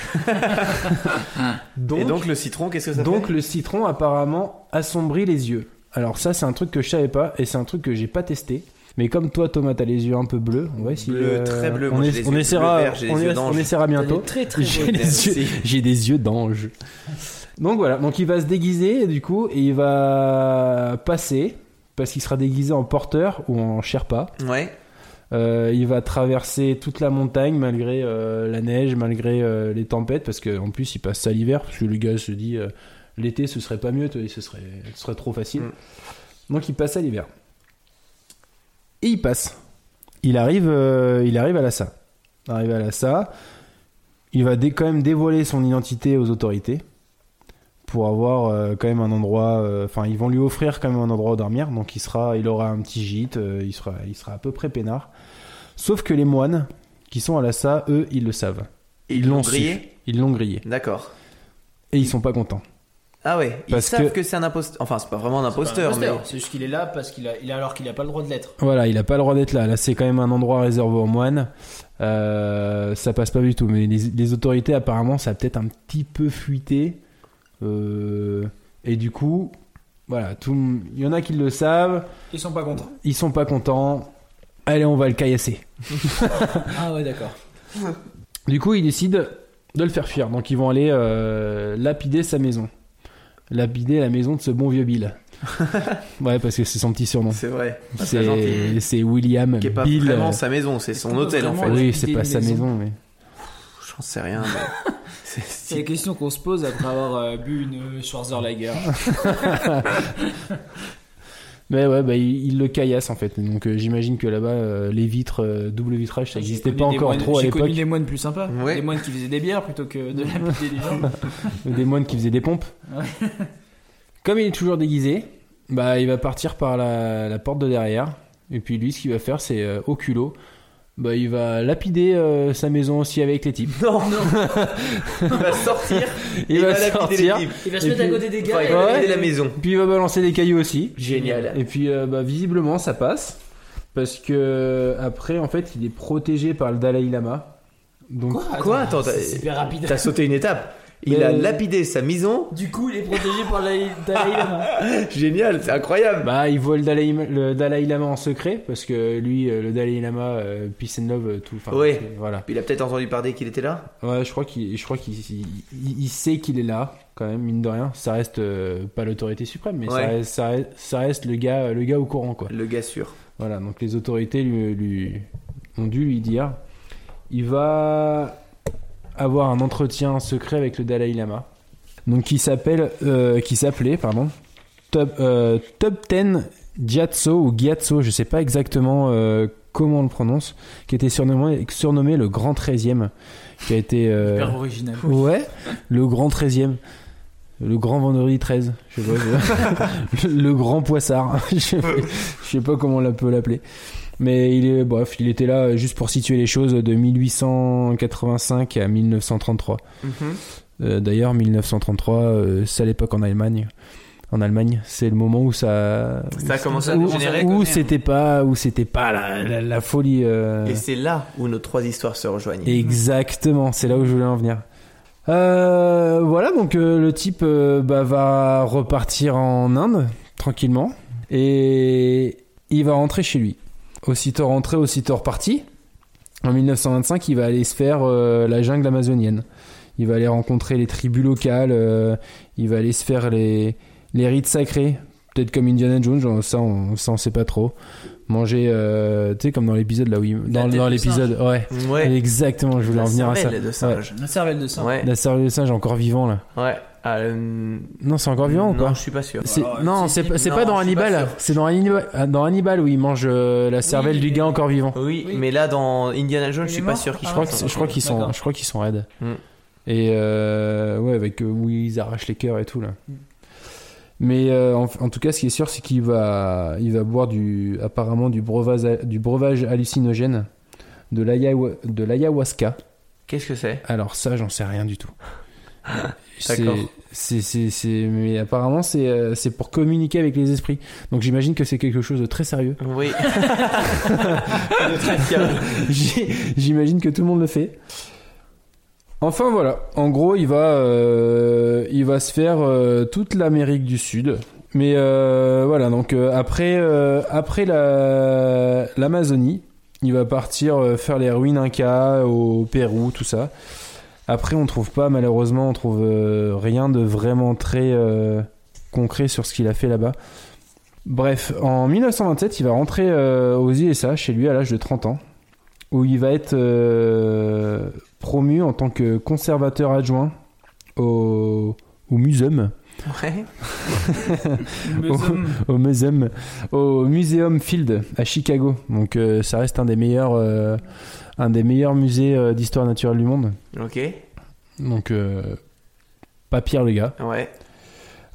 A: Et donc le citron, qu'est-ce que ça
C: donc
A: fait
C: le citron apparemment assombrit les yeux. Alors ça c'est un truc que je savais pas et c'est un truc que j'ai pas testé. Mais comme toi Thomas t'as les yeux un peu bleus, on va essayer. euh,
A: Bleu, très bleu.
C: On,
A: Moi, j'ai
C: ess-
A: les
C: on
A: yeux
C: essaiera.
A: bleu vert, j'ai les
C: on,
A: yeux
C: ess-
A: d'ange.
C: on essaiera bientôt.
B: Très très
C: J'ai les yeux, j'ai des yeux d'ange. Donc voilà, donc il va se déguiser du coup et il va passer parce qu'il sera déguisé en porteur ou en Sherpa.
A: Ouais.
C: Euh, il va traverser toute la montagne malgré euh, la neige, malgré euh, les tempêtes, parce qu'en plus il passe ça l'hiver, parce que le gars se dit euh, l'été ce serait pas mieux, tu vois, ce serait, ce serait trop facile.
A: Mm.
C: Donc il passe à l'hiver. Et il passe. Il arrive, euh, il arrive à Lhasa. Arrivé à Lhasa, il va dé- quand même dévoiler son identité aux autorités pour avoir euh, quand même un endroit. euh, Enfin, ils vont lui offrir quand même un endroit où dormir, donc il sera, il aura un petit gîte, euh, il sera, il sera à peu près peinard. Sauf que les moines qui sont à Lhasa, eux, ils le savent.
A: Et
C: Ils l'ont su.
A: grillé.
C: Ils l'ont grillé
A: D'accord.
C: et ils sont pas contents.
A: Ah ouais. Ils
C: Parce
A: savent
C: que-
A: que, c'est un imposteur. Enfin, c'est pas vraiment un imposteur, mais.
F: C'est juste qu'il est là parce qu'il a, il a- alors qu'il a pas le droit de l'être.
C: Voilà, il a pas le droit d'être là. Là, c'est quand même un endroit réservé aux moines. Euh, ça passe pas du tout. Mais les, les autorités, apparemment, ça a peut-être un petit peu fuité. Euh, et du coup, voilà, tout. le monde- Il y en a qui le savent.
F: Ils sont pas contents.
C: Ils sont pas contents. Allez, on va le caillasser.
F: Ah ouais, d'accord.
C: Du coup, ils décident de le faire fuir. Donc, ils vont aller euh, lapider sa maison. Lapider la maison de ce bon vieux Bill. ouais, parce que c'est son petit surnom.
A: C'est vrai. Ah, C'est
C: C'est
A: gentil.
C: c'est William
A: Qui est pas
C: Bill. euh,
A: vraiment sa maison, c'est son
F: qu'on peut
A: hôtel en
F: vraiment
A: fait.
C: oui,
F: la
C: c'est
F: idée
C: pas
F: d'une
C: sa
F: maison.
C: maison, mais.
A: J'en sais rien. mais c'est-
F: C'est la
A: c'est-
F: question qu'on se pose après avoir euh, bu une Schwarzerlager.
C: Mais ouais, bah, il, il le caillasse en fait. Donc euh, j'imagine que là-bas, euh, les vitres, euh, double vitrage, ça n'existait
F: J'ai
C: pas
F: connu des
C: encore
F: moines-
C: trop à
F: J'ai
C: l'époque.
F: connu des moines plus sympas.
A: Ouais.
F: Des moines qui faisaient des bières plutôt que de lapider les gens.
C: Des moines qui faisaient des pompes. Comme il est toujours déguisé, bah, il va partir par la, la porte de derrière. Et puis lui, ce qu'il va faire, c'est euh, au culot. Bah, il va lapider euh, sa maison aussi avec les types.
A: Non, Il va sortir.
C: Il, va, sortir.
F: Il va
C: se Et mettre à puis- côté
F: des
A: Il
C: Ouais.
A: va lapider la maison.
C: Puis il va balancer des cailloux aussi.
A: Génial.
C: Et puis euh, bah, visiblement ça passe parce que après en fait il est protégé par le Dalai Lama. Donc
A: Quoi Attends, t'as-
F: C'est super rapide.
A: t'as sauté une étape. Il
C: Mais-
A: a lapidé sa maison.
F: Du coup, il est protégé par la Dalai Lama.
A: Génial, c'est incroyable.
C: bah il voit le Dalai, le Dalai Lama en secret parce que lui euh, le Dalai Lama euh, peace and love euh, tout. Enfin,
A: Ouais.
C: euh, Voilà.
A: Il a peut-être entendu parler qu'il était là.
C: Ouais je crois qu'il je crois qu'il il- il- il sait qu'il est là quand même mine de rien. Ça reste euh, pas l'autorité suprême mais ça,
A: Ouais.
C: reste, ça reste- ça reste le gars euh, le gars au courant quoi.
A: Le gars sûr.
C: Voilà, donc les autorités lui, lui- ont dû lui dire il va avoir un entretien secret avec le Dalai Lama. Donc qui s'appelle euh, qui s'appelait pardon Top euh, Top Ten Gyatso ou Gyatso, je sais pas exactement euh, comment on le prononce, qui était surnommé, surnommé le Grand 13e, qui a été euh,
F: Super original.
C: Ouais, le grand 13e. Le grand vendredi 13, je sais pas. je- le grand poissard, je sais pas, je sais pas comment on peut l'appeler. Mais il est, bref, il était là euh, juste pour situer les choses de 1885 à 1933. Euh, D'ailleurs, 1933, euh, c'est à l'époque en Allemagne. En Allemagne, c'est le moment où ça,
A: Ça a commencé à
C: où,
A: dégénérer.
C: où c'était pas, où c'était pas la, la- la folie. euh,
A: Et c'est là où nos trois histoires se rejoignent.
C: Exactement, c'est là où je voulais en venir. Euh, voilà, donc euh, le type euh, bah, va repartir en Inde tranquillement et il va rentrer chez lui. Aussitôt rentré, aussitôt reparti. En 1925, il va aller se faire euh, la jungle amazonienne. Il va aller rencontrer les tribus locales. euh, il va aller se faire les, les rites sacrés Peut-être comme Indiana Jones, genre, ça on, ça on sait pas trop. Manger, euh, tu sais, comme dans l'épisode là où il-
F: La
C: Dans,
F: tête
C: dans
F: de
C: l'épisode, ouais.
A: Ouais.
C: Exactement, je voulais en venir à ça.
A: cervelle de
C: Ouais.
A: singe.
F: La cervelle de ça.
A: Ouais.
C: La cervelle de singe encore vivant là.
A: Ouais. Ah, euh,
C: Non, c'est encore vivant ou
A: Non, Bah,
C: pas
A: je suis pas sûr.
C: C'est-
F: Alors,
C: non,
F: c'est-
C: c'est pas- c'est
A: non,
C: pas dans
A: je suis pas
C: Hannibal.
A: sûr.
C: C'est dans Hannibal, ah, dans Hannibal où il mange euh, la cervelle du gars encore vivant.
A: Oui,
F: Oui.
A: mais là dans Indiana Jones,
F: Il
A: je
F: est
A: suis pas
F: mort
A: sûr qu'ils
F: Ah,
C: Je crois,
A: fassent ça.
C: que c'est- je crois qu'ils sont,
F: D'accord.
C: je crois qu'ils sont raides.
A: Mm.
C: Et euh, ouais, avec euh, où ils arrachent les cœurs et tout là.
A: Mm.
C: Mais euh, en, en tout cas, ce qui est sûr, c'est qu'il va, il va boire du, apparemment du breuvage, du breuvage hallucinogène, de l'ayahu- de l'ayahuasca.
A: Qu'est-ce que c'est
C: Alors ça, j'en sais rien du tout. C'est-
A: D'accord.
C: c'est- c'est- c'est- mais apparemment, c'est euh, c'est pour communiquer avec les esprits. Donc j'imagine que c'est quelque chose de très sérieux.
A: Oui. De très fiable.
C: J'ai- J'imagine que tout le monde le fait. Enfin voilà, en gros il va, euh, il va se faire euh, toute l'Amérique du Sud. Mais euh, voilà, donc euh, après, euh, après la- l'Amazonie, il va partir euh, faire les ruines Inca au Pérou, tout ça. Après on trouve pas, malheureusement, on trouve euh, rien de vraiment très euh, concret sur ce qu'il a fait là-bas. Bref, en 1927, il va rentrer euh, aux USA chez lui à l'âge de 30 ans où il va être euh, promu en tant que conservateur adjoint au, au Museum,
A: Ouais.
C: au, au Museum, au Museum Field à Chicago. Donc euh, ça reste un des meilleurs, euh, un des meilleurs musées euh, d'histoire naturelle du monde.
A: Ok.
C: Donc euh, pas pire le gars.
A: Ouais.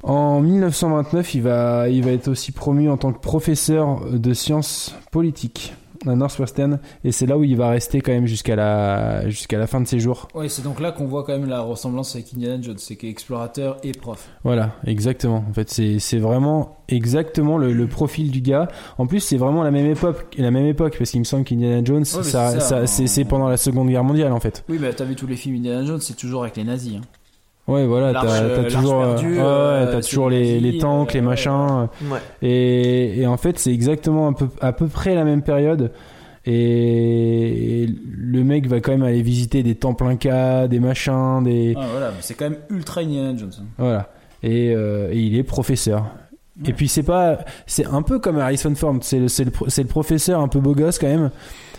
C: En 1929, il va, il va être aussi promu en tant que professeur de sciences politiques à Northwestern, et c'est là où il va rester quand même jusqu'à la, jusqu'à la fin de ses jours.
F: Ouais, c'est donc là qu'on voit quand même la ressemblance avec Indiana Jones, c'est qu'explorateur et prof.
C: Voilà, exactement. En fait, c'est c'est vraiment exactement le, le profil du gars. En plus, c'est vraiment la même époque, la même époque, parce qu'il me semble qu'Indiana Jones,
F: mais
C: ça,
F: c'est ça,
C: ça-
F: hein.
C: c'est c'est pendant la Seconde Guerre mondiale, en fait.
F: Oui, mais t'as vu tous les films Indiana Jones, c'est toujours avec les nazis. hein.
C: Ouais, voilà,
F: L'Arche,
C: t'as
F: euh,
C: t'as
F: l'Arche
C: toujours, euh,
F: perdue,
C: ouais, ouais, t'as
F: euh, c'est
C: toujours les,
F: les
C: les tanks, les
F: euh, ouais.
C: machins.
A: Ouais.
C: Et, et en fait, c'est exactement un peu, à peu près la même période. Et le mec va quand même aller visiter des temples incas, des machins, des
F: Ah, voilà, mais c'est quand même ultra Indiana Jones. hein.
C: Voilà. Et, euh, et il est professeur. Et puis c'est pas, c'est un peu comme Harrison Ford, c'est le, c'est le, pro- c'est le professeur un peu beau gosse quand même.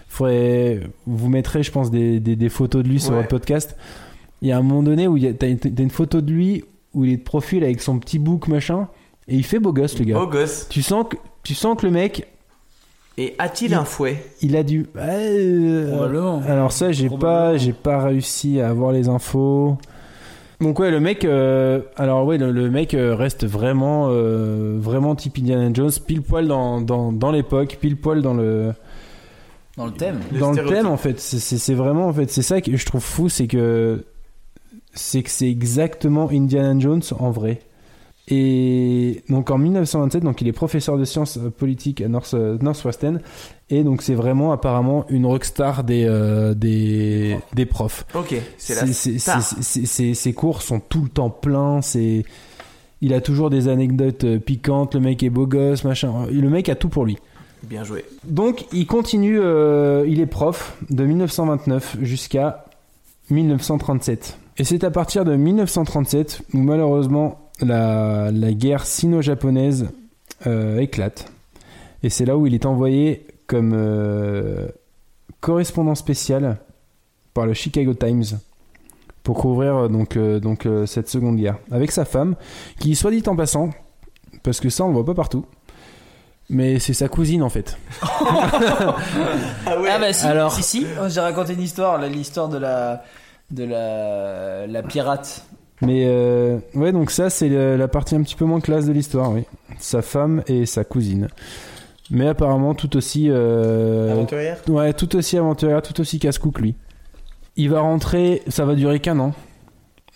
C: Faudrait, vous mettrez, je pense, des, des, des photos de lui sur
A: Ouais.
C: votre podcast. Il y a un moment donné où il y a- t'as une, t'as une photo de lui où il est de profil avec son petit bouc machin et il fait beau gosse le gars.
A: Beau gosse.
C: Tu sens que, tu sens que le mec,
A: Et a-t-il
C: Il-
A: un fouet
C: il a du. Euh,
F: Probablement.
C: alors ça, j'ai pas,
F: Probablement.
C: j'ai pas réussi à avoir les infos. Donc ouais, le mec, euh, alors ouais, le, le mec euh, reste vraiment, euh, vraiment type Indiana Jones, pile poil dans, dans, dans l'époque, pile poil dans le,
F: Dans le thème.
A: Le
C: dans le
A: stéréotype.
C: thème en fait. C'est- C'est c'est vraiment en fait, c'est ça que je trouve fou, c'est que c'est que c'est exactement Indiana Jones en vrai. Et donc en 1927, donc il est professeur de sciences euh, politiques à North, euh, Northwestern, et donc c'est vraiment apparemment une rockstar des euh, des, des profs.
A: Ok. C'est la
C: C'est- c'est-
A: star.
C: c'est- c'est- c'est- Ses cours sont tout le temps pleins. C'est il a toujours des anecdotes euh, piquantes. Le mec est beau gosse, machin. Le mec a tout pour lui.
A: Bien joué.
C: Donc, il continue, euh, il est prof de 1929 jusqu'à 1937. Et c'est à partir de 1937 où malheureusement la, la guerre sino-japonaise euh, éclate. Et c'est là où il est envoyé comme euh, correspondant spécial par le Chicago Times pour couvrir euh, donc, euh, donc euh, cette seconde guerre avec sa femme qui, soit dit en passant, parce que ça on le voit pas partout, mais c'est sa cousine en fait.
F: Ah bah si,
C: Alors-
F: si, si. Oh, j'ai raconté une histoire, là, l'histoire de la de la la pirate.
C: Mais euh, ouais, donc ça, c'est le- la partie un petit peu moins classe de l'histoire, oui. Sa femme et sa cousine. Mais apparemment, tout aussi. euh,
A: Aventurière.
C: ouais, tout aussi aventurière, tout aussi casse-cou que lui. Il va rentrer, ça va durer qu'un an.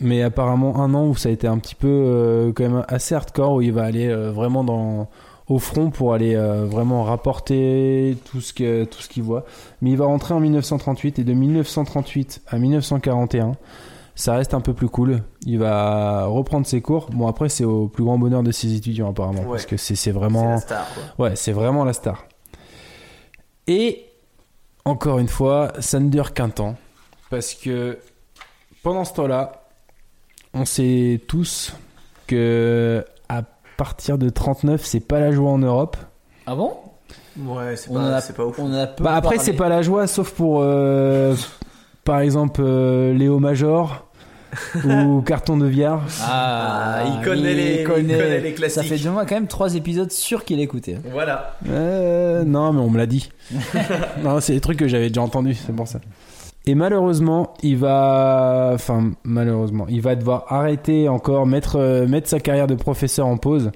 C: Mais apparemment, un an où ça a été un petit peu euh, quand même assez hardcore, où il va aller euh, vraiment dans, au front pour aller euh, vraiment rapporter tout ce que- tout ce qu'il voit. Mais il va rentrer en 1938 et de 1938 à 1941, ça reste un peu plus cool. Il va reprendre ses cours. Bon, après, c'est au plus grand bonheur de ses étudiants, apparemment,
A: Ouais.
C: parce que c'est c'est
A: C'est
C: vraiment.
A: la star. Quoi.
C: Ouais, c'est vraiment la star. Et encore une fois, ça ne dure qu'un temps. Parce que pendant ce temps-là, on sait tous que à partir de 39, c'est pas la joie en Europe.
B: Ah bon
I: Ouais, c'est
B: On en
I: pas,
B: a-
I: c'est pas ouf.
B: On en a peu
C: Bah après,
B: parlé.
C: c'est pas la joie, sauf pour euh, par exemple euh, Léo Major ou Carton de Viard.
B: Ah,
I: Ah, il connaît les- il connaît les classiques.
B: Ça fait du moins quand même trois épisodes sûrs qu'il écoutait.
A: Voilà.
C: Euh, non, mais on me l'a dit. non, c'est des trucs que j'avais déjà entendus, c'est pour ça. Et malheureusement, il va, enfin malheureusement, il va devoir arrêter encore, mettre euh, mettre sa carrière de professeur en pause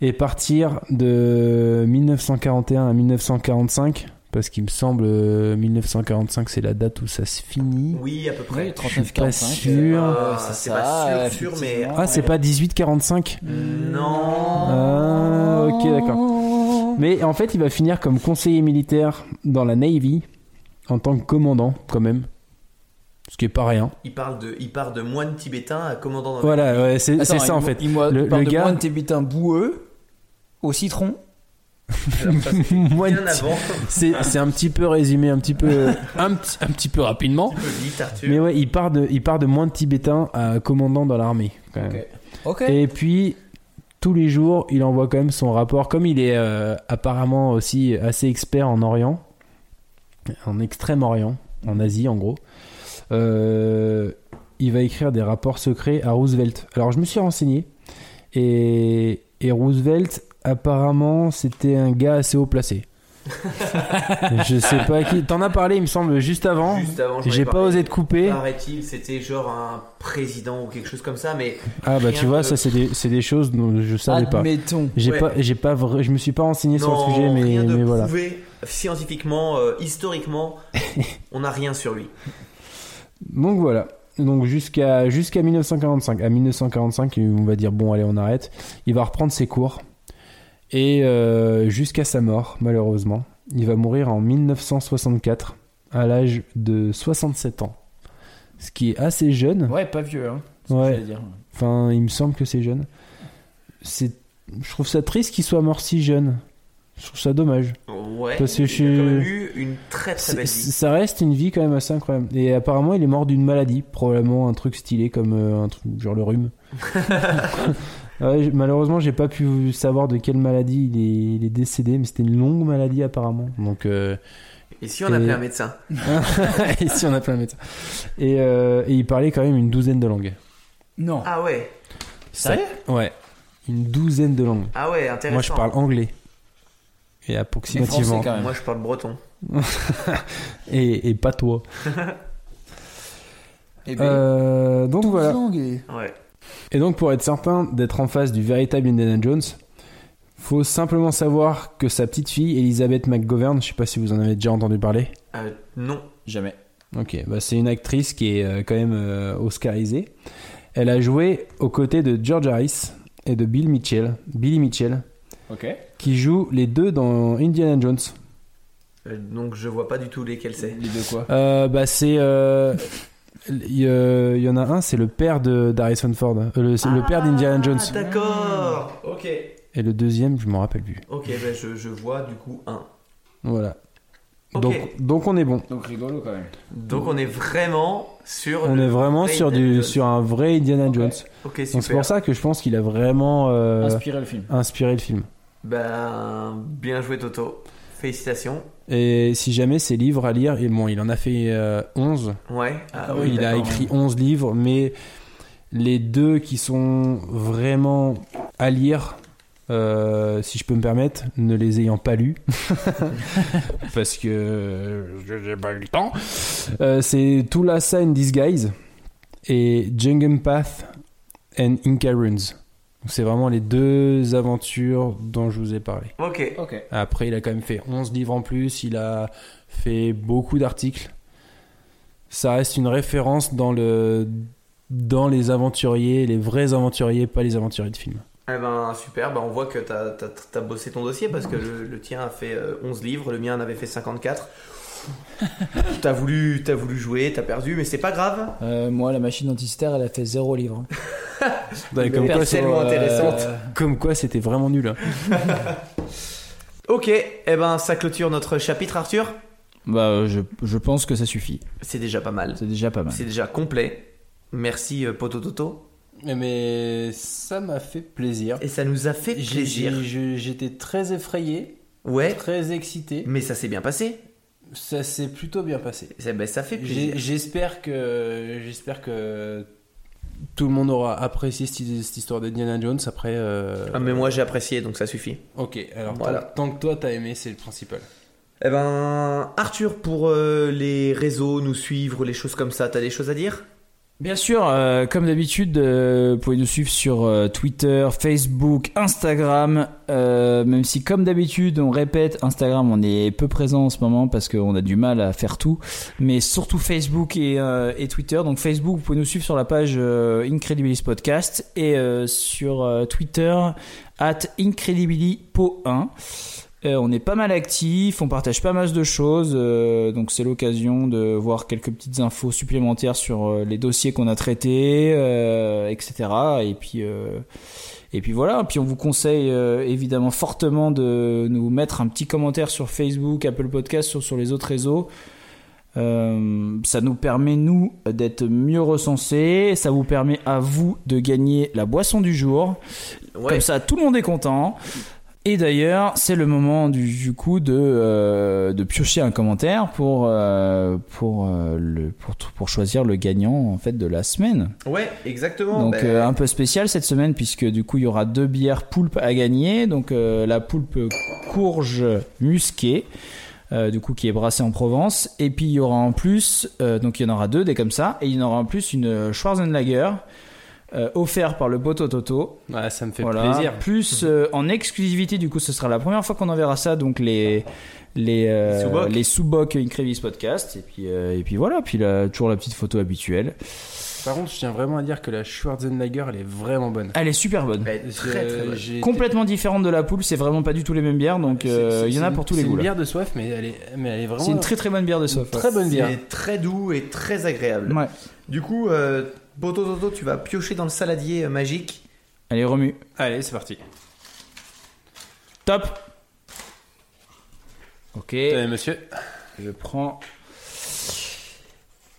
C: et partir de 1941 à 1945 parce qu'il me semble euh, 1945 c'est la date où ça se finit.
A: Oui, à peu près.
B: Oui,
C: Je suis pas
B: 39-45.
C: sûr.
A: Ah,
B: c'est
A: c'est
B: ça,
A: pas
B: ouais,
A: sûr, sûr, mais.
B: effectivement.
C: Ah, c'est pas 1845
A: Non.
C: Ah, ok, d'accord. Mais en fait, il va finir comme conseiller militaire dans la Navy, en tant que commandant, quand même. Ce qui est pas rien.
A: Il parle de, il part de moine tibétain à commandant. dans le-
C: Voilà, ouais, Ah, c'est
B: Attends,
C: c'est ça
B: il-
C: en fait.
B: Il m'a
C: Le-
B: parle
C: le
B: de
C: gars-
B: moins de tébitain boueux au citron.
A: Alors, ça, c'est
C: Moine
A: Bien
C: ti-
A: avant.
C: C'est c'est un petit peu résumé, un petit peu, un, petit- un petit peu rapidement.
A: Un peu vite, Arthur.
C: Mais ouais, il part de, il part de moins de Tibétain à commandant dans l'armée, quand même.
B: Ok.
C: Et puis, tous les jours, il envoie quand même son rapport. Comme il est euh, apparemment aussi assez expert en Orient, en Extrême-Orient, en Asie en gros, euh, il va écrire des rapports secrets à Roosevelt. Alors, je me suis renseigné. Et, et Roosevelt, apparemment, c'était un gars assez haut placé. je sais pas qui. T'en as parlé, il me semble, juste avant.
A: Juste avant, j'en ai
C: J'ai pas
A: parlé. Ah,
C: osé te couper.
A: Paraît-il, c'était genre un président ou quelque chose comme ça, mais
C: Ah bah tu
A: rien
C: vois,
A: de- Ah,
C: ça c'est des, c'est des choses dont je savais pas.
B: Admettons.
C: J'ai
A: Ouais.
C: pas, j'ai pas, vra- je me suis pas renseigné sur
A: non,
C: le sujet,
A: rien
C: mais,
A: de
C: mais voilà.
A: prouvé scientifiquement, euh, historiquement, on n'a rien sur lui.
C: Donc voilà. Donc jusqu'à jusqu'à 1945. À 1945, on va dire bon, allez, on arrête. Il va reprendre ses cours et euh, jusqu'à sa mort, malheureusement, il va mourir en 1964 à l'âge de 67 ans, ce qui est assez jeune.
B: Ouais, pas vieux. Hein, c'est ce
C: Ouais.
B: que j'allais dire.
C: Enfin, il me semble que c'est jeune. C'est, je trouve ça triste qu'il soit mort si jeune. Je trouve ça dommage.
A: Ouais.
C: Parce que
A: il
C: je
A: a
C: suis-
A: quand même eu une très très
C: C'est-
A: belle
C: c'est-
A: vie.
C: Ça reste une vie quand même assez incroyable. Et apparemment, il est mort d'une maladie, probablement un truc stylé comme euh, un truc genre le rhume. Ouais, j- malheureusement, j'ai pas pu savoir de quelle maladie il est, il est décédé, mais c'était une longue maladie apparemment. Donc, euh,
A: Et si on appelait
C: Et-
A: un médecin
C: et si on a plein de médecins. Et, euh, et il parlait quand même une douzaine de langues.
B: Non.
A: Ah ouais,
C: Ça- Ouais, une douzaine de langues.
A: ah ouais, intéressant.
C: Moi, je parle anglais. Et
B: Mais français
C: approximativement.
B: quand même.
A: Moi, je parle breton.
C: Et, et pas toi.
B: Eh ben,
C: Euh, donc
B: Ah,
C: voilà.
A: Ouais.
C: Et donc, pour être certain d'être en face du véritable Indiana Jones, faut simplement savoir que sa petite fille, Elizabeth McGovern, je sais pas si vous en avez déjà entendu parler.
A: Euh, non.
B: Jamais.
C: Ok, bah c'est une actrice qui est euh, quand même euh, oscarisée. Elle a joué aux côtés de George Harris et de Bill Mitchell, Billy Mitchell,
B: Ok.
C: qui jouent les deux dans Indiana Jones.
A: Euh, donc, je vois pas du tout lesquels c'est.
B: Les deux quoi
C: Euh, bah c'est, euh, il y, euh, il y en a un, c'est le père de d'Harrison Ford, Euh, le, c'est le père d'Indiana Jones.
A: Ah, d'accord. Ok.
C: Et le deuxième, je m'en rappelle plus.
A: Ok, ben je, je vois du coup un.
C: Voilà.
A: Ok.
C: Donc, donc on est bon.
B: Donc rigolo quand même.
A: Donc, on est vraiment sur.
C: On
A: le
C: est vraiment
A: vrai
C: sur,
A: Indiana
C: du,
A: Jones.
C: sur un vrai Indiana
B: Ok.
C: Jones.
A: Ok,
C: Donc c'est
A: super.
C: pour ça que je pense qu'il a vraiment euh,
B: Inspirer le film.
C: inspiré le film.
A: Ben, bien joué, Toto. Félicitations.
C: Et si jamais ces livres à lire, et bon, il en a fait euh, 11.
A: Ouais. Ah,
B: oui,
C: Euh, il a
B: d'accord.
C: écrit 11 livres, mais les deux qui sont vraiment à lire, euh, si je peux me permettre, ne les ayant pas lus, parce que euh, je n'ai pas eu le temps, euh, c'est Tulasa in Disguise et Jungum Path and Inca Runes. Donc, C'est vraiment les deux aventures dont je vous ai parlé.
A: Ok.
B: Ok.
C: Après, il a quand même fait 11 livres en plus, il a fait beaucoup d'articles. Ça reste une référence dans, le, dans les aventuriers, les vrais aventuriers, pas les aventuriers de films.
A: Eh ben, super. Ben, on voit que t'as as, bossé ton dossier parce que le, le tien a fait euh, 11 livres, le mien en avait fait 54. t'as voulu, t'as voulu jouer, t'as perdu, mais c'est pas grave.
B: Euh, moi, la machine anti-stère, elle a fait zéro livre.
C: Ouais, comme,
B: Le
C: quoi,
B: perso,
C: c'est-
A: tellement
B: euh,
A: intéressante.
C: comme quoi, c'était vraiment nul. hein.
A: Ok. Eh ben, ça clôture notre chapitre, Arthur.
B: Bah, euh, je, je pense que ça suffit.
A: C'est déjà pas mal.
B: C'est déjà pas mal.
A: C'est déjà complet. Merci, euh, Poto Toto.
C: Mais ça m'a fait plaisir.
A: Et ça nous a fait
C: J'ai-
A: plaisir.
C: j'ai- j'ai- J'étais très effrayé,
A: Ouais,
C: très excité.
A: mais ça s'est bien passé.
C: Ça s'est plutôt bien passé.
A: Mm. Ça, ben, ça fait plaisir.
C: J'ai- J'espère que j'espère que tout le monde aura apprécié cette, cette histoire d'Indiana Jones après. euh,
A: Ah, mais moi j'ai apprécié, donc ça suffit.
C: Ok, alors tant-
A: Voilà.
C: tant, que toi t'as aimé, c'est le principal.
A: Eh ben, Arthur, pour euh, les réseaux, nous suivre, les choses comme ça, t'as des choses à dire
B: Bien sûr, euh, comme d'habitude, euh, vous pouvez nous suivre sur euh, Twitter, Facebook, Instagram. euh, même si, comme d'habitude, on répète, Instagram, on est peu présent en ce moment parce qu'on a du mal à faire tout. Mais surtout Facebook et, euh, et Twitter. Donc Facebook, vous pouvez nous suivre sur la page euh, Incredibilis Podcast et euh, sur euh, Twitter at IncredibiliPo1. Euh, on est pas mal actif, on partage pas mal de choses, euh, donc c'est l'occasion de voir quelques petites infos supplémentaires sur euh, les dossiers qu'on a traités, euh, etc. Et puis, euh, et puis voilà. Puis on vous conseille euh, évidemment fortement de nous mettre un petit commentaire sur Facebook, Apple Podcast, sur, sur les autres réseaux. Euh, ça nous permet nous d'être mieux recensés, ça vous permet à vous de gagner la boisson du jour. Comme ça, tout le monde est content. Et d'ailleurs, c'est le moment du, du coup de, euh, de piocher un commentaire pour, euh, pour, euh, le, pour, pour choisir le gagnant en fait de la semaine.
A: Ouais, exactement.
B: Donc
A: ben,
B: euh, un peu spécial cette semaine puisque du coup il y aura deux bières poulpe à gagner. Donc euh, la poulpe courge musquée. euh, du coup, qui est brassée en Provence. Et puis, il y aura en plus, euh, donc il y en aura deux, des comme ça. Et il y en aura en plus une euh, Schwarzenlager, euh, offerte par le Boto Toto.
C: Ouais, Bah, ça me fait
B: Voilà.
C: plaisir. Mhm.
B: Plus euh, en exclusivité, du coup, ce sera la première fois qu'on enverra ça. Donc les les euh,
A: Sous-bocs.
B: les sous-bocs Increvis podcast. Et puis euh, et puis voilà. Puis là, toujours la petite photo habituelle.
C: Par contre, je tiens vraiment à dire que la Schwarzenegger, elle est vraiment bonne.
B: Elle est super bonne.
C: Bah,
A: ben, très, très bonne.
C: J'ai été-
B: Complètement différente de la poule. C'est vraiment pas du tout les mêmes bières. Donc
C: c'est-
B: euh,
C: c'est-
B: il y en a
C: c'est
B: pour
C: une-
B: tous les
C: c'est
B: goûts.
C: une
B: là.
C: bière de soif, mais elle est, mais elle est vraiment
B: C'est une très très bonne bière de soif.
C: très bonne bière.
A: C'est très doux et très agréable.
B: Ouais.
A: Du coup, euh, Boto Toto, tu vas piocher dans le saladier euh, magique.
B: Allez remue.
C: Allez, c'est parti.
B: Top. Ok.
C: Tenez, monsieur.
B: Je prends.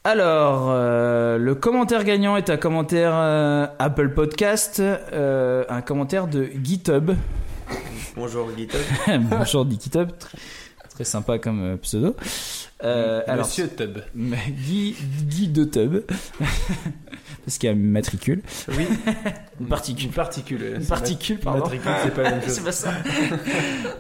B: Alors, euh, le commentaire gagnant est un commentaire euh, Apple Podcast, euh, un commentaire de GitHub.
A: Bonjour, Guito.
B: Bonjour dit GitHub, très, très sympa comme euh, pseudo. Euh, alors,
C: monsieur Tub.
B: mais Guy, Guy de Tub, parce qu'il y a une matricule.
C: Oui.
B: Une particule.
C: Une particule. euh,
B: Une
C: c'est
B: particule,
C: ma-
B: pardon.
C: matricule, c'est pas la même chose.
B: C'est pas ça.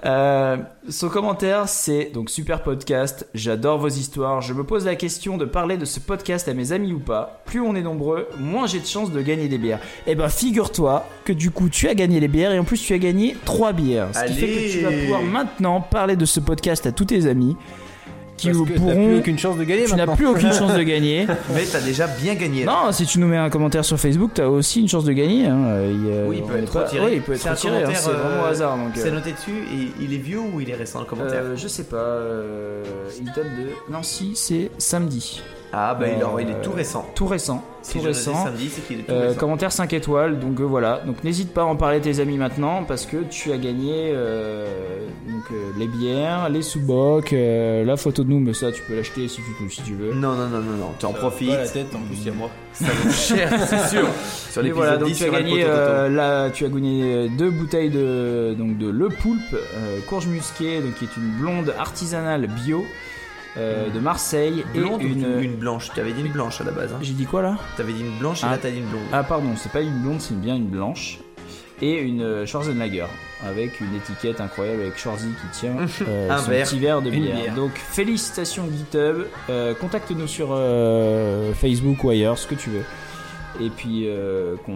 B: Euh, son commentaire, c'est donc super podcast. J'adore vos histoires. Je me pose la question de parler de ce podcast à mes amis ou pas. Plus on est nombreux, moins j'ai de chances de gagner des bières. Eh ben, figure-toi que du coup, tu as gagné les bières et en plus, tu as gagné trois bières. Ce qui fait que tu vas
A: Allez.
B: pouvoir maintenant parler de ce podcast à tous tes amis qui
C: Parce
B: vous
C: que t'as plus
B: pourront.
C: aucune chance de gagner
B: Tu n'as
C: maintenant.
B: plus aucune chance de gagner.
A: Mais t'as déjà bien gagné. là.
B: Non, si tu nous mets un commentaire sur Facebook, t'as aussi une chance de gagner. hein. Euh, il, euh,
A: Oui, il peut
B: on est
A: être
B: pas-
A: retiré.
B: oui, il peut être
A: C'est un
B: retiré, hein.
A: commentaire,
B: C'est vraiment au
A: euh,
B: hasard. donc, euh,
A: C'est noté dessus, et il est vieux ou il est récent le commentaire
B: Euh, je sais pas. euh, il date de. Non, si, c'est samedi.
A: Ah, bah il, est- il est
B: euh,
A: tout récent.
B: Tout récent.
A: Si
B: tout
A: je le dis
B: récent.
A: samedi, c'est qu'il est tout
B: Euh,
A: récent.
B: commentaire 5 étoiles, donc euh, voilà. Donc n'hésite pas à en parler à tes amis maintenant parce que tu as gagné euh, donc, euh, les bières, les sous-bocs, euh, la photo de nous, mais ça tu peux l'acheter si tu, si tu veux.
A: Non, non, non, non, non, tu
B: Euh,
A: en profites.
C: Pas la tête, en plus, il y a moi.
A: Ça vaut cher, c'est sûr. Sur
B: Mais
A: l'épisode
B: voilà, donc
A: 10
B: tu as
A: sur
B: gagné,
A: Alpo Toto.
B: euh, là, tu as gagné euh, deux bouteilles de donc de le poulpe euh, courge musquée, donc qui est une blonde artisanale bio euh, de Marseille
A: Blonde
B: et
A: ou
B: une,
A: une... une blanche. Tu avais dit une blanche à la base. Hein.
B: euh, j'ai dit quoi là
A: Tu avais dit une blanche et
B: Ah.
A: là t'as dit une blonde.
B: Ah pardon, c'est pas une blonde, c'est bien une blanche. Et une euh, Schwarzenegger avec une étiquette incroyable avec Schwarzy qui tient euh,
A: Un
B: son
A: verre,
B: petit verre de
A: une
B: bière.
A: bière.
B: Donc félicitations GitHub, Euh, contacte-nous sur euh, Facebook ou ailleurs, ce que tu veux. Et puis euh, qu'on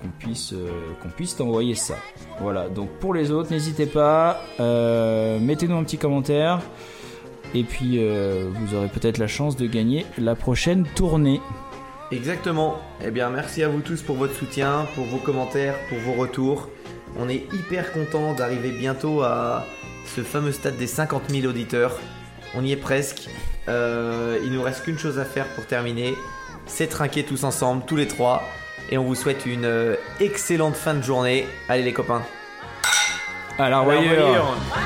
B: qu'on puisse euh, qu'on puisse t'envoyer ça. Voilà. Donc pour les autres, n'hésitez pas, euh, mettez-nous un petit commentaire. Et puis euh, vous aurez peut-être la chance de gagner la prochaine tournée.
A: Exactement. Eh bien, merci à vous tous pour votre soutien, pour vos commentaires, pour vos retours. On est hyper content d'arriver bientôt à ce fameux stade des 50 000 auditeurs. On y est presque. Euh, il nous reste qu'une chose à faire pour terminer, c'est trinquer tous ensemble, tous les trois. Et on vous souhaite une euh, excellente fin de journée. Allez les copains.
B: À la revoyure.
C: voyure.